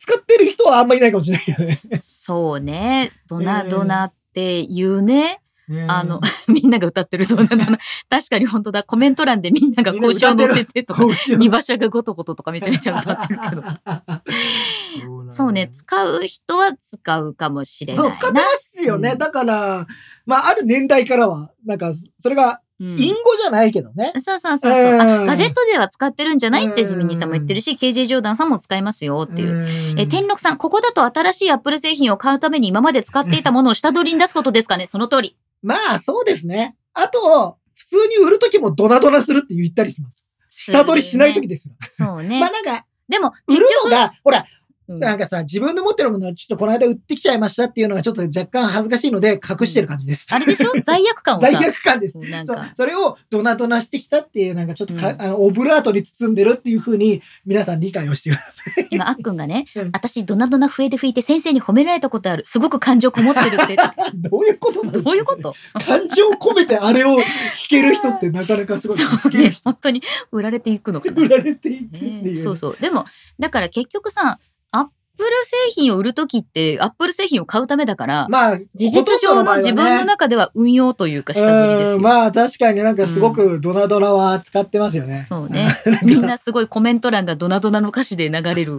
[SPEAKER 2] 使ってる人はあんまりいないかもしれないけどね。
[SPEAKER 3] そうね。ドナドナって言うね。あの、 *laughs* みんなが歌ってるドナドナ。確かに本当だ。コメント欄でみんなが
[SPEAKER 2] みんな
[SPEAKER 3] 腰を
[SPEAKER 2] 歌って
[SPEAKER 3] 乗
[SPEAKER 2] る
[SPEAKER 3] せてとか、
[SPEAKER 2] 子牛を、
[SPEAKER 3] 荷馬車がごとごととかめちゃめちゃ歌ってるけど。
[SPEAKER 2] *laughs* ど
[SPEAKER 3] そうね。使う人は使うかもしれない
[SPEAKER 2] そう、
[SPEAKER 3] な。
[SPEAKER 2] 使ってますよね。
[SPEAKER 3] うん
[SPEAKER 2] だから、まあ、ある年代からは、なんか、それが、
[SPEAKER 3] うん
[SPEAKER 2] 隠語じゃないけどね。
[SPEAKER 3] そうそうそうそう。あ
[SPEAKER 2] うん
[SPEAKER 3] ガジェットでは使ってるんじゃないってジミニーさんも言ってるし、KJ ジョーダンさんも使いますよっていう。
[SPEAKER 2] うん
[SPEAKER 3] え、天禄さん、ここだと新しいアップル製品を買うために今まで使っていたものを下取りに出すことですかねその通り。
[SPEAKER 2] まあ、そうですね。あと、普通に売るときもドナドナするって言ったりします。下取りしないときですよ。
[SPEAKER 3] そうね。
[SPEAKER 2] まあなんか、
[SPEAKER 3] でも、
[SPEAKER 2] 売
[SPEAKER 3] 結
[SPEAKER 2] るの
[SPEAKER 3] 局、
[SPEAKER 2] が、ほら、
[SPEAKER 3] うん
[SPEAKER 2] なんかさ、自分の持ってるものはちょっとこの間売ってきちゃいましたっていうのがちょっと若干恥ずかしいので隠してる感じです。
[SPEAKER 3] あれでしょ罪悪感をさ。
[SPEAKER 2] 罪悪感です。
[SPEAKER 3] うんなん
[SPEAKER 2] そう
[SPEAKER 3] か、
[SPEAKER 2] それをドナドナしてきたっていう、なんかちょっとか、
[SPEAKER 3] うん
[SPEAKER 2] あの、オブラートに包んでるっていうふうに、皆さん理解をしてくださ
[SPEAKER 3] 今、あっくんがね
[SPEAKER 2] うん、
[SPEAKER 3] 私、ドナドナ笛で吹いて先生に褒められたことある。すごく感情こもってるって。
[SPEAKER 2] い。どういうことなんですか
[SPEAKER 3] どういうこと
[SPEAKER 2] 感情を込めてあれを弾ける人ってなかなかすごい。
[SPEAKER 3] そう
[SPEAKER 2] 弾ける
[SPEAKER 3] ね
[SPEAKER 2] 人、
[SPEAKER 3] 本当に売られていくのかな。
[SPEAKER 2] 売られていくって
[SPEAKER 3] ね
[SPEAKER 2] いう。
[SPEAKER 3] そうそう。でも、だから結局さ、アップル製品を売るときって、アップル製品を買うためだから、
[SPEAKER 2] まあ、
[SPEAKER 3] 事実上の自分の
[SPEAKER 2] 中
[SPEAKER 3] 中では運用というか下振りですよ。
[SPEAKER 2] まあ確かになんかすごくドナドナは使ってますよね。
[SPEAKER 3] そうね。 *laughs* みんなすごいコメント欄がドナドナの歌詞で流れる。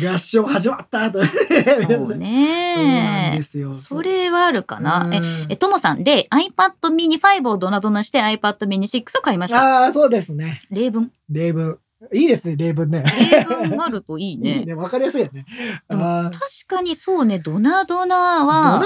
[SPEAKER 2] 合唱始まったと。
[SPEAKER 3] そう
[SPEAKER 2] そうなん
[SPEAKER 3] ね
[SPEAKER 2] で。すよ。
[SPEAKER 3] それはあるかな。え、
[SPEAKER 2] え
[SPEAKER 3] え、ともさん、例、iPad mini 5をドナドナして iPad mini 6を買いました。
[SPEAKER 2] ああ、そうですね。
[SPEAKER 3] 例文。
[SPEAKER 2] 例文。いいですね、例文ね。
[SPEAKER 3] 例文があるといいね。
[SPEAKER 2] いいね、わかりやすいよね。
[SPEAKER 3] でも
[SPEAKER 2] あー
[SPEAKER 3] 確かにそうね、ドナ
[SPEAKER 2] ドナド
[SPEAKER 3] ドナ
[SPEAKER 2] ナ
[SPEAKER 3] は
[SPEAKER 2] は、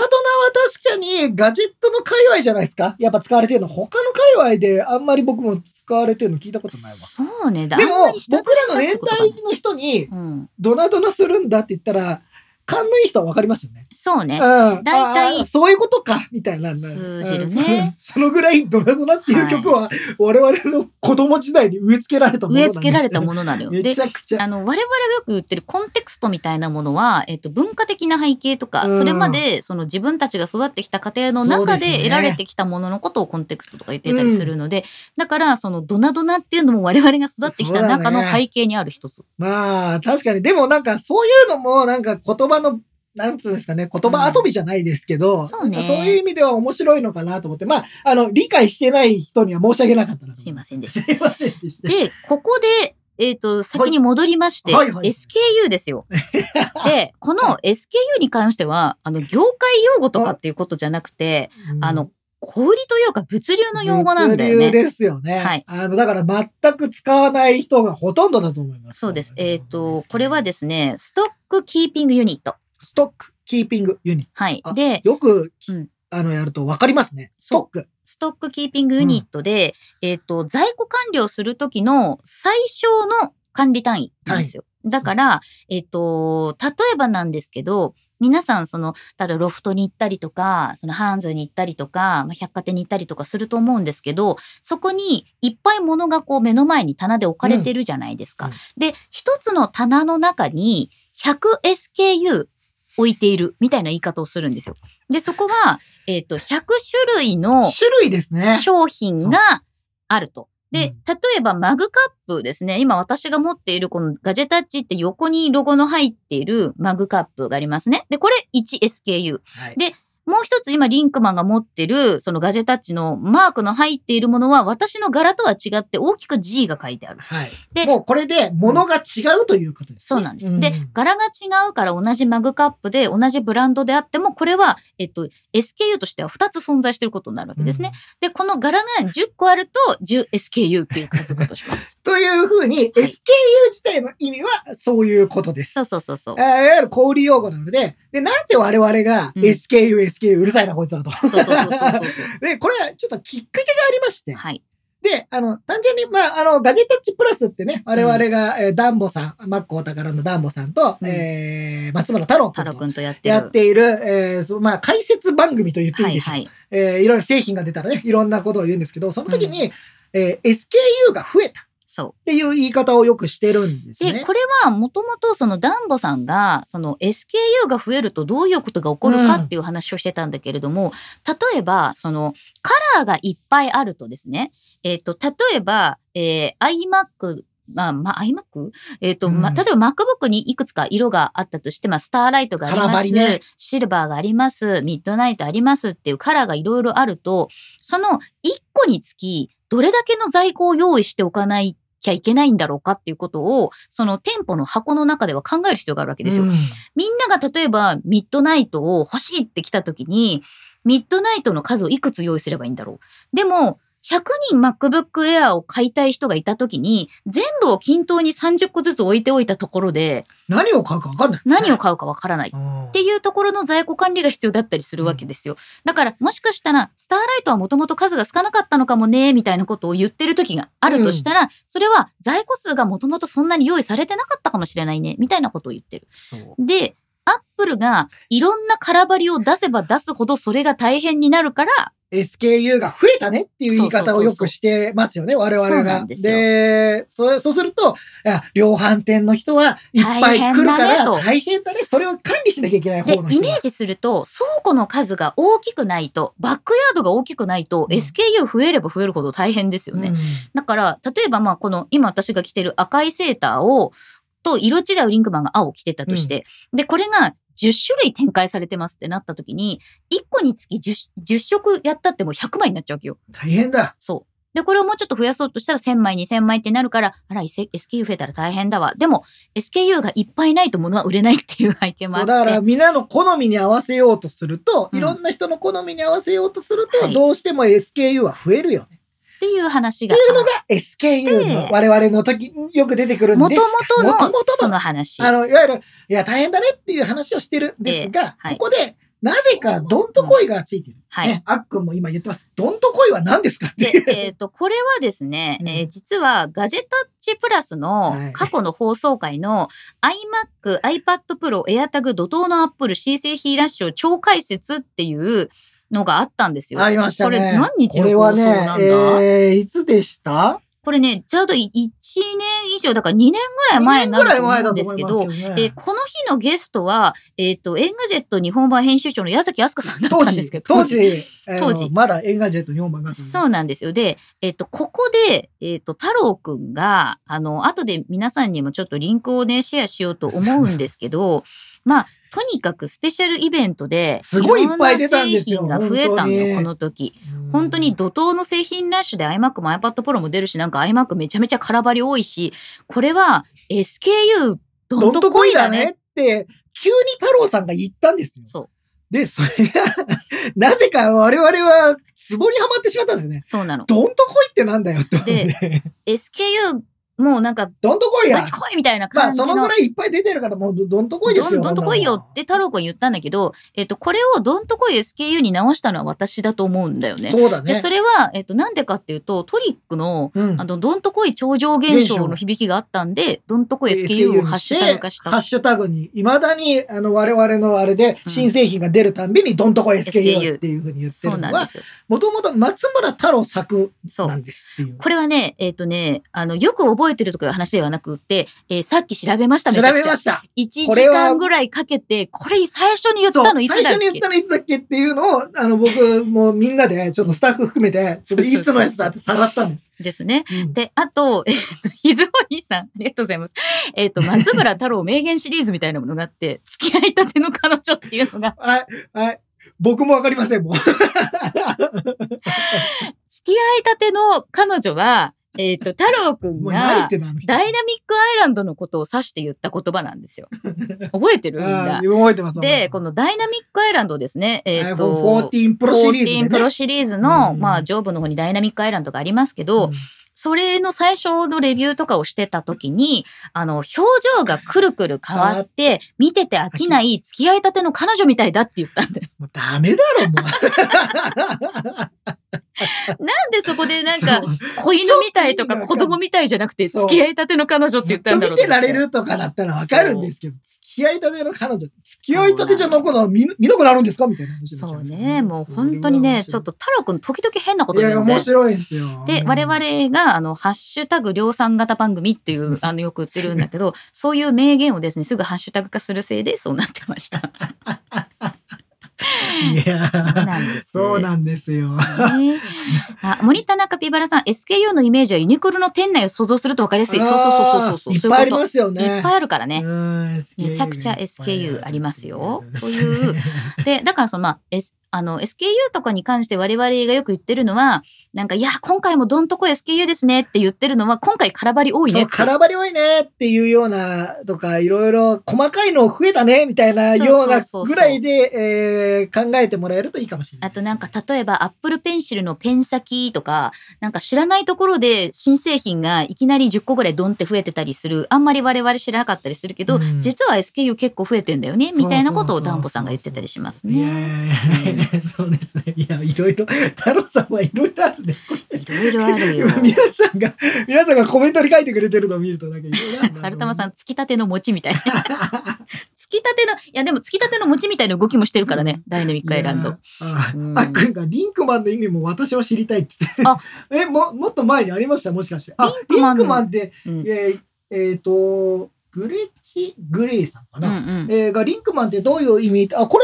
[SPEAKER 2] 確かにガジェットの界隈じゃないですか。やっぱ使われてるの。他の界隈であんまり僕も使われてるの聞いたことないわ。
[SPEAKER 3] そうね、だ
[SPEAKER 2] でも、
[SPEAKER 3] 僕
[SPEAKER 2] 僕らの年代の人に
[SPEAKER 3] うん、
[SPEAKER 2] ドナドナするんだって言ったら、勘のいい人はわかりますよね。
[SPEAKER 3] そうね。
[SPEAKER 2] うん。
[SPEAKER 3] 大体
[SPEAKER 2] あーそういうことか、みたいな。
[SPEAKER 3] 通じるね
[SPEAKER 2] うんそそ *laughs* のぐらいドラドラっていう曲は、我々の子供時代に植え付けられたものな
[SPEAKER 3] 植
[SPEAKER 2] ん
[SPEAKER 3] え
[SPEAKER 2] です
[SPEAKER 3] 付けられたものなのよ。
[SPEAKER 2] め
[SPEAKER 3] で
[SPEAKER 2] ち、ゃくちゃ。
[SPEAKER 3] あの、我々がよく言ってるコンテクストみたいなものは、えっと、文化的な背景とか、
[SPEAKER 2] うん
[SPEAKER 3] それまで、その自分たちが育ってきた家庭の中
[SPEAKER 2] そうで
[SPEAKER 3] で
[SPEAKER 2] ね
[SPEAKER 3] す得られてきたもののことをコンテクストとか言ってたりするので、だから、そのドナドナっていうのも我々が育ってきた中の背景にある一つ。
[SPEAKER 2] まあ、確かに。でもなんか、そういうのも、なんか言葉の、なんつうんですかね、言葉遊びじゃないですけど、
[SPEAKER 3] そうね
[SPEAKER 2] なんかそういう意味では面白いのかなと思って、まあ、あの、理解してない人には申し訳なかったなと
[SPEAKER 3] す
[SPEAKER 2] 思い
[SPEAKER 3] いま
[SPEAKER 2] ます。
[SPEAKER 3] せんでした。
[SPEAKER 2] すいませんでした。
[SPEAKER 3] で、ここで、えっ、と、先に戻りまして、
[SPEAKER 2] はいはい
[SPEAKER 3] SKU で
[SPEAKER 2] *laughs*
[SPEAKER 3] すよ。で、この SKU に関しては、あの、業界用語とかっていうことじゃなくて、
[SPEAKER 2] うん
[SPEAKER 3] あの、、小売りというか物流の用語なんだよ
[SPEAKER 2] 物流
[SPEAKER 3] ね。
[SPEAKER 2] ですよね。
[SPEAKER 3] はい
[SPEAKER 2] あの、だから全く使わない人がほとんどだと思います。
[SPEAKER 3] そうです。えっ、と、これはですね、ストックキーピングユニット。
[SPEAKER 2] ストックキーピングユニッ
[SPEAKER 3] はい
[SPEAKER 2] あ。
[SPEAKER 3] で、
[SPEAKER 2] ト。よくき、
[SPEAKER 3] うん
[SPEAKER 2] あの、やると分かりますね。ストック。
[SPEAKER 3] ストックキーピングユニットで、えっ、と、在庫管理をするときの最小の管理単位なんですよ。だから、えっ、と、例えばなんですけど、皆さん、その、ただロフトに行ったりとか、そのハンズに行ったりとか、まあ、百貨店に行ったりとかすると思うんですけど、そこにいっぱい物がこう目の前に棚で置かれてるじゃないですか。
[SPEAKER 2] うん
[SPEAKER 3] で、一つの棚の中に 100SKU 置いているみたいな言い方をするんですよ。で、そこは、えっ、と、100種類の
[SPEAKER 2] 種類ですね。
[SPEAKER 3] 商品があると。
[SPEAKER 2] う
[SPEAKER 3] で
[SPEAKER 2] ん、
[SPEAKER 3] 例えばマグカップですね。今私が持っているこのガジェタッチって横にロゴの入っているマグカップがありますね。で、これ 1SKU。
[SPEAKER 2] はい
[SPEAKER 3] でもう一つ今リンクマンが持ってるそのガジェタッチのマークの入っているものは私の柄とは違って大きく G が書いてある。
[SPEAKER 2] はい。
[SPEAKER 3] で
[SPEAKER 2] もうこれで物が違うということです
[SPEAKER 3] そう
[SPEAKER 2] ね、
[SPEAKER 3] なんです。で
[SPEAKER 2] うん、
[SPEAKER 3] 柄が違うから同じマグカップで同じブランドであっても、これは、えっと、SKU としては2つ存在していることになるわけですね。
[SPEAKER 2] うん。
[SPEAKER 3] で、この柄が10個あると 10SKU っていう数ことし *laughs* ます。
[SPEAKER 2] というふうに、SKU 自体の意味はそういうことです。
[SPEAKER 3] そうそうそうそう
[SPEAKER 2] あ。ーいわゆる小売用語なので、で、なんで我々が
[SPEAKER 3] うん
[SPEAKER 2] SKU、SKU うるさいな、こいつらと。
[SPEAKER 3] そうそうそうそうそうそう。
[SPEAKER 2] で、これはちょっときっかけがありまして、
[SPEAKER 3] はい。
[SPEAKER 2] で、あの、単純に、まあ、あの、ガジェタッチプラスってね、我々が、えーダンボさん、マックお宝のダンボさんと、
[SPEAKER 3] うん
[SPEAKER 2] えー松村太郎
[SPEAKER 3] 太郎
[SPEAKER 2] 君
[SPEAKER 3] く
[SPEAKER 2] と
[SPEAKER 3] んとやってる。
[SPEAKER 2] やっている、えーそのまあ、解説番組と言っていい
[SPEAKER 3] は
[SPEAKER 2] でし
[SPEAKER 3] い
[SPEAKER 2] ょう。
[SPEAKER 3] はいい。
[SPEAKER 2] えーいろいろ製品が出たらね、いろんなことを言うんですけど、その時に、えー SKU が増えたっ
[SPEAKER 3] そ
[SPEAKER 2] ていう言い方をよくしてるんです
[SPEAKER 3] う。で、
[SPEAKER 2] ね。
[SPEAKER 3] これはもともとそのダンボさんが、その SKU が増えるとどういうことが起こるかっていう話をしてたんだけれども、例えば、そのカラーがいっぱいあるとですね、えっ、と、例えば、えー、iMac まあ、まあ、iMac? えっ、と、まあ、
[SPEAKER 2] うん
[SPEAKER 3] 例えば MacBook にいくつか色があったとして、まあ、スターライトがあり
[SPEAKER 2] カラ
[SPEAKER 3] ま
[SPEAKER 2] バリ
[SPEAKER 3] す、
[SPEAKER 2] ね
[SPEAKER 3] シルバーがあります、ミッドナイトありますっていうカラーがいろいろあると、その1個につき、どれだけの在庫を用意しておかないきゃいけないんだろうかっていうことを、その店舗の箱の中では考える必要があるわけですよ。
[SPEAKER 2] うん
[SPEAKER 3] みんなが例えばミッドナイトを欲しいって来た時に、ミッドナイトの数をいくつ用意すればいいんだろう。でも、 100人 MacBook Air を買いたい人がいたときに、全部を均等に30個ずつ置いておいたところで、
[SPEAKER 2] 何を買うか分かんない。
[SPEAKER 3] 何を買うかわからない。っていうところの在庫管理が必要だったりするわけですよ。だからもしかしたらスターライトはもともと数が少なかったのかもねみたいなことを言ってる時があるとしたら、それは在庫数がもともとそんなに用意されてなかったかもしれないねみたいなことを言ってる。
[SPEAKER 2] そう
[SPEAKER 3] で、アップルがいろんな空張りを出せば出すほどそれが大変になるから、
[SPEAKER 2] SKU が増えたねっていう言い方をよくしてますよね、我々
[SPEAKER 3] そうな
[SPEAKER 2] が。
[SPEAKER 3] んですよ
[SPEAKER 2] で、そうそうすると、いや量販店の人はいっぱい来るから
[SPEAKER 3] 大変だねと
[SPEAKER 2] 大変だね。それを管理しなきゃいけない
[SPEAKER 3] で
[SPEAKER 2] 方の
[SPEAKER 3] イ
[SPEAKER 2] 人
[SPEAKER 3] メ
[SPEAKER 2] が。
[SPEAKER 3] ージすると倉庫の数が大きくないとバックヤードが大きくないと
[SPEAKER 2] うん
[SPEAKER 3] SKU 増えれば増えるほど大変ですよね。
[SPEAKER 2] うん
[SPEAKER 3] だから例えばまあこの今私が着てる赤いセーターをと色違うリンクマンが青を着てたとして、でこれが10種類展開されてますってなった時に1個につき 10, 10色やったってもう100枚になっちゃうわけよ。
[SPEAKER 2] 大変だ。
[SPEAKER 3] そう。で、これをもうちょっと増やそうとしたら1000枚、2000枚ってなるから、あら、SK- SKU 増えたら大変だわ。でも、SKU がいっぱいないと物は売れないっていう背景もあ
[SPEAKER 2] そ
[SPEAKER 3] っ
[SPEAKER 2] う
[SPEAKER 3] て。
[SPEAKER 2] だから、みんなの好みに合わせようとすると、
[SPEAKER 3] うん
[SPEAKER 2] いろんな人の好みに合わせようとすると、
[SPEAKER 3] はい
[SPEAKER 2] どうしても SKU は増えるよね。
[SPEAKER 3] っていう話が。
[SPEAKER 2] SKU の
[SPEAKER 3] で
[SPEAKER 2] 我々の時によく出てくるん
[SPEAKER 3] も
[SPEAKER 2] で
[SPEAKER 3] と
[SPEAKER 2] す
[SPEAKER 3] もとの
[SPEAKER 2] 元々
[SPEAKER 3] その話。
[SPEAKER 2] あの、いわゆる、いや、大変だねっていう話をしてるんですが、
[SPEAKER 3] はい
[SPEAKER 2] ここで、なぜか、どんとこいがついてる。
[SPEAKER 3] はい。
[SPEAKER 2] ね、あっくんも今言ってます。どんとこいは何ですかって *laughs*
[SPEAKER 3] で
[SPEAKER 2] いう。、
[SPEAKER 3] えっ、と、これはですね、
[SPEAKER 2] うん
[SPEAKER 3] えー実はガジェタッチプラスの
[SPEAKER 2] はい
[SPEAKER 3] 過去の放送回の iMac、iPad Pro、AirTag、怒涛の Apple、C 製ヒーラッシュを超解説っていうのがあったんです
[SPEAKER 2] *laughs*
[SPEAKER 3] よ。
[SPEAKER 2] ありましたね。
[SPEAKER 3] これ何日の
[SPEAKER 2] これはね
[SPEAKER 3] 放送なんだ
[SPEAKER 2] えーいつでした
[SPEAKER 3] これね、ちょうど1年以上、だから2年ぐらい前にな
[SPEAKER 2] ぐ
[SPEAKER 3] る
[SPEAKER 2] らい
[SPEAKER 3] と
[SPEAKER 2] 前
[SPEAKER 3] 思う
[SPEAKER 2] だと
[SPEAKER 3] んです
[SPEAKER 2] 思
[SPEAKER 3] け
[SPEAKER 2] いま
[SPEAKER 3] ど、
[SPEAKER 2] すよ
[SPEAKER 3] えー
[SPEAKER 2] ね。
[SPEAKER 3] この日のゲストは、えっ、と、エンガジェット日本版編集長の矢崎飛鳥さんだっ
[SPEAKER 2] 当
[SPEAKER 3] たんですけ
[SPEAKER 2] 時、
[SPEAKER 3] ど、
[SPEAKER 2] 当時、あの
[SPEAKER 3] 当時
[SPEAKER 2] まだエンガジェット4番が。
[SPEAKER 3] そうなんですよ。で、えっと、ここで、えっと、太郎くんが、あの、後で皆さんにもちょっとリンクをね、シェアしようと思うんですけど、 *laughs* まあ、とにかくスペシャルイベントで、
[SPEAKER 2] すごいいっぱい出たんですよ
[SPEAKER 3] ろな製品が増えた
[SPEAKER 2] 本
[SPEAKER 3] の
[SPEAKER 2] 当
[SPEAKER 3] よ、
[SPEAKER 2] に
[SPEAKER 3] この時。
[SPEAKER 2] うん
[SPEAKER 3] 本当に怒涛の製品ラッシュで iMac も iPad Pro も出るし、なんか iMac めちゃめちゃ空張り多いし、これは SKU ど
[SPEAKER 2] ど
[SPEAKER 3] ん
[SPEAKER 2] ん
[SPEAKER 3] と
[SPEAKER 2] と
[SPEAKER 3] こ
[SPEAKER 2] こ
[SPEAKER 3] い
[SPEAKER 2] い
[SPEAKER 3] だ
[SPEAKER 2] だ
[SPEAKER 3] ね。
[SPEAKER 2] ねって、急に太郎さんが言ったんですよ。
[SPEAKER 3] そう、
[SPEAKER 2] で、それが、 *laughs* なぜか我々は、ツボにはまってしまったんですよね。
[SPEAKER 3] そうなの。
[SPEAKER 2] どんとこいってなんだよって思って。
[SPEAKER 3] SKU もうなんか、
[SPEAKER 2] *laughs* どんとこい
[SPEAKER 3] ど
[SPEAKER 2] や
[SPEAKER 3] っち。来いみたいな
[SPEAKER 2] ま
[SPEAKER 3] 感
[SPEAKER 2] あ、
[SPEAKER 3] じの。
[SPEAKER 2] そのぐらいいっぱい出てるから、もうど、どんとこいですよ。
[SPEAKER 3] どんどんとこいよって太郎くんは言ったんだけど、えっと、これをどんとこい SKU に直したのは私だと思うんだよね。
[SPEAKER 2] そうだ
[SPEAKER 3] で、
[SPEAKER 2] ね
[SPEAKER 3] そ。れは、えっと、なんでかっていうと、トリックの、
[SPEAKER 2] うん
[SPEAKER 3] あの、どんとこい超常現象の響きがあったんで、どんとこい SKU をハッシュタグ化し
[SPEAKER 2] ハッ
[SPEAKER 3] た。
[SPEAKER 2] シュタグに、いまだに、あの、我々のあれで、
[SPEAKER 3] うん
[SPEAKER 2] 新製品が出るたんびに、どんとこい
[SPEAKER 3] SKU
[SPEAKER 2] SKU っていうふうに言って
[SPEAKER 3] そう
[SPEAKER 2] るの
[SPEAKER 3] なんで
[SPEAKER 2] は、
[SPEAKER 3] すよ。
[SPEAKER 2] もともと松村太郎作
[SPEAKER 3] そう
[SPEAKER 2] な。んですっていう。
[SPEAKER 3] これはね、えっ、とね、あの、よく覚えてるとかいう話ではなくって、えーさっき調べました、め
[SPEAKER 2] 調
[SPEAKER 3] ちゃく
[SPEAKER 2] べ
[SPEAKER 3] ちゃ
[SPEAKER 2] ま。した。
[SPEAKER 3] 1時
[SPEAKER 2] これは
[SPEAKER 3] 間ぐらいかけて、これ最初に言っ
[SPEAKER 2] そう
[SPEAKER 3] たのいつだっ
[SPEAKER 2] 最
[SPEAKER 3] け
[SPEAKER 2] 初に言ったのいつだっけっていうのを、あの、僕、もうみんなで、ちょっとスタッフ含めて、それいつのやつだってさらったんです。
[SPEAKER 3] ですね。
[SPEAKER 2] うん
[SPEAKER 3] で、あと、 *laughs* えっ、と、ひずお兄さん、ありがとうございます。えっ、と、松村太郎名言シリーズみたいなものがあって、付き合いたての彼女っていうのが、
[SPEAKER 2] はい、はい。僕もわかりません、もう。
[SPEAKER 3] 付き合いたての彼女は、えっ、と、太郎くん
[SPEAKER 2] もう何言
[SPEAKER 3] が
[SPEAKER 2] っ、てんのあの人。
[SPEAKER 3] ダイナミックアイランドのことを指して言った言葉なんですよ。覚えてるみん
[SPEAKER 2] あ
[SPEAKER 3] な
[SPEAKER 2] あ。覚えてます。
[SPEAKER 3] で、このダイナミックアイランドですね。えっ、と、
[SPEAKER 2] iPhone14 Pro シリーズでね、
[SPEAKER 3] 14プロシリーズの、
[SPEAKER 2] うん
[SPEAKER 3] まあ、上部の方にダイナミックアイランドがありますけ
[SPEAKER 2] う
[SPEAKER 3] ど、
[SPEAKER 2] ん
[SPEAKER 3] それの最初のレビューとかをしてた時に、あの、表情がくるくる変わって、見てて飽きない付き合いたての彼女みたいだって言ったんだよ。
[SPEAKER 2] もうダメだろ、もう。
[SPEAKER 3] なんでそこでなんか、
[SPEAKER 2] そう
[SPEAKER 3] 子犬みたいとか
[SPEAKER 2] ちょっと
[SPEAKER 3] 子供みたいじゃなくて、
[SPEAKER 2] そう
[SPEAKER 3] 付き合いたての彼女って
[SPEAKER 2] ず
[SPEAKER 3] 言
[SPEAKER 2] っ
[SPEAKER 3] った
[SPEAKER 2] と
[SPEAKER 3] んだ
[SPEAKER 2] 見
[SPEAKER 3] ろう
[SPEAKER 2] てられ
[SPEAKER 3] と
[SPEAKER 2] るとかだったらわかるんですけど、付き合いたての彼女、付き合いたてじゃ
[SPEAKER 3] そうなの
[SPEAKER 2] なくな見見なくなるんですかみたいな話になっちゃ
[SPEAKER 3] そう
[SPEAKER 2] うんですよ
[SPEAKER 3] ね、もう本当にね、ちょっ。と太郎くん時々変なこと
[SPEAKER 2] い
[SPEAKER 3] 言う
[SPEAKER 2] や、
[SPEAKER 3] ので
[SPEAKER 2] 面。白いんですよ。
[SPEAKER 3] で、我々が、あの、ハッシュタグ量産型番組っていう、あの、よく言ってるんだけど、そういう名言をですね、すぐハッシュタグ化するせいで、そうなってました。
[SPEAKER 2] いや、
[SPEAKER 3] なんで
[SPEAKER 2] *laughs*
[SPEAKER 3] す
[SPEAKER 2] そうなんですよ。
[SPEAKER 3] ねあ森田中ピバラさん、SKU のイメージはユニクロの店内を想像すると分かりやすい。そうそうそうそうそう。
[SPEAKER 2] いっぱいあり
[SPEAKER 3] そう
[SPEAKER 2] ますよ
[SPEAKER 3] うこと
[SPEAKER 2] ね。
[SPEAKER 3] いっぱいあるからね。
[SPEAKER 2] うん
[SPEAKER 3] めちゃくちゃ SKU ありますよという。で、だからそのまあ、S、あの、SKU とかに関して我々がよく言ってるのは、なんか、いや、今回もどんとこ SKU ですねって言ってるのは、今回空張り多いね
[SPEAKER 2] そ
[SPEAKER 3] っ
[SPEAKER 2] う、
[SPEAKER 3] て。
[SPEAKER 2] 空張り多いねっていうようなとか、いろいろ細かいの増えたねみたいなような
[SPEAKER 3] そうそうそうそう
[SPEAKER 2] ぐらいで、えー考えてもらえるといいかもしれない
[SPEAKER 3] あ
[SPEAKER 2] です
[SPEAKER 3] と
[SPEAKER 2] ね。
[SPEAKER 3] なんか例えばアップルペンシルのペン先とかなんか知らないところで新製品がいきなり10個ぐらいドンって増えてたりするあんまり我々知らなかったりするけど、
[SPEAKER 2] うん
[SPEAKER 3] 実は SKU 結構増えてんだよねみたいなことをダンボさんが言ってたりします
[SPEAKER 2] いや
[SPEAKER 3] ね。
[SPEAKER 2] ーそうですね。いや、いろいろ、太郎さんはいろいろあるね。
[SPEAKER 3] いろいろあるよ。
[SPEAKER 2] 皆さんが、皆さんがコメントに書いてくれてるのを見ると、なんかいろいろあるなと思う
[SPEAKER 3] *laughs* サルタマさん、突きたての餅みたいな。突きたての、いやでも突きたての餅みたいな動きもしてるからね、ダイナミックアイラン
[SPEAKER 2] い
[SPEAKER 3] ド
[SPEAKER 2] や。あ
[SPEAKER 3] うん
[SPEAKER 2] あっくんがリンクマンの意味も私は知りたいっつって
[SPEAKER 3] あ
[SPEAKER 2] *laughs* えももっと前にありましたもしかしてあ
[SPEAKER 3] リンクマンの
[SPEAKER 2] リンクマンって、
[SPEAKER 3] うん
[SPEAKER 2] えーえーとグレッチ・グレイさんか
[SPEAKER 3] うんう
[SPEAKER 2] な、
[SPEAKER 3] ん。
[SPEAKER 2] えーがリンクマンってどういう意味あこ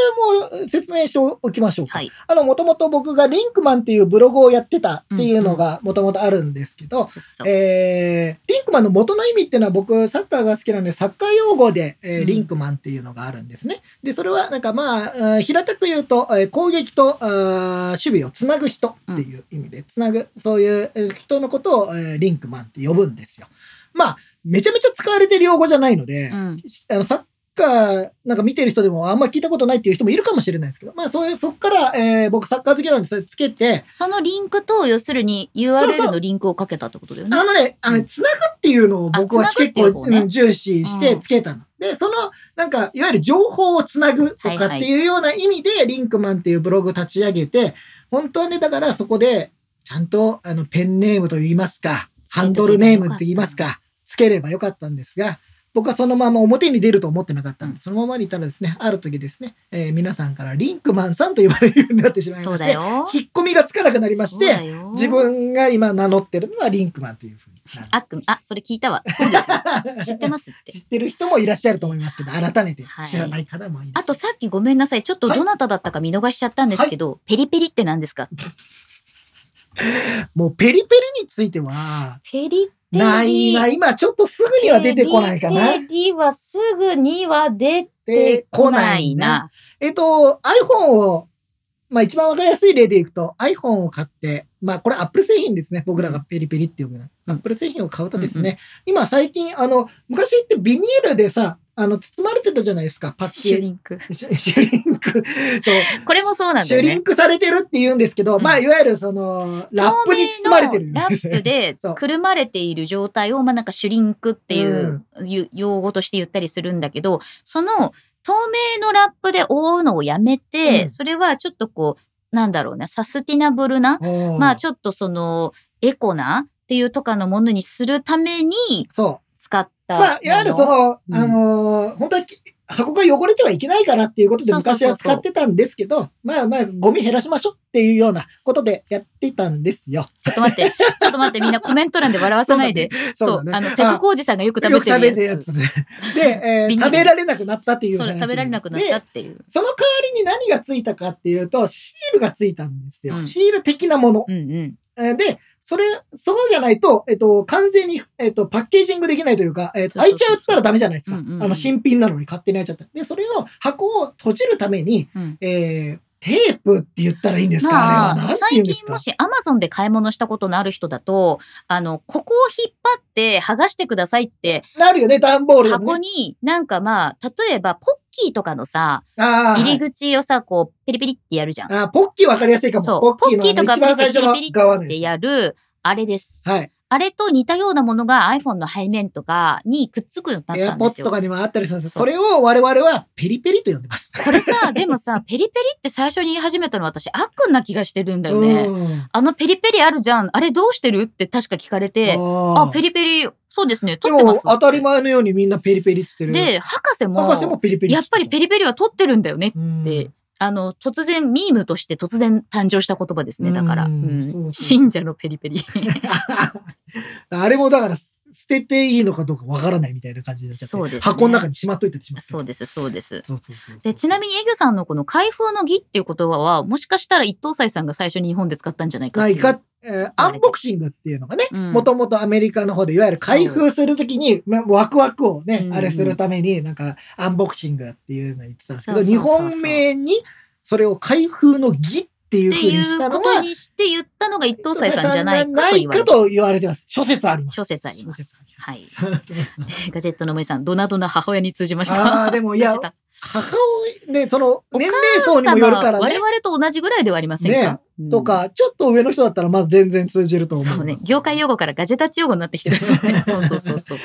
[SPEAKER 2] れも説明しておきましょうか、
[SPEAKER 3] はい。
[SPEAKER 2] あのもともと僕がリンクマンっていうブログをやってたっていうのがもともとあるんですけど、
[SPEAKER 3] そうそう
[SPEAKER 2] えーリンクマンの元の意味っていうのは僕サッカーが好きなのでサッカー用語で、えー
[SPEAKER 3] うん
[SPEAKER 2] リンクマンっていうのがあるんですね。でそれはなんかまあうん平たく言うと、えー攻撃とあー守備をつなぐ人っていう意味で、つなぐそういうえー人のことを、えーリンクマンって呼ぶんですよ。まあめちゃめちゃ使われてる用語じゃないので、
[SPEAKER 3] うん
[SPEAKER 2] あのサッカーなんか見てる人でもあんま聞いたことないっていう人もいるかもしれないですけど、まあ、そういうそこから、えー僕サッカー好きなのでそれつけて、
[SPEAKER 3] そのリンクと、要するに
[SPEAKER 2] そうそ
[SPEAKER 3] URL
[SPEAKER 2] う
[SPEAKER 3] のリンクをかけたってことだよね
[SPEAKER 2] あ。のね、あ
[SPEAKER 3] う
[SPEAKER 2] の、
[SPEAKER 3] ん
[SPEAKER 2] つなぐっていうのを僕は
[SPEAKER 3] あ繋ぐっ
[SPEAKER 2] 結
[SPEAKER 3] ていう
[SPEAKER 2] 構、
[SPEAKER 3] 方ね
[SPEAKER 2] うん重視してつけたの。で、その、なんか、いわゆる情報をつなぐと
[SPEAKER 3] はい
[SPEAKER 2] か
[SPEAKER 3] は
[SPEAKER 2] っ
[SPEAKER 3] い
[SPEAKER 2] ていうような意味で、リンクマンっていうブログ立ち上げて、本当はね、だからそこで、ちゃんと、あの、ペンネームと言いますか、ハンドルネームと言いますか、つければよかったんですが、僕はそのまま表に出ると思ってなかったんで、
[SPEAKER 3] うん
[SPEAKER 2] そのままにいたらですね、ある時ですね、えー皆さんからリンクマンさんと呼ばれるようになってしまい
[SPEAKER 3] そ
[SPEAKER 2] ま
[SPEAKER 3] う
[SPEAKER 2] し
[SPEAKER 3] だ
[SPEAKER 2] て、
[SPEAKER 3] よ。
[SPEAKER 2] 引っ込みがつかなくなりまし
[SPEAKER 3] そう
[SPEAKER 2] て
[SPEAKER 3] だ、よ
[SPEAKER 2] 自分が今名乗ってるのはリンクマンというふうになる
[SPEAKER 3] あっくん、あ、それ聞いたわ。そうですよ。
[SPEAKER 2] *laughs*
[SPEAKER 3] 知ってますって
[SPEAKER 2] 知。ってる人もいらっしゃると思いますけど改めて
[SPEAKER 3] はい
[SPEAKER 2] 知らない方もいら
[SPEAKER 3] あ
[SPEAKER 2] っしゃ
[SPEAKER 3] と
[SPEAKER 2] る、
[SPEAKER 3] さっきごめんなさい。ちょっとどなただったか見逃しちゃったんですけど、ペリペリって何ですか
[SPEAKER 2] もうペリペリについては
[SPEAKER 3] ペリペリ。
[SPEAKER 2] ないな今ちょっとすぐには出てこないかな
[SPEAKER 3] ペリペリはすぐには出
[SPEAKER 2] で
[SPEAKER 3] て
[SPEAKER 2] こ
[SPEAKER 3] こ
[SPEAKER 2] な
[SPEAKER 3] ないい
[SPEAKER 2] な
[SPEAKER 3] な。
[SPEAKER 2] えっと iPhone をまあ一番わかりやすい例でいくと iPhone を買ってまあこれ Apple 製品ですね僕らがペリペリって呼ぶな Apple 製品を買うとですね、今最近あの昔ってビニールでさあの包まれてたじゃないですかパッ
[SPEAKER 3] シュ
[SPEAKER 2] チ
[SPEAKER 3] リンク。
[SPEAKER 2] シュシュリンクそう
[SPEAKER 3] これもそうなんだ
[SPEAKER 2] シ
[SPEAKER 3] よ
[SPEAKER 2] ュリ
[SPEAKER 3] ね
[SPEAKER 2] ン。クされてるって言うんですけど、
[SPEAKER 3] うん
[SPEAKER 2] まあいわゆるそのラップに包まれてる
[SPEAKER 3] 透明のラッ
[SPEAKER 2] *laughs*
[SPEAKER 3] プで
[SPEAKER 2] そう
[SPEAKER 3] くるまれている状態を、まあ、なんかシュリンクっていうゆ用語として言ったりするんだけど、その透明のラップで覆うのをやめて、
[SPEAKER 2] うん
[SPEAKER 3] それはちょっとこう、なんだろうな、サスティナブルな、まあちょっとそのエコなっていうとかのものにするために
[SPEAKER 2] そ
[SPEAKER 3] 使った
[SPEAKER 2] う
[SPEAKER 3] もの。
[SPEAKER 2] まあいわゆるその、
[SPEAKER 3] うん
[SPEAKER 2] あのー本当はき箱が汚れてはいけないからっていうことで
[SPEAKER 3] そうそうそう
[SPEAKER 2] 昔
[SPEAKER 3] そう
[SPEAKER 2] は使ってたんですけどまあまあゴミ減らしましょうっていうようなことでやってたんですよ。
[SPEAKER 3] ちょっと待って、ちょっと待って、みんなコメント欄で笑わさな
[SPEAKER 2] *laughs*
[SPEAKER 3] いで。そう,、あの、瀬戸康史さんがよく食
[SPEAKER 2] よ
[SPEAKER 3] べ
[SPEAKER 2] く
[SPEAKER 3] て
[SPEAKER 2] 食
[SPEAKER 3] る
[SPEAKER 2] べ
[SPEAKER 3] や
[SPEAKER 2] てるや
[SPEAKER 3] つ。
[SPEAKER 2] つで。
[SPEAKER 3] *laughs*
[SPEAKER 2] で、えー
[SPEAKER 3] ビニール
[SPEAKER 2] 食べられなくなったっていう
[SPEAKER 3] そう
[SPEAKER 2] 話
[SPEAKER 3] だ食べられなくなっ
[SPEAKER 2] で
[SPEAKER 3] たっていう。
[SPEAKER 2] その代わりに何がついたかっていうと、シールがついたんですよ。
[SPEAKER 3] うん
[SPEAKER 2] シール的なもの。
[SPEAKER 3] うんうん。
[SPEAKER 2] えーで、それ、そうじゃないと、えっと、完全に、えっと、パッケージングできないというか、えっと、
[SPEAKER 3] そう
[SPEAKER 2] 開い
[SPEAKER 3] そ
[SPEAKER 2] うち
[SPEAKER 3] そう
[SPEAKER 2] ゃったらダメじゃないですか。
[SPEAKER 3] うんうんうん
[SPEAKER 2] あの、新品なのに勝手に開いちゃった。で、それを、箱を閉じるために、
[SPEAKER 3] うん
[SPEAKER 2] えー、テープって言ったらいいんですか、
[SPEAKER 3] ま
[SPEAKER 2] あれは。な
[SPEAKER 3] あ、
[SPEAKER 2] んて言う
[SPEAKER 3] 最
[SPEAKER 2] んです
[SPEAKER 3] 近
[SPEAKER 2] か
[SPEAKER 3] もし Amazon で買い物したことのある人だと、あの、ここを引っ張って剥がしてくださいって、
[SPEAKER 2] なるよね、段ボールでも
[SPEAKER 3] 箱
[SPEAKER 2] ね。
[SPEAKER 3] になんかまあ、例えばポッキーとかのさ、
[SPEAKER 2] あー
[SPEAKER 3] 入り口をさ、こう、ペリペリってやるじゃん。
[SPEAKER 2] あー、ポッキーわかりやすいか
[SPEAKER 3] そ
[SPEAKER 2] も。
[SPEAKER 3] う。ポッ
[SPEAKER 2] の
[SPEAKER 3] キーとか
[SPEAKER 2] 一番
[SPEAKER 3] ペ
[SPEAKER 2] 最
[SPEAKER 3] リ
[SPEAKER 2] 初
[SPEAKER 3] ペリ
[SPEAKER 2] の
[SPEAKER 3] ペリ
[SPEAKER 2] 側の
[SPEAKER 3] ペリって
[SPEAKER 2] や
[SPEAKER 3] やる、あれです。
[SPEAKER 2] つ。はい。
[SPEAKER 3] あれと似たようなものが iPhone の背面とかにくっつくようになっ
[SPEAKER 2] エ
[SPEAKER 3] た
[SPEAKER 2] ア
[SPEAKER 3] ん
[SPEAKER 2] ポッ
[SPEAKER 3] で
[SPEAKER 2] ツ
[SPEAKER 3] す
[SPEAKER 2] と
[SPEAKER 3] よ。
[SPEAKER 2] かにもあったりするんです
[SPEAKER 3] そ
[SPEAKER 2] そうれを我々はペリペリと呼んでます。
[SPEAKER 3] これさ、でもさ、ペリペリって最初に言い始めたの私、あっくんな気がしてるんだよね。
[SPEAKER 2] うん
[SPEAKER 3] あのペリペリあるじゃん。あれどうしてるって確か聞かれて、
[SPEAKER 2] あ
[SPEAKER 3] あ、ペ
[SPEAKER 2] リ
[SPEAKER 3] リペリ、そうですね、
[SPEAKER 2] で
[SPEAKER 3] 取ってま
[SPEAKER 2] も
[SPEAKER 3] す。
[SPEAKER 2] 当たり前のようにみんなペリペリって言ってる。
[SPEAKER 3] で、博士も、
[SPEAKER 2] 博士もペリペリ
[SPEAKER 3] やっぱりペリペリは取ってるんだよねって、
[SPEAKER 2] リ
[SPEAKER 3] あの、突然、ミームとして突然誕生した言葉ですね、だから。
[SPEAKER 2] う
[SPEAKER 3] うん、
[SPEAKER 2] そうそうん
[SPEAKER 3] 信者のペリペ
[SPEAKER 2] *laughs*
[SPEAKER 3] リ。
[SPEAKER 2] あれもだからす捨てていいのかどうかわからないみたいな感じになっちゃって、
[SPEAKER 3] そうですね
[SPEAKER 2] 箱の中にしまっといたりします
[SPEAKER 3] そうです、そうです。
[SPEAKER 2] そうそうそうそう
[SPEAKER 3] で、ちな
[SPEAKER 2] み
[SPEAKER 3] みに、エギョさんのこの開封の儀っていう言葉は、もしかしたら一等斎さんが最初に日本で使ったんじゃないかっ
[SPEAKER 2] な
[SPEAKER 3] てい。
[SPEAKER 2] いうか、えーアンボクシングっていうのがね
[SPEAKER 3] うん
[SPEAKER 2] もともとアメリカの方でいわゆる開封するときに、まワクワクをね、
[SPEAKER 3] うん
[SPEAKER 2] あれするためになんかアンボクシングっていうのを言ってたんですけど
[SPEAKER 3] そうそうそうそう
[SPEAKER 2] 日本名にそれを開封の儀っていう
[SPEAKER 3] って
[SPEAKER 2] ふうに
[SPEAKER 3] い
[SPEAKER 2] し
[SPEAKER 3] う
[SPEAKER 2] た
[SPEAKER 3] こ
[SPEAKER 2] の
[SPEAKER 3] と
[SPEAKER 2] が、
[SPEAKER 3] にして言ったのが一等星さんじゃないかと
[SPEAKER 2] ない
[SPEAKER 3] 言われ
[SPEAKER 2] か
[SPEAKER 3] て
[SPEAKER 2] と言われてます。諸説あります。
[SPEAKER 3] 諸説あります
[SPEAKER 2] 諸説あります。
[SPEAKER 3] ガジェットの森さん、ドナドナ母親に通じました。
[SPEAKER 2] あーでもいや
[SPEAKER 3] *laughs* 通じた
[SPEAKER 2] 母親、ね、その、
[SPEAKER 3] お母
[SPEAKER 2] 年齢層にもよるから
[SPEAKER 3] 我
[SPEAKER 2] ね。
[SPEAKER 3] 々と同じぐらいではありませんか、うん
[SPEAKER 2] と。か、ちょっと上の人だったら、まあ全然通じると思います。
[SPEAKER 3] そうね。業界用語からガジェタッチ用語になってきてるんですよね。 *laughs* そうそうそうそう。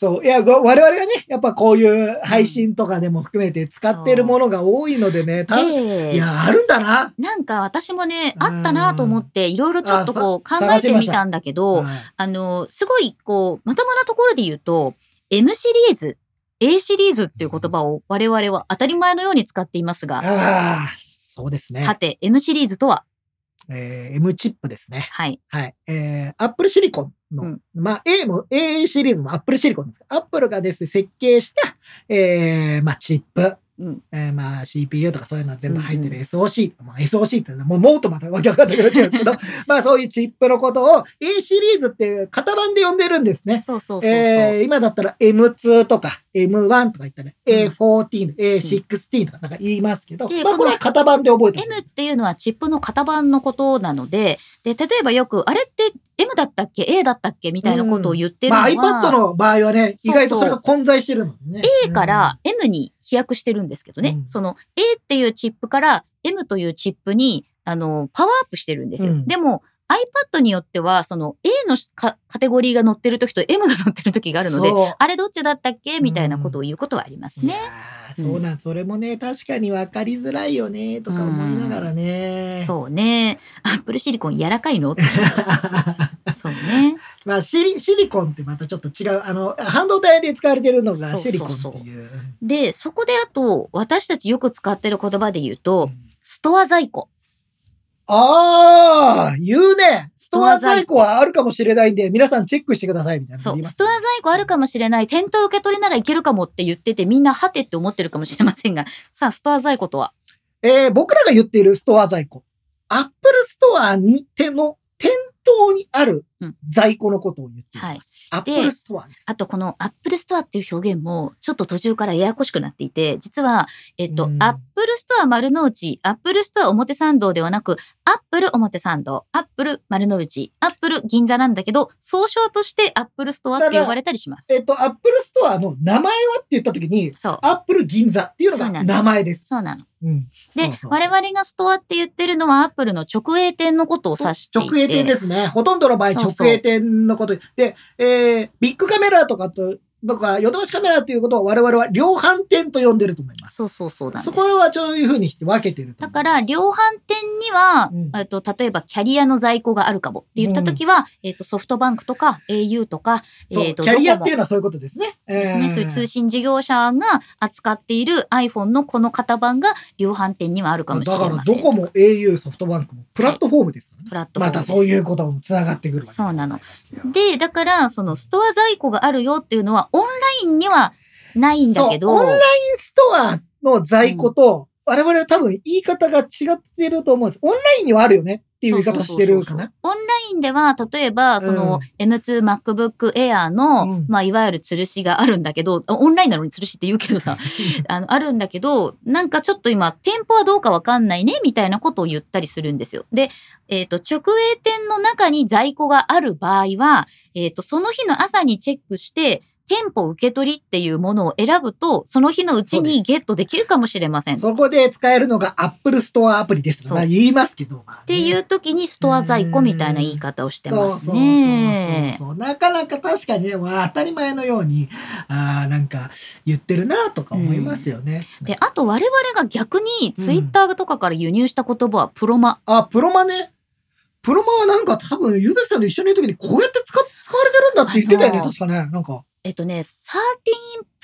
[SPEAKER 2] そう。いや、わ我々がね、やっぱこういう配信とかでも含めて使ってるものが多いのでね、た
[SPEAKER 3] で
[SPEAKER 2] いや、あるんだな。
[SPEAKER 3] なんか私もね、あったなと思って、いろいろちょっとこう考
[SPEAKER 2] あさ
[SPEAKER 3] えてみたんだけど、
[SPEAKER 2] はい
[SPEAKER 3] あの、すごい、こう、まともなところで言うと、M シリーズ、A シリーズっていう言葉を我々は当たり前のように使っていますが、
[SPEAKER 2] ああ、そうですね
[SPEAKER 3] は。て、M シリーズとは、
[SPEAKER 2] えー、M チップですね。
[SPEAKER 3] はい。
[SPEAKER 2] はい。えー、Apple シリコンの、
[SPEAKER 3] うん
[SPEAKER 2] まあ A も、A シリーズも Apple シリコンです。Apple がですね、設計した、えー、まあチップ。
[SPEAKER 3] うん
[SPEAKER 2] えーまあ CPU とかそういうのは全部入って
[SPEAKER 3] うん
[SPEAKER 2] る SOC、まあ、SOC っていうのはもうノートまたわけわかんなくなっちゃうんですけ
[SPEAKER 3] *laughs*
[SPEAKER 2] ど、まあそういうチップのことを A シリーズっていう型番で呼んでるんですね。
[SPEAKER 3] そうそうそうそう。
[SPEAKER 2] えー今だったら M2 とか M1 とか言ったら
[SPEAKER 3] うん
[SPEAKER 2] A14、A16 とかなんか言いますけど、
[SPEAKER 3] で
[SPEAKER 2] まあこれは型番で覚えて
[SPEAKER 3] M っていうのはチップの型番のことなので、で、例えばよく、あれって M だったっけ ?A だったっけみたいなことを言ってるの
[SPEAKER 2] ま
[SPEAKER 3] は、
[SPEAKER 2] あ iPad の場合はね、
[SPEAKER 3] そうそう
[SPEAKER 2] 意外とそれが混在してるのでね。
[SPEAKER 3] A から M に飛躍してるんですけどね、
[SPEAKER 2] うん
[SPEAKER 3] その A っていうチップから M というチップにあのパワーアップしてるんですよ。
[SPEAKER 2] うん
[SPEAKER 3] でも iPad によってはその A のカカテゴリーが載ってる時と M が載ってる時があ
[SPEAKER 2] う
[SPEAKER 3] る
[SPEAKER 2] ん
[SPEAKER 3] ので
[SPEAKER 2] そう
[SPEAKER 3] あれどっちだったっけみたいなことを言うことはあります
[SPEAKER 2] いや
[SPEAKER 3] ね。
[SPEAKER 2] ーそうなん、それもね、確かに分かりづらいよね、とか思いながらね。
[SPEAKER 3] そうね。アップルシリコン柔らかいのってそうね。
[SPEAKER 2] *laughs* まあシリ、シリコンってまたちょっと違う。あの、半導体で使われてるのが
[SPEAKER 3] そうそうそ
[SPEAKER 2] シ
[SPEAKER 3] う
[SPEAKER 2] リコンっていう。
[SPEAKER 3] で、そこであと私たちよく使ってる言葉で言うと、
[SPEAKER 2] うん
[SPEAKER 3] ストア在庫。
[SPEAKER 2] ああ、言うね。ストア
[SPEAKER 3] ストア在
[SPEAKER 2] 在庫はあるかもしれないんで、皆さんチェックしてくださいみたいなの
[SPEAKER 3] そ、
[SPEAKER 2] 言いうます。
[SPEAKER 3] ストア在庫あるかもしれない、店頭受け取りならいけるかもって言ってて、みんなはてって思ってるかもしれませんが、 *laughs* さあ、ストア在庫とは。
[SPEAKER 2] えー僕らが言っているストア在庫。アップルストアにての店頭にある
[SPEAKER 3] うん
[SPEAKER 2] 在庫のことを言っています。
[SPEAKER 3] はい。
[SPEAKER 2] アップルストアです。
[SPEAKER 3] あと、このアップルストアっていう表現も、ちょっと途中からややこしくなっていて、実は、えっと、ア
[SPEAKER 2] うん
[SPEAKER 3] ップルストア丸の内、アップルストア表参道ではなく、アップル表参道、アップル丸の内、アップル銀座なんだけど、総称としてアップルストアって呼ばれたりします。
[SPEAKER 2] えっ、と、アップルストアの名前はって言ったときに、
[SPEAKER 3] そう。
[SPEAKER 2] アップル銀座っていうの
[SPEAKER 3] そうな
[SPEAKER 2] が
[SPEAKER 3] んです
[SPEAKER 2] 名前です。
[SPEAKER 3] そうなの。
[SPEAKER 2] うん
[SPEAKER 3] で、
[SPEAKER 2] そうそう
[SPEAKER 3] 我々がストアって言ってるのは、アップルの直営店のことを指していて。
[SPEAKER 2] 直営店ですね。ほとんどの場合、
[SPEAKER 3] そう
[SPEAKER 2] 直
[SPEAKER 3] そう
[SPEAKER 2] 営店のことで。で、えー、ビッグカメラとかと、とか、ヨドバシカメラということを我々は量販店と呼んでると思います。
[SPEAKER 3] そうそうそうなんです。
[SPEAKER 2] そこはそういうふうにして分けてると
[SPEAKER 3] だ
[SPEAKER 2] 思い
[SPEAKER 3] か
[SPEAKER 2] ま
[SPEAKER 3] ら、
[SPEAKER 2] す
[SPEAKER 3] 量販店には、
[SPEAKER 2] うん
[SPEAKER 3] えっと、例えば、キャリアの在庫があるかもって言ったときは、えっと、ソフトバンクとか、au とか、
[SPEAKER 2] そう
[SPEAKER 3] えっと、
[SPEAKER 2] キャリアっていう
[SPEAKER 3] ドコモ
[SPEAKER 2] のはそういうことですね。え
[SPEAKER 3] ですね、そういう通
[SPEAKER 2] 信
[SPEAKER 3] 信事業者が扱っている iPhone のこの型番が量販店にはあるかもしれ
[SPEAKER 2] だから、
[SPEAKER 3] ません。
[SPEAKER 2] ドコモ、au、ソフトバンクもプラットフォームですよね。
[SPEAKER 3] プラットフォ
[SPEAKER 2] ま
[SPEAKER 3] ームで
[SPEAKER 2] た
[SPEAKER 3] す
[SPEAKER 2] そういうことも繋がってくるわけ
[SPEAKER 3] そうなの
[SPEAKER 2] ですよ。
[SPEAKER 3] で、だから、そのストア在庫があるよっていうのは、オンラインにはないんだけど、
[SPEAKER 2] そうオンラインストアの在庫と、我々は多分言い方が違ってると思うんです。オンラインにはあるよねっていう言い方してるかな。
[SPEAKER 3] オンラインでは、例えば、その、M2MacBook Air の、
[SPEAKER 2] うん
[SPEAKER 3] まあ、いわゆる吊るしがあるんだけど、オンラインなのに吊るしって言うけ
[SPEAKER 2] *laughs*
[SPEAKER 3] どさ、あの、あるんだけど、なんかちょっと今、店舗はどうかわかんないね、みたいなことを言ったりするんですよ。で、えっ、と、直営店の中に在庫がある場合は、えっ、と、その日の朝にチェックして、店舗受け取りっていうものを選ぶと、その日のうちにゲットできるかもしれません。っ
[SPEAKER 2] そこで使えるのが Apple ストアアプリです。
[SPEAKER 3] そう
[SPEAKER 2] まあ言いますけど。
[SPEAKER 3] ていう時にストア在庫みたいな言い方をして
[SPEAKER 2] そう
[SPEAKER 3] ま
[SPEAKER 2] そう
[SPEAKER 3] す
[SPEAKER 2] そう
[SPEAKER 3] ね。
[SPEAKER 2] そうなかなか確かにね、まあ、当たり前のように、ああ、なんか言ってるなとか思いますよね。
[SPEAKER 3] で、あと我々が逆にツイッターとかから輸入した言葉はプロマ。
[SPEAKER 2] あ、プロマね。プロマはなんか多分、ゆうざきさんと一緒にいる時にこうやって使っ使われてるんだって言ってたよね、
[SPEAKER 3] あの
[SPEAKER 2] 確かね。なんか。
[SPEAKER 3] えっとね、13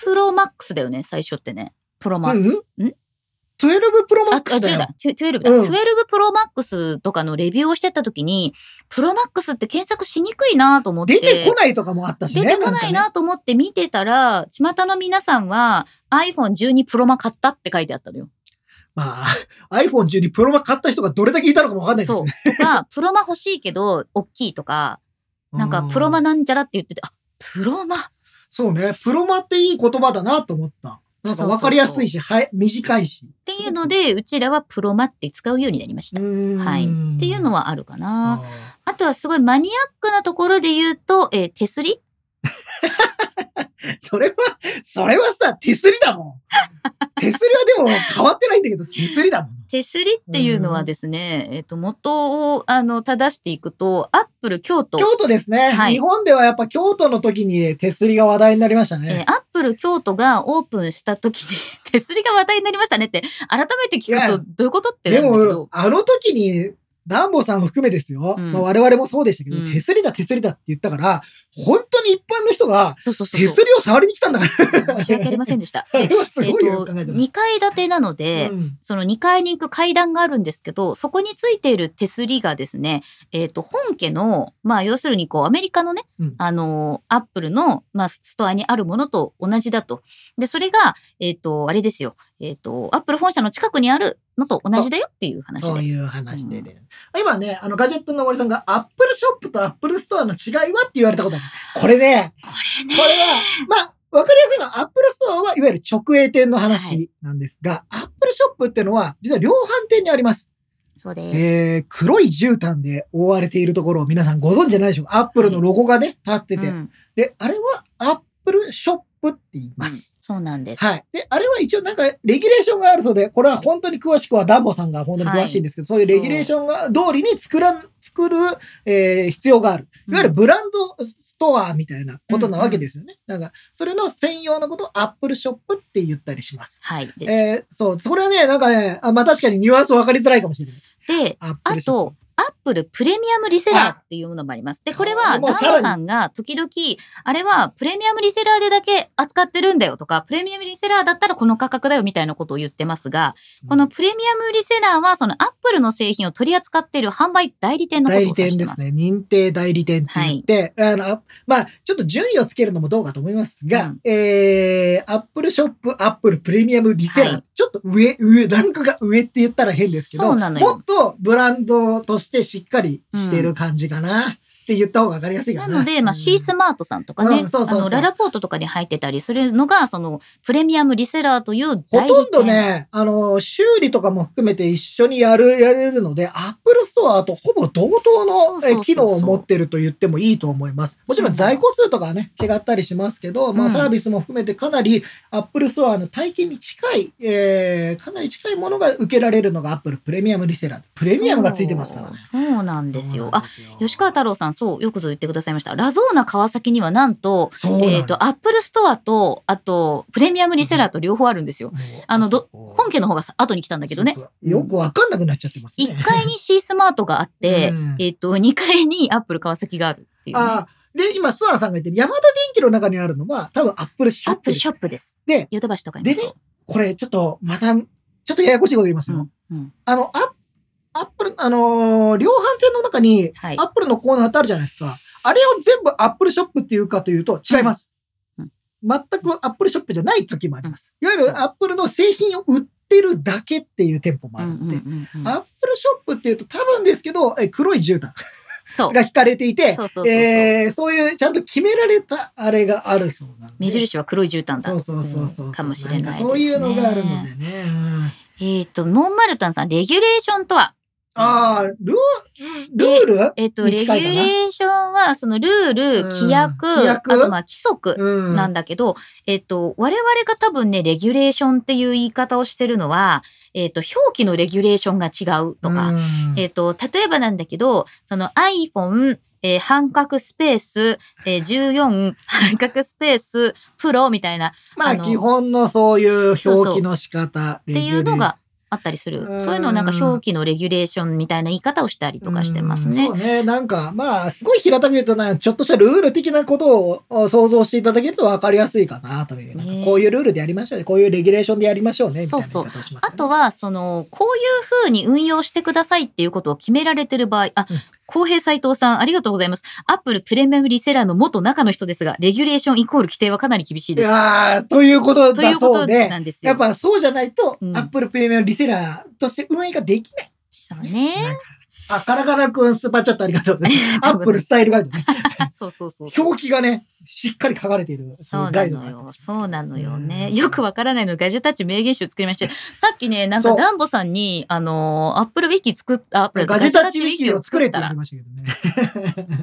[SPEAKER 3] プロマックスだよね、最初ってね。プロマ。
[SPEAKER 2] うんうんん ?12 プロマ
[SPEAKER 3] あ、
[SPEAKER 2] ッ
[SPEAKER 3] あ
[SPEAKER 2] クスだ
[SPEAKER 3] 10
[SPEAKER 2] よ
[SPEAKER 3] だ。。12だ。
[SPEAKER 2] うん
[SPEAKER 3] 12プロマックスとかのレビューをしてた時に、プロマックスって検索しにくいなと思って。
[SPEAKER 2] 出てこないとかもあったしね。
[SPEAKER 3] 出てこない
[SPEAKER 2] んかね。
[SPEAKER 3] なと思って見てたら、巷の皆さんは iPhone12 プロマ買ったって書いてあったのよ。
[SPEAKER 2] まあ、iPhone12 プロマ買った人がどれだけいたのかもわかんないけ
[SPEAKER 3] そ
[SPEAKER 2] ど
[SPEAKER 3] う
[SPEAKER 2] ね。。
[SPEAKER 3] とか、プロマ欲しいけど、大きいとか、なんかプロマ
[SPEAKER 2] な。
[SPEAKER 3] なんちゃらって言ってて、あ、プロマ
[SPEAKER 2] そうね。プロマっていい言葉だなと思った。なんか分かりやすいし、はい、短いし。
[SPEAKER 3] っていうので、うちらはプロマって使うようになりました。はい。っていうの
[SPEAKER 2] は、
[SPEAKER 3] はあるかな。
[SPEAKER 2] あ
[SPEAKER 3] あとはすごいマニアックなところで言うと、えー手すり
[SPEAKER 2] ーそれは、それはさ、手すりだもん。手すりはでも変わってないんだけど、手すりだもん。
[SPEAKER 3] 手すりっていうのはですね、えっ、と、元を、あの、正していくと、アップル京都、
[SPEAKER 2] 京都ですね、
[SPEAKER 3] はい
[SPEAKER 2] 日本ではやっぱ京都の時に手すりが話題になりました
[SPEAKER 3] えー
[SPEAKER 2] ね。
[SPEAKER 3] アップル京都がオープンした時に *laughs* 手すりが話題になりましたねって、改めて聞
[SPEAKER 2] いや
[SPEAKER 3] くとどういうことってな
[SPEAKER 2] で
[SPEAKER 3] るんだけど
[SPEAKER 2] も、、あの時に、ダンボさんを含めですよ、
[SPEAKER 3] うん
[SPEAKER 2] まあ、我々もそうでしたけど、
[SPEAKER 3] うん
[SPEAKER 2] 手すりだ手すりだって言ったから、本当に一般の人が
[SPEAKER 3] そうそうそう
[SPEAKER 2] 手
[SPEAKER 3] そう。
[SPEAKER 2] すりを触りに来たんだから。
[SPEAKER 3] 申し訳ありませんでした。
[SPEAKER 2] あ
[SPEAKER 3] で
[SPEAKER 2] れは *laughs* す
[SPEAKER 3] えっ
[SPEAKER 2] ごいよ、
[SPEAKER 3] と、
[SPEAKER 2] 考えたら。
[SPEAKER 3] 2階建てなので、
[SPEAKER 2] うん
[SPEAKER 3] その2階に行く階段があるんですけど、そこについている手すりがですね、えっ、と、本家の、まあ、要するにこう、アメリカのね、
[SPEAKER 2] うん
[SPEAKER 3] あの、アップルの、まあ、ストアにあるものと同じだと。で、それが、えっ、と、あれですよ、えっ、と、アップル本社の近くにあるのと同じだよっていう話
[SPEAKER 2] そう
[SPEAKER 3] で。
[SPEAKER 2] いう話でね。今ね、あの、ガジェットの森さんが、アップルショップとアップルストアの違いはって言われたことある。これね、
[SPEAKER 3] これ
[SPEAKER 2] こ
[SPEAKER 3] ね
[SPEAKER 2] れ、は、まあ、わかりやすいのは、アップルストアはいわゆる直営店の
[SPEAKER 3] は
[SPEAKER 2] 話なんですが、アップルショップっていうのは、実は量販店にあります。
[SPEAKER 3] そうです。
[SPEAKER 2] えー、黒い絨毯で覆われているところを皆さんご存知じゃないでしょうか。アップルのロゴがね、立ってて。
[SPEAKER 3] うん
[SPEAKER 2] で、あれは、アップルショップって言います。
[SPEAKER 3] そうなんです。
[SPEAKER 2] はい。で、あれは一応なんか、レギュレーションがあるそうで、これは本当に詳しくはダンボさんが本当に詳しいんですけど、そういうレギュレーションが通りに作らん、作る、えー必要がある。いわゆるブランドストアみたいなことなわけですよね。なんか、それの専用のことをアップルショップって言ったりします。
[SPEAKER 3] はい。で、
[SPEAKER 2] えーそう、それはね、なんかね、あまあ確かにニュアンス分かりづらいかもしれない。
[SPEAKER 3] で
[SPEAKER 2] アップ
[SPEAKER 3] あ
[SPEAKER 2] ルショップ。
[SPEAKER 3] と、アップルプレミアムリセラーっていうものもあります。で、これは、ダン
[SPEAKER 2] もう
[SPEAKER 3] ボ
[SPEAKER 2] さらに
[SPEAKER 3] さんが時々、あれはプレミアムリセラーでだけ扱ってるんだよとか、プレミアムリセラーだったらこの価格だよみたいなことを言ってますが、このプレミアムリセラーは、そのアップルの製品を取り扱っている販売代理店のことを
[SPEAKER 2] 代理
[SPEAKER 3] 指
[SPEAKER 2] 店
[SPEAKER 3] して
[SPEAKER 2] で
[SPEAKER 3] ますす。
[SPEAKER 2] ね。認定代理店って言って、あの、あまあ、ちょっと順位をつけるのもどうかと思いますが、
[SPEAKER 3] うん
[SPEAKER 2] えー、アップルショップ、アップルプレミアムリセラー、
[SPEAKER 3] はい
[SPEAKER 2] ちょっと上、上、ランクが上って言ったら変ですけ
[SPEAKER 3] そ
[SPEAKER 2] ど、
[SPEAKER 3] うなのよ
[SPEAKER 2] もっとブランドとしてしっかりしてる感じかな、って言った方がわかりやすいか
[SPEAKER 3] な
[SPEAKER 2] な。
[SPEAKER 3] ので、まあ、シースマートさんとか
[SPEAKER 2] う
[SPEAKER 3] ね
[SPEAKER 2] ん、そうそう
[SPEAKER 3] あ
[SPEAKER 2] そう
[SPEAKER 3] の、ララポートとかに入ってたりするのが、その、プレミアムリセラーという
[SPEAKER 2] ほ
[SPEAKER 3] 代理店。
[SPEAKER 2] とんどね、あの、修理とかも含めて一緒にやる、やれるので、アップルストアとほぼ同等
[SPEAKER 3] そう
[SPEAKER 2] の
[SPEAKER 3] そうそうそう
[SPEAKER 2] え機能を持ってると言ってもいいと思います。もちろん在庫数とかはね、違ったりしますけど、ま
[SPEAKER 3] う
[SPEAKER 2] あ
[SPEAKER 3] ん
[SPEAKER 2] サービスも含めてかなりアップルストアの体験に近い、えー、かなり近いものが受けられるのがアップルプレミアムリセラー。プレミアムがついてますからね。
[SPEAKER 3] そうそうなんですよ。
[SPEAKER 2] そうな
[SPEAKER 3] あ、
[SPEAKER 2] んですよ
[SPEAKER 3] 吉川太郎さん、そう、よくぞ言ってくださいました。ラゾーナ川崎にはなんと、
[SPEAKER 2] そうなんです
[SPEAKER 3] えっ、と、アップルストアと、あと、プレミアムリセラーと両方あるんですよ。
[SPEAKER 2] もう
[SPEAKER 3] あの、ど、
[SPEAKER 2] そう
[SPEAKER 3] 本家の方がさ後に来たんだけどね
[SPEAKER 2] そ。うそうよくわかんなくなっちゃってますね。
[SPEAKER 3] 1階に C スマートがあって、
[SPEAKER 2] うん
[SPEAKER 3] えっと、2階にアップル川崎があるっていう、ね。
[SPEAKER 2] ああ、で、今、スワンさんが言ってる、ヤマダ電機の中にあるのは、多分アップルシ
[SPEAKER 3] ア
[SPEAKER 2] ョ
[SPEAKER 3] ッ
[SPEAKER 2] ッ
[SPEAKER 3] プ
[SPEAKER 2] プ
[SPEAKER 3] ル
[SPEAKER 2] です
[SPEAKER 3] ショップです。
[SPEAKER 2] で、
[SPEAKER 3] ヨドバシとかに
[SPEAKER 2] で
[SPEAKER 3] も
[SPEAKER 2] ね
[SPEAKER 3] そ、
[SPEAKER 2] これ、ちょっと、また、ちょっとややこしいこと言います
[SPEAKER 3] う。
[SPEAKER 2] よ。
[SPEAKER 3] うんうん
[SPEAKER 2] あの、アッアップル、あのー量販店の中に、
[SPEAKER 3] はい
[SPEAKER 2] アップルのコーナーってあるじゃないですか。あれを全部アップルショップっていうかというと、違います。
[SPEAKER 3] うん
[SPEAKER 2] 全くアップルショップじゃない時もあります。いわゆるアップルの製品を売ってるだけっていう店舗も
[SPEAKER 3] う
[SPEAKER 2] あ
[SPEAKER 3] ん
[SPEAKER 2] っ
[SPEAKER 3] う
[SPEAKER 2] て、
[SPEAKER 3] んうんうん
[SPEAKER 2] アップルショップっていうと多分ですけど、え黒い絨毯
[SPEAKER 3] そう。
[SPEAKER 2] が引かれていて、
[SPEAKER 3] そうそうそうそう
[SPEAKER 2] えーそういうちゃんと決められたあれがあるそうなんで。
[SPEAKER 3] 目印は黒い絨毯だ。
[SPEAKER 2] そうそうそうそう、
[SPEAKER 3] うんかもしれないです
[SPEAKER 2] ん
[SPEAKER 3] ね
[SPEAKER 2] かそういうのがあるのでね。うん
[SPEAKER 3] えっ、と、モンマルタンさん、レギュレーションとは
[SPEAKER 2] ああ、ルールール
[SPEAKER 3] えっ、と、レ
[SPEAKER 2] に
[SPEAKER 3] ギュ
[SPEAKER 2] 近いかな
[SPEAKER 3] レーションは、そのルール、
[SPEAKER 2] うん
[SPEAKER 3] 規約、
[SPEAKER 2] 規約
[SPEAKER 3] あとまあ規則
[SPEAKER 2] うん
[SPEAKER 3] なんだけど、えっと、我々が多分ね、レギュレーションっていう言い方をしてるのは、えっと、表記のレギュレーションが違うとか、えっと、例えばなんだけど、その iPhone、えー半角スペース、えー14、半角スペース、プロみたいなっ
[SPEAKER 2] ま
[SPEAKER 3] あ
[SPEAKER 2] あ、
[SPEAKER 3] の
[SPEAKER 2] 基本のそういう
[SPEAKER 3] そうそう
[SPEAKER 2] 表記の仕方。って
[SPEAKER 3] いうのがあったりする。
[SPEAKER 2] うん
[SPEAKER 3] そういうのをなんか表記のレギュレーションみたいな言い方をしたりとかしてますね
[SPEAKER 2] そう。ね。なんか、まあ、すごい平たく言うとな、ちょっとしたルール的なことを想像していただけると分かりやすいかなという。
[SPEAKER 3] ね
[SPEAKER 2] なんかこういうルールでやりましょうね。こういうレギュレーションでやりましょうね。みたいな
[SPEAKER 3] そうそ
[SPEAKER 2] 言
[SPEAKER 3] う
[SPEAKER 2] い方をしますよ
[SPEAKER 3] あ
[SPEAKER 2] ね
[SPEAKER 3] とは、その、こういうふうに運用してくださいっていうことを決められてる場合、あ
[SPEAKER 2] うん、
[SPEAKER 3] 公平斉藤さん、ありがとうございます。アップルプレミアムリセラーの元中の人ですが、レギュレーションイコール規定はかなり厳しい
[SPEAKER 2] い
[SPEAKER 3] です。
[SPEAKER 2] やーということ
[SPEAKER 3] とい
[SPEAKER 2] だ
[SPEAKER 3] うこ
[SPEAKER 2] そ
[SPEAKER 3] と
[SPEAKER 2] うで
[SPEAKER 3] な、んですよ。
[SPEAKER 2] やっぱそうじゃないと、
[SPEAKER 3] うん
[SPEAKER 2] アップルプレミアムリセラーとして運営ができない。
[SPEAKER 3] そうね。 *laughs*
[SPEAKER 2] なんかあ、カラカラくんスーパーチャットありがとうね。アップルスタイルガイドね。
[SPEAKER 3] そうそうそうそう。
[SPEAKER 2] 表記がね、しっかり書かれている。
[SPEAKER 3] そう
[SPEAKER 2] ガ
[SPEAKER 3] な
[SPEAKER 2] イドが
[SPEAKER 3] のよ。そうなのよ
[SPEAKER 2] う
[SPEAKER 3] ね。
[SPEAKER 2] ん
[SPEAKER 3] よくわからないのガジェタッチ名言集作りましたよさっきね、なん
[SPEAKER 2] そ
[SPEAKER 3] か
[SPEAKER 2] う
[SPEAKER 3] ダンボさんに、あのー、アップルウィキ作った、アップル
[SPEAKER 2] ガジェタッチウィキを作れって
[SPEAKER 3] た
[SPEAKER 2] 言わ
[SPEAKER 3] ら
[SPEAKER 2] れ
[SPEAKER 3] っ
[SPEAKER 2] ましたけどね。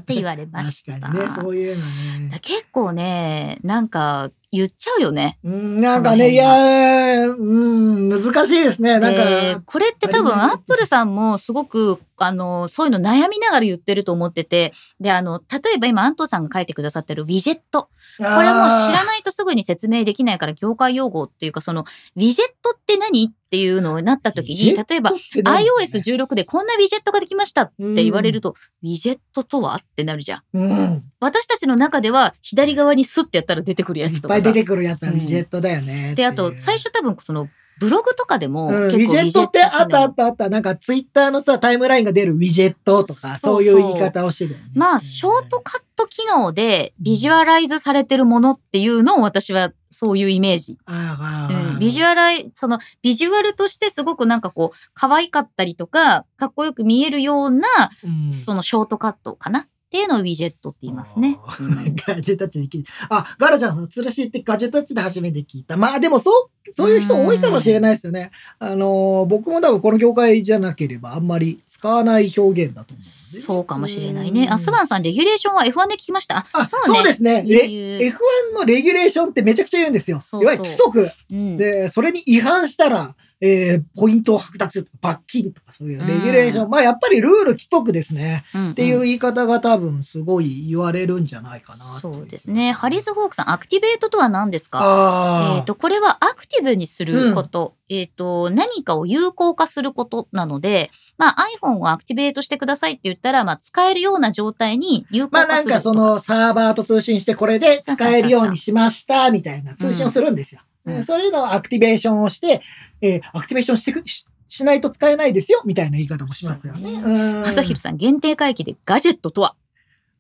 [SPEAKER 3] て言われまし
[SPEAKER 2] 確
[SPEAKER 3] た。
[SPEAKER 2] かにね、そういうのね。
[SPEAKER 3] 結構ね、なんか言っちゃうよね。
[SPEAKER 2] うん、なんかね、
[SPEAKER 3] その辺
[SPEAKER 2] いやー、うん、難しいですね。なん
[SPEAKER 3] で
[SPEAKER 2] か、
[SPEAKER 3] これって多分
[SPEAKER 2] あれね
[SPEAKER 3] アップルさんもすごく、あの、そういうの悩みながら言ってると思ってて、で、あの、例えば今、安藤さんが書いてくださってるウィジェット。
[SPEAKER 2] こ
[SPEAKER 3] これはもう知らないとすぐに説明できないから、業界用語っていうか、その、ウィジェットって何っていうのになった時に、
[SPEAKER 2] ウィジェッ
[SPEAKER 3] 例えば、iOS16 でこんなウィジェットができましたって言われると、ウィジェットとはってなるじゃん。
[SPEAKER 2] うん。
[SPEAKER 3] 私たちの中では、左側にスッてやったら出てくるや
[SPEAKER 2] い
[SPEAKER 3] つ
[SPEAKER 2] っ
[SPEAKER 3] と
[SPEAKER 2] ぱ
[SPEAKER 3] か
[SPEAKER 2] い
[SPEAKER 3] さ
[SPEAKER 2] 出。てくるやつは
[SPEAKER 3] う
[SPEAKER 2] ウ
[SPEAKER 3] ん
[SPEAKER 2] ィジェットだよね。
[SPEAKER 3] で、あと、最初多分、その、ブログとかでも、
[SPEAKER 2] うん、ウ
[SPEAKER 3] 結
[SPEAKER 2] ィ
[SPEAKER 3] 構
[SPEAKER 2] ジェットってあったあったあった。なんかツイッターのさ、タイムラインが出るウィジェットとか、
[SPEAKER 3] そ
[SPEAKER 2] そうう
[SPEAKER 3] そう
[SPEAKER 2] いう言い方をしてるよね、
[SPEAKER 3] まあ、ショートカット機能でビジュアライズされてるものっていうのを私はそういうイメージ。
[SPEAKER 2] あ
[SPEAKER 3] う
[SPEAKER 2] ー。あーあー
[SPEAKER 3] ん、ビジュアライ、そのビジュアルとしてすごくなんかこう、可愛かったりとか、かっこよく見えるような、
[SPEAKER 2] うん
[SPEAKER 3] そのショートカットかなっていうのをウィジェットって言いますね。
[SPEAKER 2] あ
[SPEAKER 3] う
[SPEAKER 2] *laughs*
[SPEAKER 3] ん
[SPEAKER 2] ガジェタッチで聞いた。あ、ガラちゃんさん、つらしいってガジェタッチで初めて聞いた。まあでもそう、そういう人多いかもしれないですよね。あのー、僕も多分この業界じゃなければあんまり使わない表現だと思うので。
[SPEAKER 3] そうかもしれないね。
[SPEAKER 2] う
[SPEAKER 3] あ、
[SPEAKER 2] ん
[SPEAKER 3] スバンさん、レギュレーションは F1 で聞きました。
[SPEAKER 2] あ、
[SPEAKER 3] そ
[SPEAKER 2] そうう,、
[SPEAKER 3] ね
[SPEAKER 2] ですね。レ
[SPEAKER 3] いう
[SPEAKER 2] F1 のレギュレーションってめちゃくちゃ言うんですよ。
[SPEAKER 3] そうそう
[SPEAKER 2] いわゆる規則。
[SPEAKER 3] うん
[SPEAKER 2] で、それに違反したら、えーポイントを剥奪とか罰金とかそういうレギュレーション。
[SPEAKER 3] う
[SPEAKER 2] まあやっぱりルール規則ですね。
[SPEAKER 3] うん
[SPEAKER 2] っていう言い方が多分すごい言われるんじゃないかな。
[SPEAKER 3] そうですね。ハリス・ホークさん、アクティベートとは何ですか
[SPEAKER 2] ああ。
[SPEAKER 3] えー、とこれはアクティブにすること,、えー、と何かを有効化することなので、まあ、iPhone をアクティベートしてくださいって言ったら、まあ、使えるような状態に有効
[SPEAKER 2] まあ
[SPEAKER 3] 化
[SPEAKER 2] な
[SPEAKER 3] す
[SPEAKER 2] ん
[SPEAKER 3] る
[SPEAKER 2] か
[SPEAKER 3] こと
[SPEAKER 2] そのサーバーと通信してこれで使えるようにしましたみたいな通信をするんですよ。
[SPEAKER 3] うん
[SPEAKER 2] うんそういうのをアクティベーションをして、えーアクティベーションしてくししないと使えないですよみたいな言い方もしますよね。
[SPEAKER 3] そう
[SPEAKER 2] うん
[SPEAKER 3] 朝昼さん限定会議でガジェットとは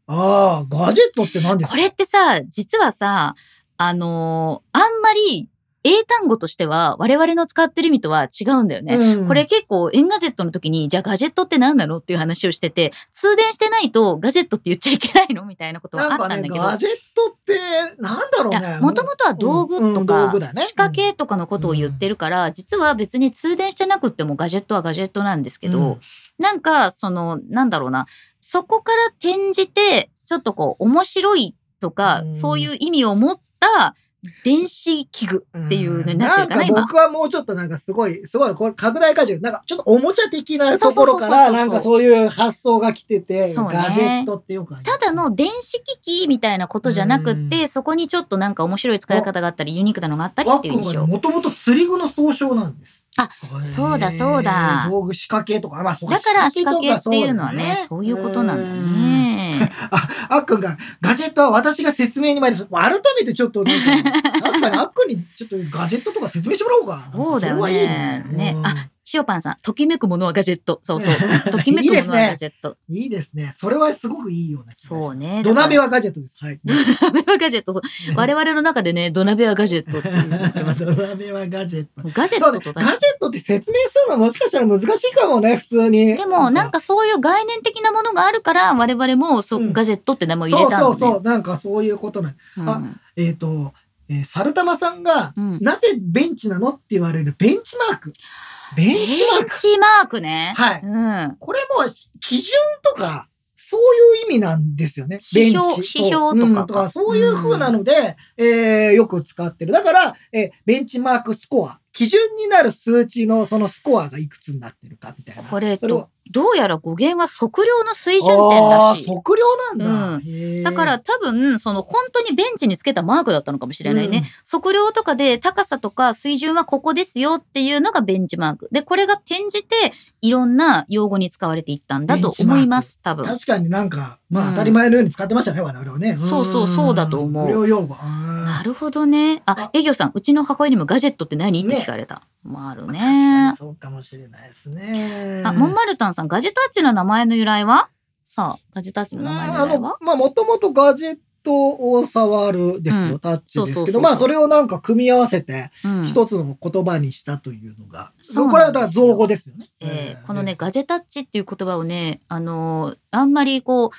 [SPEAKER 2] ああ、ガジェットって何ですか
[SPEAKER 3] これってさ実はさあのーあんまり英単語としては我々の使ってる意味とは違うんだよね。
[SPEAKER 2] うん
[SPEAKER 3] これ結構エンガジェットの時に、じゃあガジェットって何なのっていう話をしてて、通電してないとガジェットって言っちゃいけないのみたいなことはあ
[SPEAKER 2] な
[SPEAKER 3] っ
[SPEAKER 2] んか
[SPEAKER 3] たんだ
[SPEAKER 2] ね、
[SPEAKER 3] けど。
[SPEAKER 2] ガジェットってなんだろう
[SPEAKER 3] い
[SPEAKER 2] ね
[SPEAKER 3] や。もともとは道具
[SPEAKER 2] うんう
[SPEAKER 3] と
[SPEAKER 2] ん
[SPEAKER 3] か
[SPEAKER 2] 道
[SPEAKER 3] 仕
[SPEAKER 2] 具だね
[SPEAKER 3] 掛けとかのことを言ってるから、実は別に通電してなくってもガジェットはガジェットなんですけ
[SPEAKER 2] う
[SPEAKER 3] ど
[SPEAKER 2] ん、
[SPEAKER 3] なんかそのなんだろうなそこから転じてちょっとこう面白いとか、
[SPEAKER 2] うん
[SPEAKER 3] そういう意味を持った電子器具っていうのにな
[SPEAKER 2] な
[SPEAKER 3] ってる
[SPEAKER 2] ん
[SPEAKER 3] かな
[SPEAKER 2] か
[SPEAKER 3] 今。
[SPEAKER 2] 僕はもうちょっとなんかすごい、すごい、これ拡大化中、なんかちょっとおもちゃ的なところか
[SPEAKER 3] そ
[SPEAKER 2] ら、
[SPEAKER 3] うそうそうそうそう
[SPEAKER 2] なんかそういう発想が来てて、
[SPEAKER 3] そうね
[SPEAKER 2] ガジェットってよくある
[SPEAKER 3] ただの電子機器みたいなことじゃなくって、そこにちょっとなんか面白い使い方があったりユニークなのがあったり
[SPEAKER 2] ワ
[SPEAKER 3] って
[SPEAKER 2] ッ
[SPEAKER 3] い
[SPEAKER 2] ク
[SPEAKER 3] う印
[SPEAKER 2] ン
[SPEAKER 3] 象
[SPEAKER 2] がもともと釣り具の総称なんです。
[SPEAKER 3] あ
[SPEAKER 2] へー
[SPEAKER 3] そうだそうだ
[SPEAKER 2] 道具仕掛けとか、まあ、そう
[SPEAKER 3] だから仕掛け
[SPEAKER 2] と
[SPEAKER 3] っ
[SPEAKER 2] かそ
[SPEAKER 3] ていうのはねそういうことなんだ。ね。
[SPEAKER 2] うんあっくんが、ガジェットは私が説明に参ります。改めてちょっと
[SPEAKER 3] *laughs*
[SPEAKER 2] なんか、確かにあっくんにちょっとガジェットとか説明してもらおうか。
[SPEAKER 3] そうだよね
[SPEAKER 2] れはいいね。
[SPEAKER 3] ね
[SPEAKER 2] うん
[SPEAKER 3] あ塩パンさん、ときめくものはガジェット。そ
[SPEAKER 2] *laughs*
[SPEAKER 3] うそう。ときめくものはガジェット。
[SPEAKER 2] いいですね。それはすごくいいような気がします
[SPEAKER 3] そうね。
[SPEAKER 2] 土鍋
[SPEAKER 3] は。
[SPEAKER 2] はガジェットです。はい。
[SPEAKER 3] 土鍋はガジェット。そう *laughs* 我々の中でね、土鍋はガジェットって言ってま
[SPEAKER 2] *laughs*
[SPEAKER 3] し
[SPEAKER 2] 土鍋はガジェット。
[SPEAKER 3] た。ガジェ
[SPEAKER 2] そう
[SPEAKER 3] ッ
[SPEAKER 2] ね。
[SPEAKER 3] トと
[SPEAKER 2] ガジ
[SPEAKER 3] だ
[SPEAKER 2] ェッ
[SPEAKER 3] ね。
[SPEAKER 2] トって説明するのはもしかしたら難しいかもね、普通に。
[SPEAKER 3] でも、なんかそういう概念的なものがあるから、我々もそううんガジェットって名前を
[SPEAKER 2] そ
[SPEAKER 3] 入れ
[SPEAKER 2] う
[SPEAKER 3] たの
[SPEAKER 2] そう
[SPEAKER 3] ね。
[SPEAKER 2] そう、なんかそういうことなん
[SPEAKER 3] うん
[SPEAKER 2] あえっ、と、えー、サルタマさんが、
[SPEAKER 3] うん
[SPEAKER 2] なぜベンチなのって言われるベンチマーク。ベン
[SPEAKER 3] ベン
[SPEAKER 2] チマーク。
[SPEAKER 3] チマークね。
[SPEAKER 2] はい
[SPEAKER 3] うん。
[SPEAKER 2] これも基準とか、そういう意味なんですよね。
[SPEAKER 3] 指標
[SPEAKER 2] ベンチと
[SPEAKER 3] 指標とか
[SPEAKER 2] うんそういう風なので、えーよく使ってる。だから、えーベンチマークスコア。基準になる数値のそのスコアがいくつになってるかみたいな。
[SPEAKER 3] これ
[SPEAKER 2] それ
[SPEAKER 3] と
[SPEAKER 2] を、
[SPEAKER 3] どうやら語源は測量の水準点
[SPEAKER 2] あ
[SPEAKER 3] ら
[SPEAKER 2] ー
[SPEAKER 3] しい。
[SPEAKER 2] 測量な
[SPEAKER 3] うん
[SPEAKER 2] だ。へー
[SPEAKER 3] だから、多分、その本当にベンチにつけたマークだったのかもしれないね。
[SPEAKER 2] うん
[SPEAKER 3] 測量とかで高さとか水準はここですよっていうのがベンチマーク。で、これが転じていろんな用語に使われていったんだと思います、多分。
[SPEAKER 2] 確かになんか、ま
[SPEAKER 3] う
[SPEAKER 2] あ
[SPEAKER 3] ん
[SPEAKER 2] 当たり前のように使ってましたね、我々はね。
[SPEAKER 3] そうそうんそうだと思う
[SPEAKER 2] 不良用語。
[SPEAKER 3] な
[SPEAKER 2] あ
[SPEAKER 3] るほどね。あ
[SPEAKER 2] あ、
[SPEAKER 3] 営業さん、うちの母親にもガジェットって何って
[SPEAKER 2] ね
[SPEAKER 3] 聞かれた。もある
[SPEAKER 2] ー確か
[SPEAKER 3] ね
[SPEAKER 2] に。そうかもしれないですね。
[SPEAKER 3] あ、モンマルタンさん、ガジェタッチの名前の由来はさあ、ガジェタッチの名前の
[SPEAKER 2] あ
[SPEAKER 3] 由来は
[SPEAKER 2] の、まあもともとガジェットを触るですよ、
[SPEAKER 3] うん
[SPEAKER 2] タッチで
[SPEAKER 3] そうそう
[SPEAKER 2] す
[SPEAKER 3] そう
[SPEAKER 2] け
[SPEAKER 3] そ
[SPEAKER 2] ど、
[SPEAKER 3] う
[SPEAKER 2] まあそれをなんか組み合わせて
[SPEAKER 3] うん
[SPEAKER 2] 一つの言葉にしたというのが、
[SPEAKER 3] そうなんですよ
[SPEAKER 2] これはだから造語ですよね。
[SPEAKER 3] えーこのね、
[SPEAKER 2] え
[SPEAKER 3] ガジェタッチっていう言葉をね、あのーあんまりこう、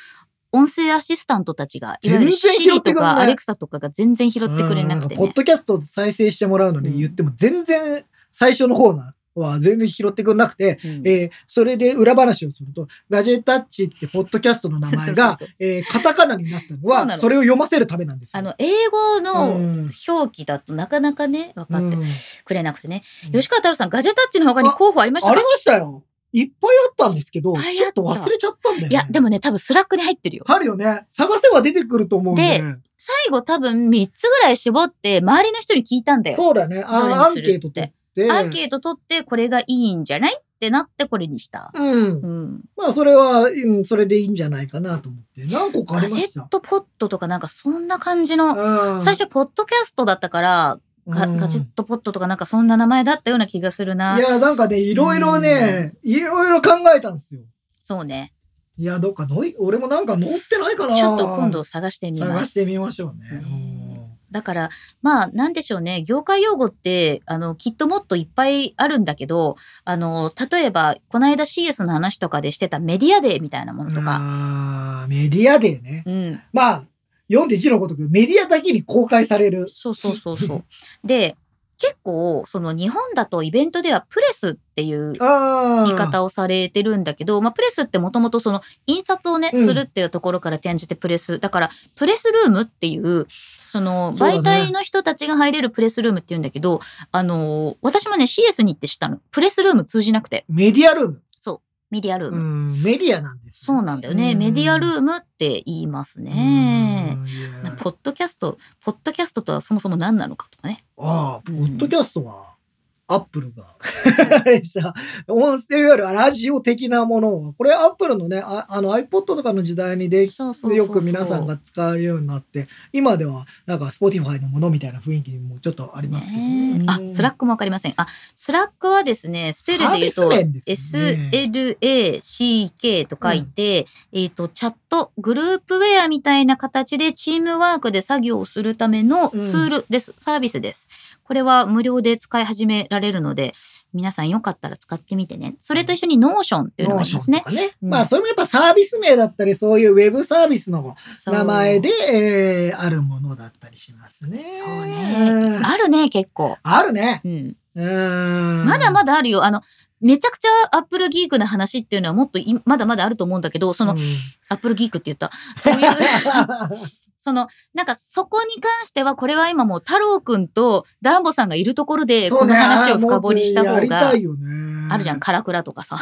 [SPEAKER 3] 音声アシスタントたちが、い
[SPEAKER 2] 全
[SPEAKER 3] わゆ
[SPEAKER 2] 然
[SPEAKER 3] る
[SPEAKER 2] 拾ってくれ
[SPEAKER 3] Siri と
[SPEAKER 2] ない
[SPEAKER 3] か Alexa とかが全然拾ってくれなくて
[SPEAKER 2] うんんかポ
[SPEAKER 3] ね
[SPEAKER 2] ッ。ドキャスト再生してもらうの
[SPEAKER 3] うん
[SPEAKER 2] に言っても全然最初の方なは全然拾ってくれなくて、
[SPEAKER 3] うん
[SPEAKER 2] えーそれで裏話をすると、ガジェタッチってポッドキャストの名前が
[SPEAKER 3] そうそうそう、
[SPEAKER 2] えーカタカナになったの
[SPEAKER 3] そうな
[SPEAKER 2] は、
[SPEAKER 3] の
[SPEAKER 2] それを読ませるためなんですよ。
[SPEAKER 3] あの、英語
[SPEAKER 2] う
[SPEAKER 3] の
[SPEAKER 2] ん
[SPEAKER 3] 表記だとなかなかね、分かって
[SPEAKER 2] うん
[SPEAKER 3] くれなくてね。
[SPEAKER 2] うん
[SPEAKER 3] 吉川太郎さん、ガジェタッチの他に候補ありました
[SPEAKER 2] あ
[SPEAKER 3] か
[SPEAKER 2] りましたよ。いっぱいあったんですけど、
[SPEAKER 3] いっぱい
[SPEAKER 2] ち
[SPEAKER 3] あ
[SPEAKER 2] ょ
[SPEAKER 3] っ
[SPEAKER 2] ったと忘れちゃったんだよ、ね。
[SPEAKER 3] いや、でもね、多分スラックに入ってるよ。
[SPEAKER 2] あるよね。探せば出てくると思うんで。
[SPEAKER 3] 最後多分3つぐらい絞って、周りの人に聞いたんだよ。
[SPEAKER 2] そうだね。あア
[SPEAKER 3] 何
[SPEAKER 2] ン
[SPEAKER 3] す
[SPEAKER 2] ケ
[SPEAKER 3] る
[SPEAKER 2] ート取
[SPEAKER 3] って
[SPEAKER 2] って。
[SPEAKER 3] アンケート取って、これがいいんじゃないってなって、これにした。
[SPEAKER 2] うん。
[SPEAKER 3] うん。
[SPEAKER 2] まあ、それは、うん、それでいいんじゃないかなと思って。何個かあ
[SPEAKER 3] ガ
[SPEAKER 2] りま
[SPEAKER 3] ジェ
[SPEAKER 2] した
[SPEAKER 3] ッ。トポットとかなんかそんな感じの、
[SPEAKER 2] うん
[SPEAKER 3] 最初ポッドキャストだったから、ガ
[SPEAKER 2] うん。
[SPEAKER 3] ガジェットポットとかなんかそんな名前だったような気がするない
[SPEAKER 2] や、なんかね、いろいろね、いろいろ考えたんですよ。
[SPEAKER 3] そうね。
[SPEAKER 2] いや、どっかのい、俺もなんか乗ってないかな。
[SPEAKER 3] ちょっと今度探してみま
[SPEAKER 2] 探
[SPEAKER 3] す。
[SPEAKER 2] してみましょうね。
[SPEAKER 3] だから、まあ、なんでしょうね。業界用語って、あの、きっともっといっぱいあるんだけど、あの、例えば、この間 CS の話とかでしてたメディアデーみたいなも
[SPEAKER 2] う
[SPEAKER 3] の
[SPEAKER 2] ん
[SPEAKER 3] とか。
[SPEAKER 2] あーメディアでね。
[SPEAKER 3] うん。
[SPEAKER 2] まあ、読んで字のごとくメディアだけに公開される。
[SPEAKER 3] そうそうそうそう。で、結構、その日本だとイベントではプレスっていう
[SPEAKER 2] ああ。
[SPEAKER 3] 言い方をされてるんだけど、まあ、プレスってもともとその印刷をね、
[SPEAKER 2] うん
[SPEAKER 3] するっていうところから転じてプレスだからプレスルームっていうその
[SPEAKER 2] そうだね
[SPEAKER 3] 媒体の人たちが入れるプレスルームっていうんだけど、あのー私もね CS に行って知ったのプレスルーム通じなくて
[SPEAKER 2] メディアルーム。
[SPEAKER 3] メディアルー
[SPEAKER 2] う
[SPEAKER 3] ム、
[SPEAKER 2] ん、メディアなんです。
[SPEAKER 3] そうなんだよね、
[SPEAKER 2] うん
[SPEAKER 3] メディアルームって言いますね、
[SPEAKER 2] うんいや
[SPEAKER 3] なポッドキャストポッドキャストとはそもそも何なのかとかね
[SPEAKER 2] ああ、
[SPEAKER 3] う
[SPEAKER 2] ポ
[SPEAKER 3] ん
[SPEAKER 2] ッドキャストは、アップル
[SPEAKER 3] *laughs*
[SPEAKER 2] が、 *laughs* あれした音声、いわゆるラジオ的なものを、これアップルのね、ああの iPod とかの時代にでき
[SPEAKER 3] そうそうそうそう
[SPEAKER 2] て、よく皆さんが使えるようになって、今では、なんか Spotify のものみたいな雰囲気もちょっとありますけど
[SPEAKER 3] ね
[SPEAKER 2] ね。
[SPEAKER 3] あスラッ
[SPEAKER 2] ク
[SPEAKER 3] クもわかりませんあスラックはですねスペルで言うと SLACK と書いて、えっ、と、チャット、グループウェアみたいな形でチームワークで作業をするためのツールです、サービスです。これは無料で使い始められるので、皆さんよかったら使ってみてね。それと一緒に Notion っていうのがありますね。
[SPEAKER 2] ね。
[SPEAKER 3] うん
[SPEAKER 2] まあ、それもやっぱサービス名だったり、そういうウェブサービスの
[SPEAKER 3] そう
[SPEAKER 2] 名前で、。えーあるものだったりしますね。
[SPEAKER 3] そうね
[SPEAKER 2] ん。
[SPEAKER 3] あるね、結構。
[SPEAKER 2] あるね。
[SPEAKER 3] うん。
[SPEAKER 2] うん。
[SPEAKER 3] まだまだあるよ。あの、めちゃくちゃアップルギークの話っていうのはもっといまだまだあると思うんだけど、その、
[SPEAKER 2] う
[SPEAKER 3] *laughs*
[SPEAKER 2] ん
[SPEAKER 3] アップルギークって言った。そういう、
[SPEAKER 2] *laughs*
[SPEAKER 3] その、なんかそこに関しては、これは今もう太郎くんとダンボさんがいるところで、
[SPEAKER 2] そ
[SPEAKER 3] こ
[SPEAKER 2] うね
[SPEAKER 3] の話を深掘りした
[SPEAKER 2] あもう
[SPEAKER 3] 方
[SPEAKER 2] やりた
[SPEAKER 3] が、
[SPEAKER 2] いよね。
[SPEAKER 3] あるじゃん、カラクラと
[SPEAKER 2] *laughs*
[SPEAKER 3] かさ、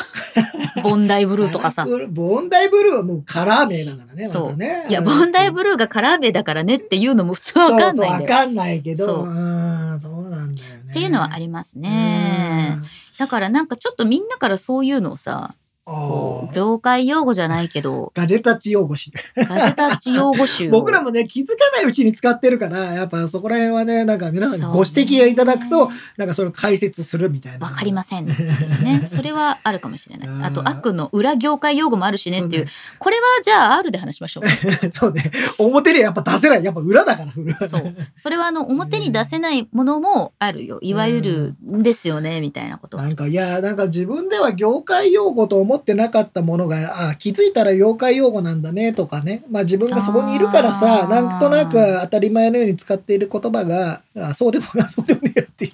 [SPEAKER 3] ボンダイブ
[SPEAKER 2] ブ
[SPEAKER 3] ルーとかさ。
[SPEAKER 2] ボンダイブルーはもうカラー名だからね。
[SPEAKER 3] そう
[SPEAKER 2] まだね
[SPEAKER 3] いや、ボンダイブ
[SPEAKER 2] ル
[SPEAKER 3] ルーがカラーベだからねっていうのも普通はわかんないん
[SPEAKER 2] わ
[SPEAKER 3] だよ。
[SPEAKER 2] かんないけ
[SPEAKER 3] そ
[SPEAKER 2] ど。
[SPEAKER 3] う
[SPEAKER 2] うん、そうなんだよね。
[SPEAKER 3] っていうのはあ
[SPEAKER 2] り
[SPEAKER 3] りますね。。だからなんかちょっとみんなからそういうのをさ、こ
[SPEAKER 2] あ
[SPEAKER 3] う
[SPEAKER 2] あ。、
[SPEAKER 3] 業界用語じゃないけど
[SPEAKER 2] ガジェタッチ用語し。
[SPEAKER 3] ガジェタッチ用語集を。
[SPEAKER 2] 僕らもね、気づかないうちに使ってるから、やっぱそこら辺はね、なんか皆さんにご指摘をいただく
[SPEAKER 3] そう
[SPEAKER 2] と、
[SPEAKER 3] ね
[SPEAKER 2] なんかそれを解説するみたいな。
[SPEAKER 3] わかりませんってい
[SPEAKER 2] *laughs*
[SPEAKER 3] うね。それはあるかもしれない。
[SPEAKER 2] うん
[SPEAKER 3] あと、悪の裏業界用語もあるしねっていう。
[SPEAKER 2] そ
[SPEAKER 3] これはじゃあ R で話しまし
[SPEAKER 2] *laughs*
[SPEAKER 3] ょう。
[SPEAKER 2] そうね。表にはやっぱ出せない。やっぱ裏だから、それはね
[SPEAKER 3] そう。それはあの、表に出せないものもあるよ。いわゆる、ですよね、みたいなことは。
[SPEAKER 2] なんかいやなんか自分では業界用語と思ってなかったものがあ気づいたら業界用語なんだねとかねまあ自分がそこにいるから
[SPEAKER 3] あ
[SPEAKER 2] さ
[SPEAKER 3] ー
[SPEAKER 2] なんとなく当たり前のように使っている言葉があそうでもなそうでもねえっていう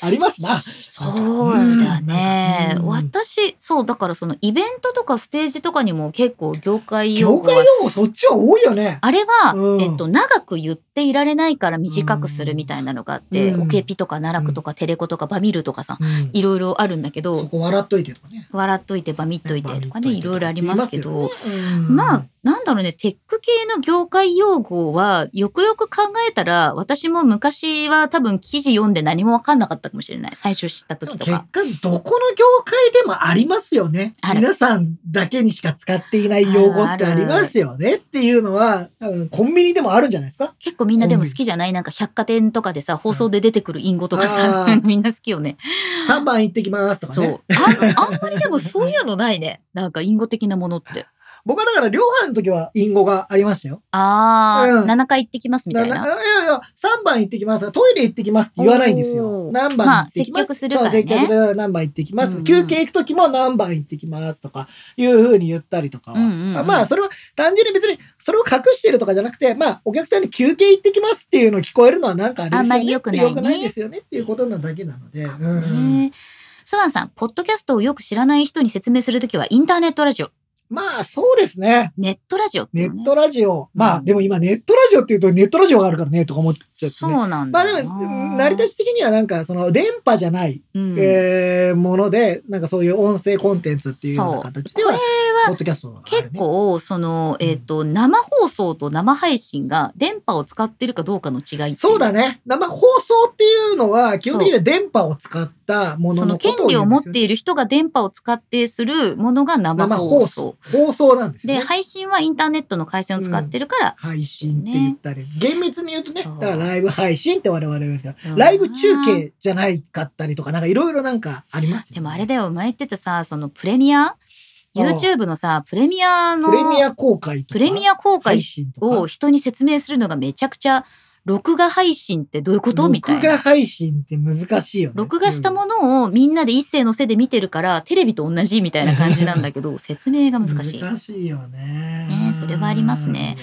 [SPEAKER 2] ありますな。
[SPEAKER 3] そうだね。
[SPEAKER 2] うん
[SPEAKER 3] 私、そう、だからそのイベントとかステージとかにも結構業界用
[SPEAKER 2] 業
[SPEAKER 3] 語
[SPEAKER 2] 界
[SPEAKER 3] は
[SPEAKER 2] 用語そっちは多いよね。
[SPEAKER 3] あれは、
[SPEAKER 2] うん
[SPEAKER 3] えっと、長く言っていられないから短くするみたいなのがあって、
[SPEAKER 2] うん
[SPEAKER 3] オケピとか奈落とかテレコとかバミルとかさ、
[SPEAKER 2] うん
[SPEAKER 3] いろいろあるんだけど
[SPEAKER 2] そ、こ笑っといてとかね。
[SPEAKER 3] 笑っといてバミっといてとかね、
[SPEAKER 2] バミっといて
[SPEAKER 3] いろいろありますけど、
[SPEAKER 2] うん
[SPEAKER 3] まあ、なんだろうね、テック系の業界用語は、よくよく考えたら、私も昔は多分記事読んで何も分かんなかったかもしれない。最初知った
[SPEAKER 2] でも
[SPEAKER 3] 時と
[SPEAKER 2] 結
[SPEAKER 3] か。
[SPEAKER 2] 果どこの業界でもありますよね
[SPEAKER 3] あ。る
[SPEAKER 2] 皆さんだけにしか使っていない用語ってありますよねっていうのは多分コンビニでもあるんじゃないですか。
[SPEAKER 3] 結構みんなでも好きじゃないなんか百貨店とかでさ、放送で出てくる隠語とかさ
[SPEAKER 2] あ、ー
[SPEAKER 3] *laughs* みんな好きよね。
[SPEAKER 2] 3番行ってきますとか
[SPEAKER 3] そ
[SPEAKER 2] ね
[SPEAKER 3] う。あんあんまりでもそういうのないね。なんか隠語的なものって。
[SPEAKER 2] 僕はだから、両班の時は隠語がありましたよ。
[SPEAKER 3] あー、
[SPEAKER 2] うん
[SPEAKER 3] 7回行ってきますみたいな。
[SPEAKER 2] いやいや、3番行ってきます。トイレ行ってきますって言わないんです
[SPEAKER 3] お
[SPEAKER 2] よ。
[SPEAKER 3] ー
[SPEAKER 2] 何番行ってきます。
[SPEAKER 3] まあ接客するからね
[SPEAKER 2] そう、接客だから何番行ってきます。
[SPEAKER 3] うん
[SPEAKER 2] 休憩行く時も何番行ってきますとか、いうふうに言ったりとかは。
[SPEAKER 3] うんうんうん
[SPEAKER 2] まあ、それは単純に別に、それを隠してるとかじゃなくて、まあ、お客さんに休憩行ってきますっていうのを聞こえるのはなんかあれですよね。
[SPEAKER 3] あんまり良くないね
[SPEAKER 2] 良くないですよねっていうことなだけなので。うん
[SPEAKER 3] ねえスワンさん、ポッドキャストをよく知らない人に説明するときはインターネットラジオ、
[SPEAKER 2] まあ、そうですね。
[SPEAKER 3] ネットラジオってい
[SPEAKER 2] ネ
[SPEAKER 3] うのね
[SPEAKER 2] ットラジオ。ま
[SPEAKER 3] う
[SPEAKER 2] あ、
[SPEAKER 3] ん
[SPEAKER 2] でも今ネットラジオっていうとネットラジオがあるからね、とか思っちゃって、
[SPEAKER 3] そ
[SPEAKER 2] ね。
[SPEAKER 3] うなん
[SPEAKER 2] ま
[SPEAKER 3] だ
[SPEAKER 2] あで
[SPEAKER 3] な。
[SPEAKER 2] も、成り立ち的にはなんか、その、電波じゃない、
[SPEAKER 3] うん
[SPEAKER 2] えーもので、なんかそういう音声コンテンツっていうような形では、
[SPEAKER 3] そうこ
[SPEAKER 2] ポッドキャストがある
[SPEAKER 3] 結
[SPEAKER 2] ね。
[SPEAKER 3] 構、その、えっ、と、生放送と生配信が電波を使ってるかどうかの違いってい
[SPEAKER 2] そうだ
[SPEAKER 3] ね。
[SPEAKER 2] ね。生放送っていうのは、基本的には電波を使ったも
[SPEAKER 3] そ
[SPEAKER 2] の
[SPEAKER 3] の
[SPEAKER 2] のこ
[SPEAKER 3] 権
[SPEAKER 2] とを
[SPEAKER 3] 利
[SPEAKER 2] 言
[SPEAKER 3] を
[SPEAKER 2] うん
[SPEAKER 3] 持
[SPEAKER 2] で
[SPEAKER 3] っ
[SPEAKER 2] すよ
[SPEAKER 3] ている人が電波を使ってするものが生
[SPEAKER 2] 生
[SPEAKER 3] 放
[SPEAKER 2] 放
[SPEAKER 3] 送
[SPEAKER 2] 送。。放送なんです
[SPEAKER 3] で、
[SPEAKER 2] よね。
[SPEAKER 3] 配信はインターネットの回線を使ってるから、
[SPEAKER 2] 配信って言ったり、厳密に言うとね、
[SPEAKER 3] そう
[SPEAKER 2] だからライブ配信って我々は言うんですけ
[SPEAKER 3] う
[SPEAKER 2] ど
[SPEAKER 3] ん
[SPEAKER 2] ライブ中継じゃないかったりとか、なんかいろいろなんかありますよね
[SPEAKER 3] でもあれだよ、前言ってたさ、そのプレミア ?YouTube のさ、プレミアの、
[SPEAKER 2] プレミア公開とか。
[SPEAKER 3] プレミア公開
[SPEAKER 2] 配信とか
[SPEAKER 3] を。人に説明するのがめちゃくちゃ、録画配信ってどういうことみたい
[SPEAKER 2] 録画
[SPEAKER 3] な。
[SPEAKER 2] 配信って難しいよね。
[SPEAKER 3] 録画した
[SPEAKER 2] うん
[SPEAKER 3] ものをみんなで一斉のせで見てるから、テレビと同じみたいな感じなんだ
[SPEAKER 2] *laughs*
[SPEAKER 3] けど、説明が難しい。
[SPEAKER 2] よね。
[SPEAKER 3] ねそれはありますね。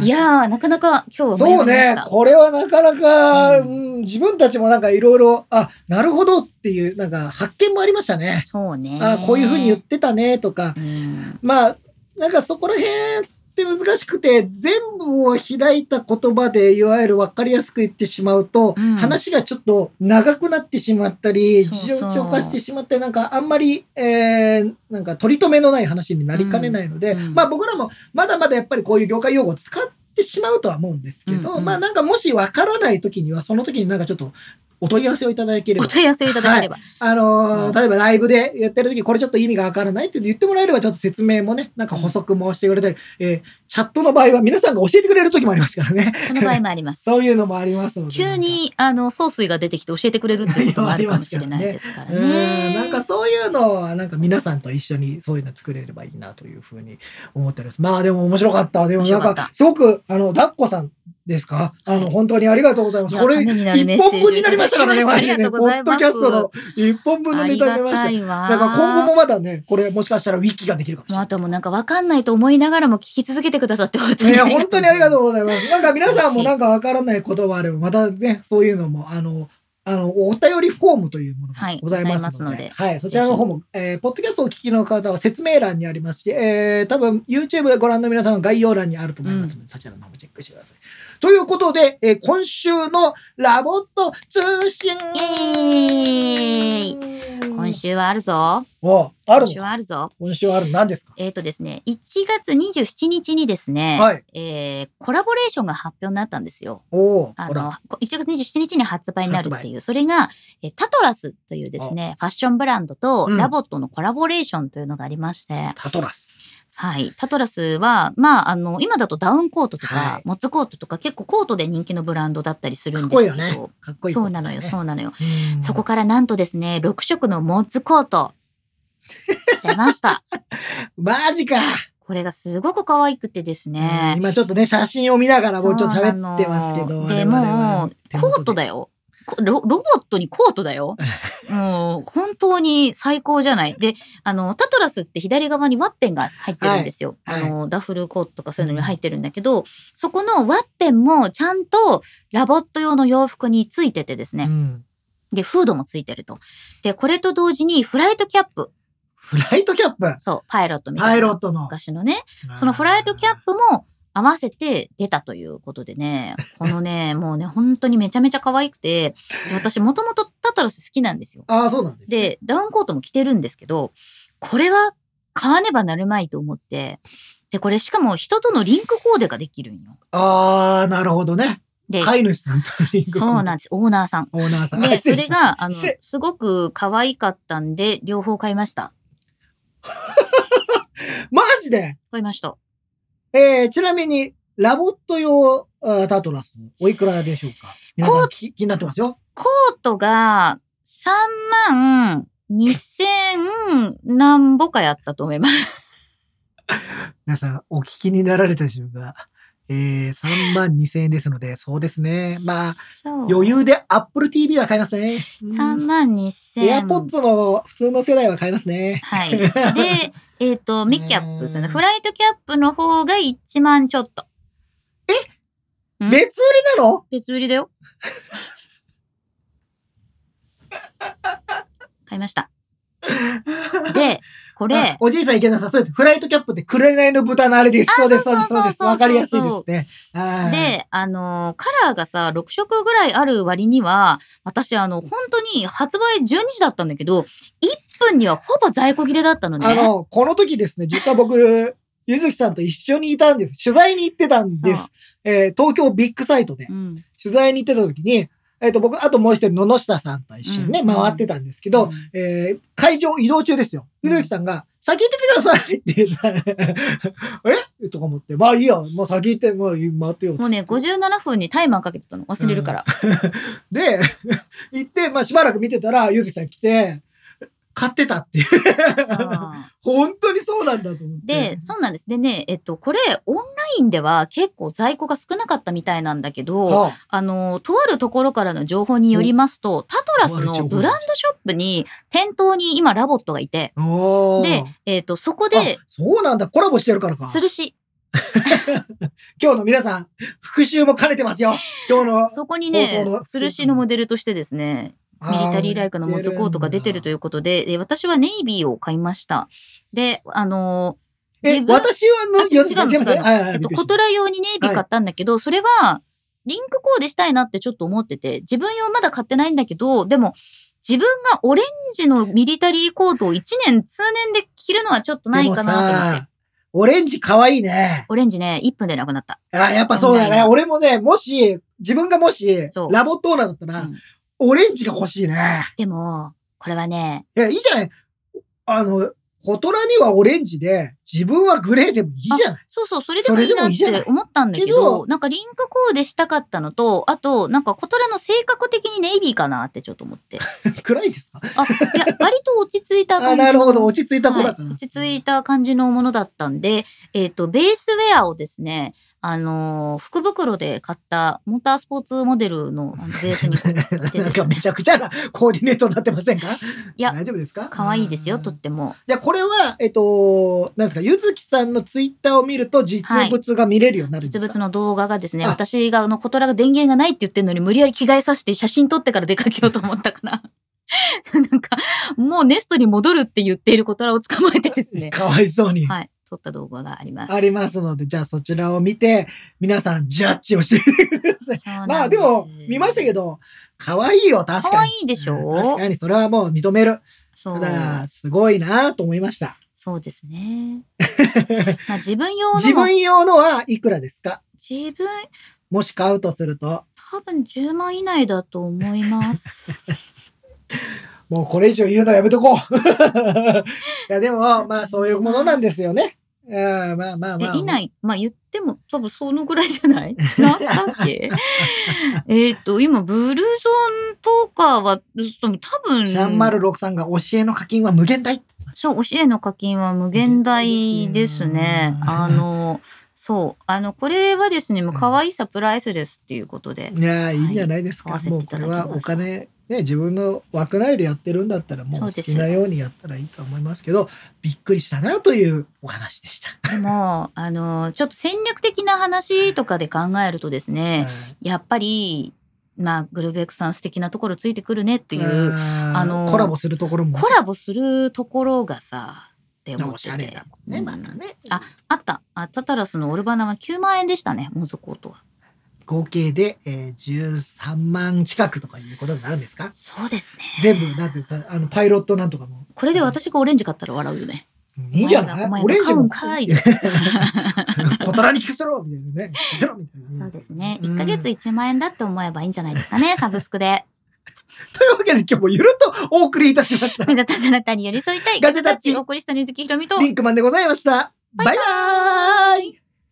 [SPEAKER 2] いやでもなんか
[SPEAKER 3] いやー、なかなか今日は盛り上
[SPEAKER 2] そ
[SPEAKER 3] が
[SPEAKER 2] う
[SPEAKER 3] りまし
[SPEAKER 2] ね
[SPEAKER 3] た。。
[SPEAKER 2] これはなかなか、
[SPEAKER 3] う
[SPEAKER 2] うんん、自分たちもなんかいろいろ、あ、なるほどっていう、なんか発見もありましたね。
[SPEAKER 3] そうね。
[SPEAKER 2] あ、こういうふうに言ってたねとか、
[SPEAKER 3] うん
[SPEAKER 2] まあ、なんかそこら辺って難しくて、全部を開いた言葉で、いわゆる分かりやすく言ってしまうと、
[SPEAKER 3] うん
[SPEAKER 2] 話がちょっと長くなってしまったり、
[SPEAKER 3] そうそう
[SPEAKER 2] 事情化してしまって、なんかあんまり、えー、なんか取り留めのない話になりかねないので、
[SPEAKER 3] うんうん
[SPEAKER 2] まあ僕らもまだまだやっぱりこういう業界用語を使ってしまうとは思うんですけど、
[SPEAKER 3] うんうん
[SPEAKER 2] まあなんかもし分からない時には、その時になんかちょっとお問い合わせをいただければ
[SPEAKER 3] お、問い合わせをいただければ。
[SPEAKER 2] あのー
[SPEAKER 3] うん
[SPEAKER 2] 例えばライブでやってる時これちょっと意味がわからないって言ってもらえればちょっと説明もねなんか補足もしてくれたり、えーチャットの場合は皆さんが教えてくれる時もありますからね *laughs*
[SPEAKER 3] その場合もあります。
[SPEAKER 2] そういうのもありますので
[SPEAKER 3] 急にあの総帥が出てきて教えてくれるっていうこともあるかもしれないです
[SPEAKER 2] な
[SPEAKER 3] から
[SPEAKER 2] んかう
[SPEAKER 3] ね。
[SPEAKER 2] んなんかそういうのはなんか皆さんと一緒にそういうの作れればいいなというふうに思っておりますまあでも面白かったでもなん
[SPEAKER 3] 面白かっ
[SPEAKER 2] かすごくあのだっこさんですかあの本当にありがとうございま
[SPEAKER 3] い
[SPEAKER 2] す
[SPEAKER 3] や
[SPEAKER 2] これ
[SPEAKER 3] ためになるメ
[SPEAKER 2] 一
[SPEAKER 3] ッセー
[SPEAKER 2] 本
[SPEAKER 3] ジ
[SPEAKER 2] 分になりましたからね
[SPEAKER 3] をいただ
[SPEAKER 2] マジ
[SPEAKER 3] きました
[SPEAKER 2] で
[SPEAKER 3] ありが
[SPEAKER 2] ね
[SPEAKER 3] と
[SPEAKER 2] ポ
[SPEAKER 3] うござい
[SPEAKER 2] ッ
[SPEAKER 3] ま
[SPEAKER 2] ド
[SPEAKER 3] す
[SPEAKER 2] キャストの一本分の
[SPEAKER 3] あ
[SPEAKER 2] ネ
[SPEAKER 3] り
[SPEAKER 2] タ
[SPEAKER 3] が
[SPEAKER 2] 出ましたた
[SPEAKER 3] いわ。
[SPEAKER 2] なんか今後もまだね、これもしかしたらウィキができるかもしれ
[SPEAKER 3] ま
[SPEAKER 2] な
[SPEAKER 3] あ
[SPEAKER 2] い。
[SPEAKER 3] でもなんかわかんないと思いながらも聞き続けてくださって本当に
[SPEAKER 2] いや、本当にありがと
[SPEAKER 3] う。
[SPEAKER 2] うございます。なんか皆さんもなんかわからない言葉あれば、またね、そういうのも、あの、あの、お便りフォームというもの
[SPEAKER 3] は
[SPEAKER 2] が
[SPEAKER 3] い
[SPEAKER 2] ございますので、
[SPEAKER 3] ございま
[SPEAKER 2] はい、そちらの方も、えーポッドキャストをお聞きの方は説明欄にありますし、えー、多分 YouTube ご覧の皆さんは概要欄にあると思いますので、そちらの方もチェックしてください。ということで、えー今週のラボット通信
[SPEAKER 3] イエーイ今週はあるぞ。
[SPEAKER 2] おある
[SPEAKER 3] 今週
[SPEAKER 2] の
[SPEAKER 3] はあるぞ。
[SPEAKER 2] 今週はあるの何ですか
[SPEAKER 3] えっ、とですね、1月27日にですね、
[SPEAKER 2] はい。
[SPEAKER 3] えーコラボレーションが発表になったんですよ。
[SPEAKER 2] おお
[SPEAKER 3] あ
[SPEAKER 2] ほら。
[SPEAKER 3] の、1月27日に発売になるっていう、それが、えータトラスというですね、ファッションブランドと
[SPEAKER 2] うん
[SPEAKER 3] ラボットのコラボレーションというのがありまして、
[SPEAKER 2] タトラス。
[SPEAKER 3] はい。タトラスは、まあ、あの、今だとダウンコートとか、
[SPEAKER 2] はい
[SPEAKER 3] モッツコートとか、結構コートで人気のブランドだったりする
[SPEAKER 2] か
[SPEAKER 3] ん
[SPEAKER 2] っ
[SPEAKER 3] です
[SPEAKER 2] こいい
[SPEAKER 3] けど。
[SPEAKER 2] よね。かっこいい。
[SPEAKER 3] そうなのよ、そうなのよ。
[SPEAKER 2] うん
[SPEAKER 3] そこからなんとですね、6色のモッツコート、出ました。
[SPEAKER 2] マジか、
[SPEAKER 3] これがすごく可愛くてです
[SPEAKER 2] うん
[SPEAKER 3] ね。
[SPEAKER 2] 今ちょっとね、写真を見ながらもうちょっと
[SPEAKER 3] そう
[SPEAKER 2] 喋
[SPEAKER 3] な
[SPEAKER 2] っ
[SPEAKER 3] の
[SPEAKER 2] てますけど。
[SPEAKER 3] で
[SPEAKER 2] 我々は
[SPEAKER 3] もう、コー
[SPEAKER 2] 手元
[SPEAKER 3] ト
[SPEAKER 2] で
[SPEAKER 3] だよ。こロロボットにコートだよ。もう、本当に最高じゃない。で、あの、タトラスって左側にワッペンが入ってるんですよ。
[SPEAKER 2] はい
[SPEAKER 3] あの、ダッフルコートとかそういうのに入ってるんだけど、そこのワッペンもちゃんとラボット用の洋服についててです
[SPEAKER 2] う
[SPEAKER 3] ね。
[SPEAKER 2] ん
[SPEAKER 3] で、フードもついてると。で、これと同時にフライトキャップ。
[SPEAKER 2] フライトキャップ
[SPEAKER 3] そう、パイロットみた
[SPEAKER 2] パ
[SPEAKER 3] い
[SPEAKER 2] イロ
[SPEAKER 3] な
[SPEAKER 2] ッ。トの。
[SPEAKER 3] 昔のね、そのフライトキャップも合わせて出たということ
[SPEAKER 2] *laughs*
[SPEAKER 3] でね、このね、もうね、本当にめちゃめちゃ可愛くて、で私もともとタトラス好きなんですよ。
[SPEAKER 2] ああ、そうなんです、ね。
[SPEAKER 3] で、ダウンコートも着てるんですけど、これは買わねばなるまいと思って、で、これしかも人とのリンクコーデができるんよ。
[SPEAKER 2] ああ、なるほどね。
[SPEAKER 3] で、
[SPEAKER 2] 飼い主さんとリンク
[SPEAKER 3] そうなん
[SPEAKER 2] ん
[SPEAKER 3] です、オーナーさん。
[SPEAKER 2] オーナーさん。
[SPEAKER 3] で、
[SPEAKER 2] あ
[SPEAKER 3] それ。が、あの、
[SPEAKER 2] *laughs* せ
[SPEAKER 3] すごく可愛かったんで、両方買いました。
[SPEAKER 2] マジで
[SPEAKER 3] 買いました。
[SPEAKER 2] えー、ちなみに、ラボット用あータトラス、おいくらでしょうか皆さん気気になってますよ。
[SPEAKER 3] コートが3万2000何ぼかやったと思います。
[SPEAKER 2] 皆さん、お聞きになられた瞬間、えー、3万2千円ですので、そうですね。まあ、
[SPEAKER 3] そう。
[SPEAKER 2] 余裕で Apple TV は買いますね。
[SPEAKER 3] 3万2千。
[SPEAKER 2] エアポッツの普通の世代は買いますね。
[SPEAKER 3] はい。で、え
[SPEAKER 2] *laughs*
[SPEAKER 3] っ、と、ミキャップですよね。
[SPEAKER 2] ね
[SPEAKER 3] フライトキャップの方が1万ちょっと。うん
[SPEAKER 2] 別売りなの
[SPEAKER 3] 別売りだよ。買いました。で、こ
[SPEAKER 2] あ
[SPEAKER 3] れ、
[SPEAKER 2] おじいさん池田さん、そうです。フライトキャップって紅の豚のあれです。そうです、そうです、そう
[SPEAKER 3] そう
[SPEAKER 2] で
[SPEAKER 3] そうそうそ
[SPEAKER 2] す。
[SPEAKER 3] う
[SPEAKER 2] わかりやすいですね。はい、
[SPEAKER 3] で、あのーカラーがさ、6色ぐらいある割には、私、あの、本当に発売12時だったんだけど、1分にはほぼ在庫切れだったのね。
[SPEAKER 2] あの、この時ですね、実は僕、ゆずきさんと一緒にいたんです。取材に行ってたんで
[SPEAKER 3] そう
[SPEAKER 2] す。えー東京ビッグサイトで
[SPEAKER 3] う、ん。
[SPEAKER 2] 取材に行ってた時に、えっ、と、僕、あともう一人、野々下さんと一緒にね、
[SPEAKER 3] うん
[SPEAKER 2] 回ってたんですけど、
[SPEAKER 3] うん
[SPEAKER 2] えー会場移動中ですよ。
[SPEAKER 3] うん
[SPEAKER 2] ゆずきさんが、先行っててくださいって言ったら *laughs* えとか思って、まあいいよ、もう先行って、もう待ってよっつって。
[SPEAKER 3] もうね、57分にタイマーかけてたの。忘れるから。
[SPEAKER 2] で、 *laughs* 行って、まあしばらく見てたら、ゆずきさん来て、買ってたっていう。 *laughs*
[SPEAKER 3] そう
[SPEAKER 2] 本当にそうなんだと思って。
[SPEAKER 3] で、そうなんです。でね、えっと、これ、オンラインでは結構在庫が少なかったみたいなんだけど、
[SPEAKER 2] はあ
[SPEAKER 3] あの、とあるところからの情報によりますと、タトラス
[SPEAKER 2] とある情
[SPEAKER 3] の
[SPEAKER 2] 報
[SPEAKER 3] ブランドショップに、店頭に今ラボットがいて、
[SPEAKER 2] おー
[SPEAKER 3] で、えっと、そこ
[SPEAKER 2] あ
[SPEAKER 3] で、
[SPEAKER 2] そうなんだ、コラボしてるからか。
[SPEAKER 3] 吊るし、
[SPEAKER 2] 今日の皆さん、復習も兼ねてますよ。今日の。
[SPEAKER 3] そこにね
[SPEAKER 2] そうそう、
[SPEAKER 3] 吊るしのモデルとしてですね、ミリタリーライクのモッズコートが出てると
[SPEAKER 2] いう。
[SPEAKER 3] いうことで、で私はネイビーを買いました。で、あの、
[SPEAKER 2] え
[SPEAKER 3] 自、分
[SPEAKER 2] 私はの、
[SPEAKER 3] あ違う違う
[SPEAKER 2] 違います
[SPEAKER 3] 違う
[SPEAKER 2] はいはい
[SPEAKER 3] えっと、
[SPEAKER 2] び
[SPEAKER 3] コ
[SPEAKER 2] く
[SPEAKER 3] ト
[SPEAKER 2] りし
[SPEAKER 3] ラ用にネイビー買ったんだけど、それは、リンクコーデしたいなってちょっと思ってて、自分用まだ買ってないんだけど、でも、自分がオレンジのミリタリーコートを1年、通年で着るのはちょっと
[SPEAKER 2] た
[SPEAKER 3] ないかなと思
[SPEAKER 2] で
[SPEAKER 3] っ
[SPEAKER 2] も
[SPEAKER 3] て
[SPEAKER 2] さ。オレンジ可愛いね。
[SPEAKER 3] オレンジね、1分でなくなった。
[SPEAKER 2] あ、やっぱそうだ
[SPEAKER 3] う
[SPEAKER 2] ね。
[SPEAKER 3] ん
[SPEAKER 2] 俺もね、もし、自分がもし
[SPEAKER 3] そ、う
[SPEAKER 2] ラボットオーナーだったら、
[SPEAKER 3] うん
[SPEAKER 2] オレンジが欲しいね。
[SPEAKER 3] でも、これはね、
[SPEAKER 2] え、いいじゃないあの、コトラにはオレンジで、自分はグレーでもいいじゃない
[SPEAKER 3] そうそう、それでもいいな
[SPEAKER 2] それ
[SPEAKER 3] っ
[SPEAKER 2] でもいいじゃない
[SPEAKER 3] て思ったんだけど、
[SPEAKER 2] けど
[SPEAKER 3] なんかリンクコーデしたかったのと、あと、なんかコトラの性格的にネイビーかなってちょっと思って。
[SPEAKER 2] 暗いですか
[SPEAKER 3] あ、
[SPEAKER 2] *laughs*
[SPEAKER 3] いや、割と落ち着いた
[SPEAKER 2] あ、
[SPEAKER 3] 感じの。
[SPEAKER 2] なるほど。落ち着いた子
[SPEAKER 3] は
[SPEAKER 2] だ
[SPEAKER 3] い
[SPEAKER 2] から。
[SPEAKER 3] 落ち着いた感じのものだったんで、えっ、と、ベースウェアをですね、あのー福袋で買ったモータースポーツモデルのあのベースにこう着て
[SPEAKER 2] *laughs* な
[SPEAKER 3] で
[SPEAKER 2] んか
[SPEAKER 3] す
[SPEAKER 2] め
[SPEAKER 3] ね
[SPEAKER 2] ちゃくちゃなコーディネートになってませんか
[SPEAKER 3] いや
[SPEAKER 2] 大丈夫ですか
[SPEAKER 3] 可愛いですよ、とっ
[SPEAKER 2] じ
[SPEAKER 3] ても。
[SPEAKER 2] ゃあこれは、えっと、なんですか、ゆずきさんのツイッターを見ると実物が見れるようになるんです
[SPEAKER 3] 実
[SPEAKER 2] か、
[SPEAKER 3] 物の動画がですね、
[SPEAKER 2] あ
[SPEAKER 3] 私があの、コトラが電源がないって言ってるのに無理やり着替えさせて写真撮ってから出かけようと思ったから。なんか、もうネストに戻るって言っているコトラを捕まえてですね。
[SPEAKER 2] かわいそうに。
[SPEAKER 3] はい。撮った動画があります。
[SPEAKER 2] ありますので、じゃあそちらを見て、皆さんジャッジをしてみてください。
[SPEAKER 3] そうなんす
[SPEAKER 2] まあでも、見ましたけ。ど、可愛いよ、確
[SPEAKER 3] 可
[SPEAKER 2] か
[SPEAKER 3] 愛
[SPEAKER 2] に。
[SPEAKER 3] いでし
[SPEAKER 2] うん確
[SPEAKER 3] ょ
[SPEAKER 2] かに、それはもう認める。
[SPEAKER 3] そ
[SPEAKER 2] た
[SPEAKER 3] う。
[SPEAKER 2] だ、すごいなと思いました。
[SPEAKER 3] そうです
[SPEAKER 2] *laughs*
[SPEAKER 3] ね。まあ自分用の
[SPEAKER 2] 自
[SPEAKER 3] も自分
[SPEAKER 2] 分用のはいくらですかもし買うとすると、
[SPEAKER 3] 多分10万以内だと思います。
[SPEAKER 2] もうこれ以上言うのはやめと
[SPEAKER 3] *laughs*
[SPEAKER 2] こう。いや、でも、まあそういうものなんですよね。うん、まあまあまあ、
[SPEAKER 3] え以内、まあ言っても多分そのぐらいじ
[SPEAKER 2] *laughs*
[SPEAKER 3] ゃない違ったっけえっと、今、ブルゾンとかは、多分、
[SPEAKER 2] シャンマル六さんが教えの課金は無限大。
[SPEAKER 3] そう、教えの課金は無限大ですね
[SPEAKER 2] 無限大です。よ
[SPEAKER 3] あの、そう、あの、これはですね、もう可愛さプライスレスっていうことで。
[SPEAKER 2] いやー、いいんじゃないですか。
[SPEAKER 3] はい買
[SPEAKER 2] も
[SPEAKER 3] わ
[SPEAKER 2] う
[SPEAKER 3] せ
[SPEAKER 2] こ
[SPEAKER 3] てい
[SPEAKER 2] れ
[SPEAKER 3] ただきました
[SPEAKER 2] はお金、ね、自分の枠内でやってるんだったら、もう
[SPEAKER 3] そう
[SPEAKER 2] 好
[SPEAKER 3] です
[SPEAKER 2] きなようにやったらいいと思いますけど、びっくりしたなというお話でした。
[SPEAKER 3] でも、あの、ちょっと戦略的な話とかで考えるとですね、やっぱり、まあ、グルベックさん素敵なところついてくるねっていう、
[SPEAKER 2] あ
[SPEAKER 3] あのー
[SPEAKER 2] コラボするところも
[SPEAKER 3] コラボするところがさ、って思
[SPEAKER 2] お
[SPEAKER 3] っ
[SPEAKER 2] してゃれ
[SPEAKER 3] て
[SPEAKER 2] だ。もんね、またね。
[SPEAKER 3] あ、あった。あタタラスのオルバナは9万円でしたね、モズコートは。
[SPEAKER 2] 合計で、えー、13万近くとかいうことになるんですか
[SPEAKER 3] そうですね。
[SPEAKER 2] 全部、なんてさ、あの、パイロットなんとかも。
[SPEAKER 3] これで私がオレンジ買ったら笑うよね。
[SPEAKER 2] うんいいんじゃない
[SPEAKER 3] お前が
[SPEAKER 2] オレンジ
[SPEAKER 3] お
[SPEAKER 2] も。
[SPEAKER 3] 前が買うんか
[SPEAKER 2] *laughs*
[SPEAKER 3] い
[SPEAKER 2] コトラに聞かせろみたい
[SPEAKER 3] *laughs*
[SPEAKER 2] なね。聞かせろみたいな。
[SPEAKER 3] そうですね。
[SPEAKER 2] ん
[SPEAKER 3] 1ヶ月1万円だって思えばいいんじゃないですかね、サブス
[SPEAKER 2] *laughs*
[SPEAKER 3] クで。
[SPEAKER 2] というわけで今日もゆるっとお送りいたしま *laughs* した。
[SPEAKER 3] 目立たずあなたに寄り添いたい。
[SPEAKER 2] ガジェタッチ
[SPEAKER 3] お送りした水木ひろみと。
[SPEAKER 2] リンクマンでございました。バイバーイ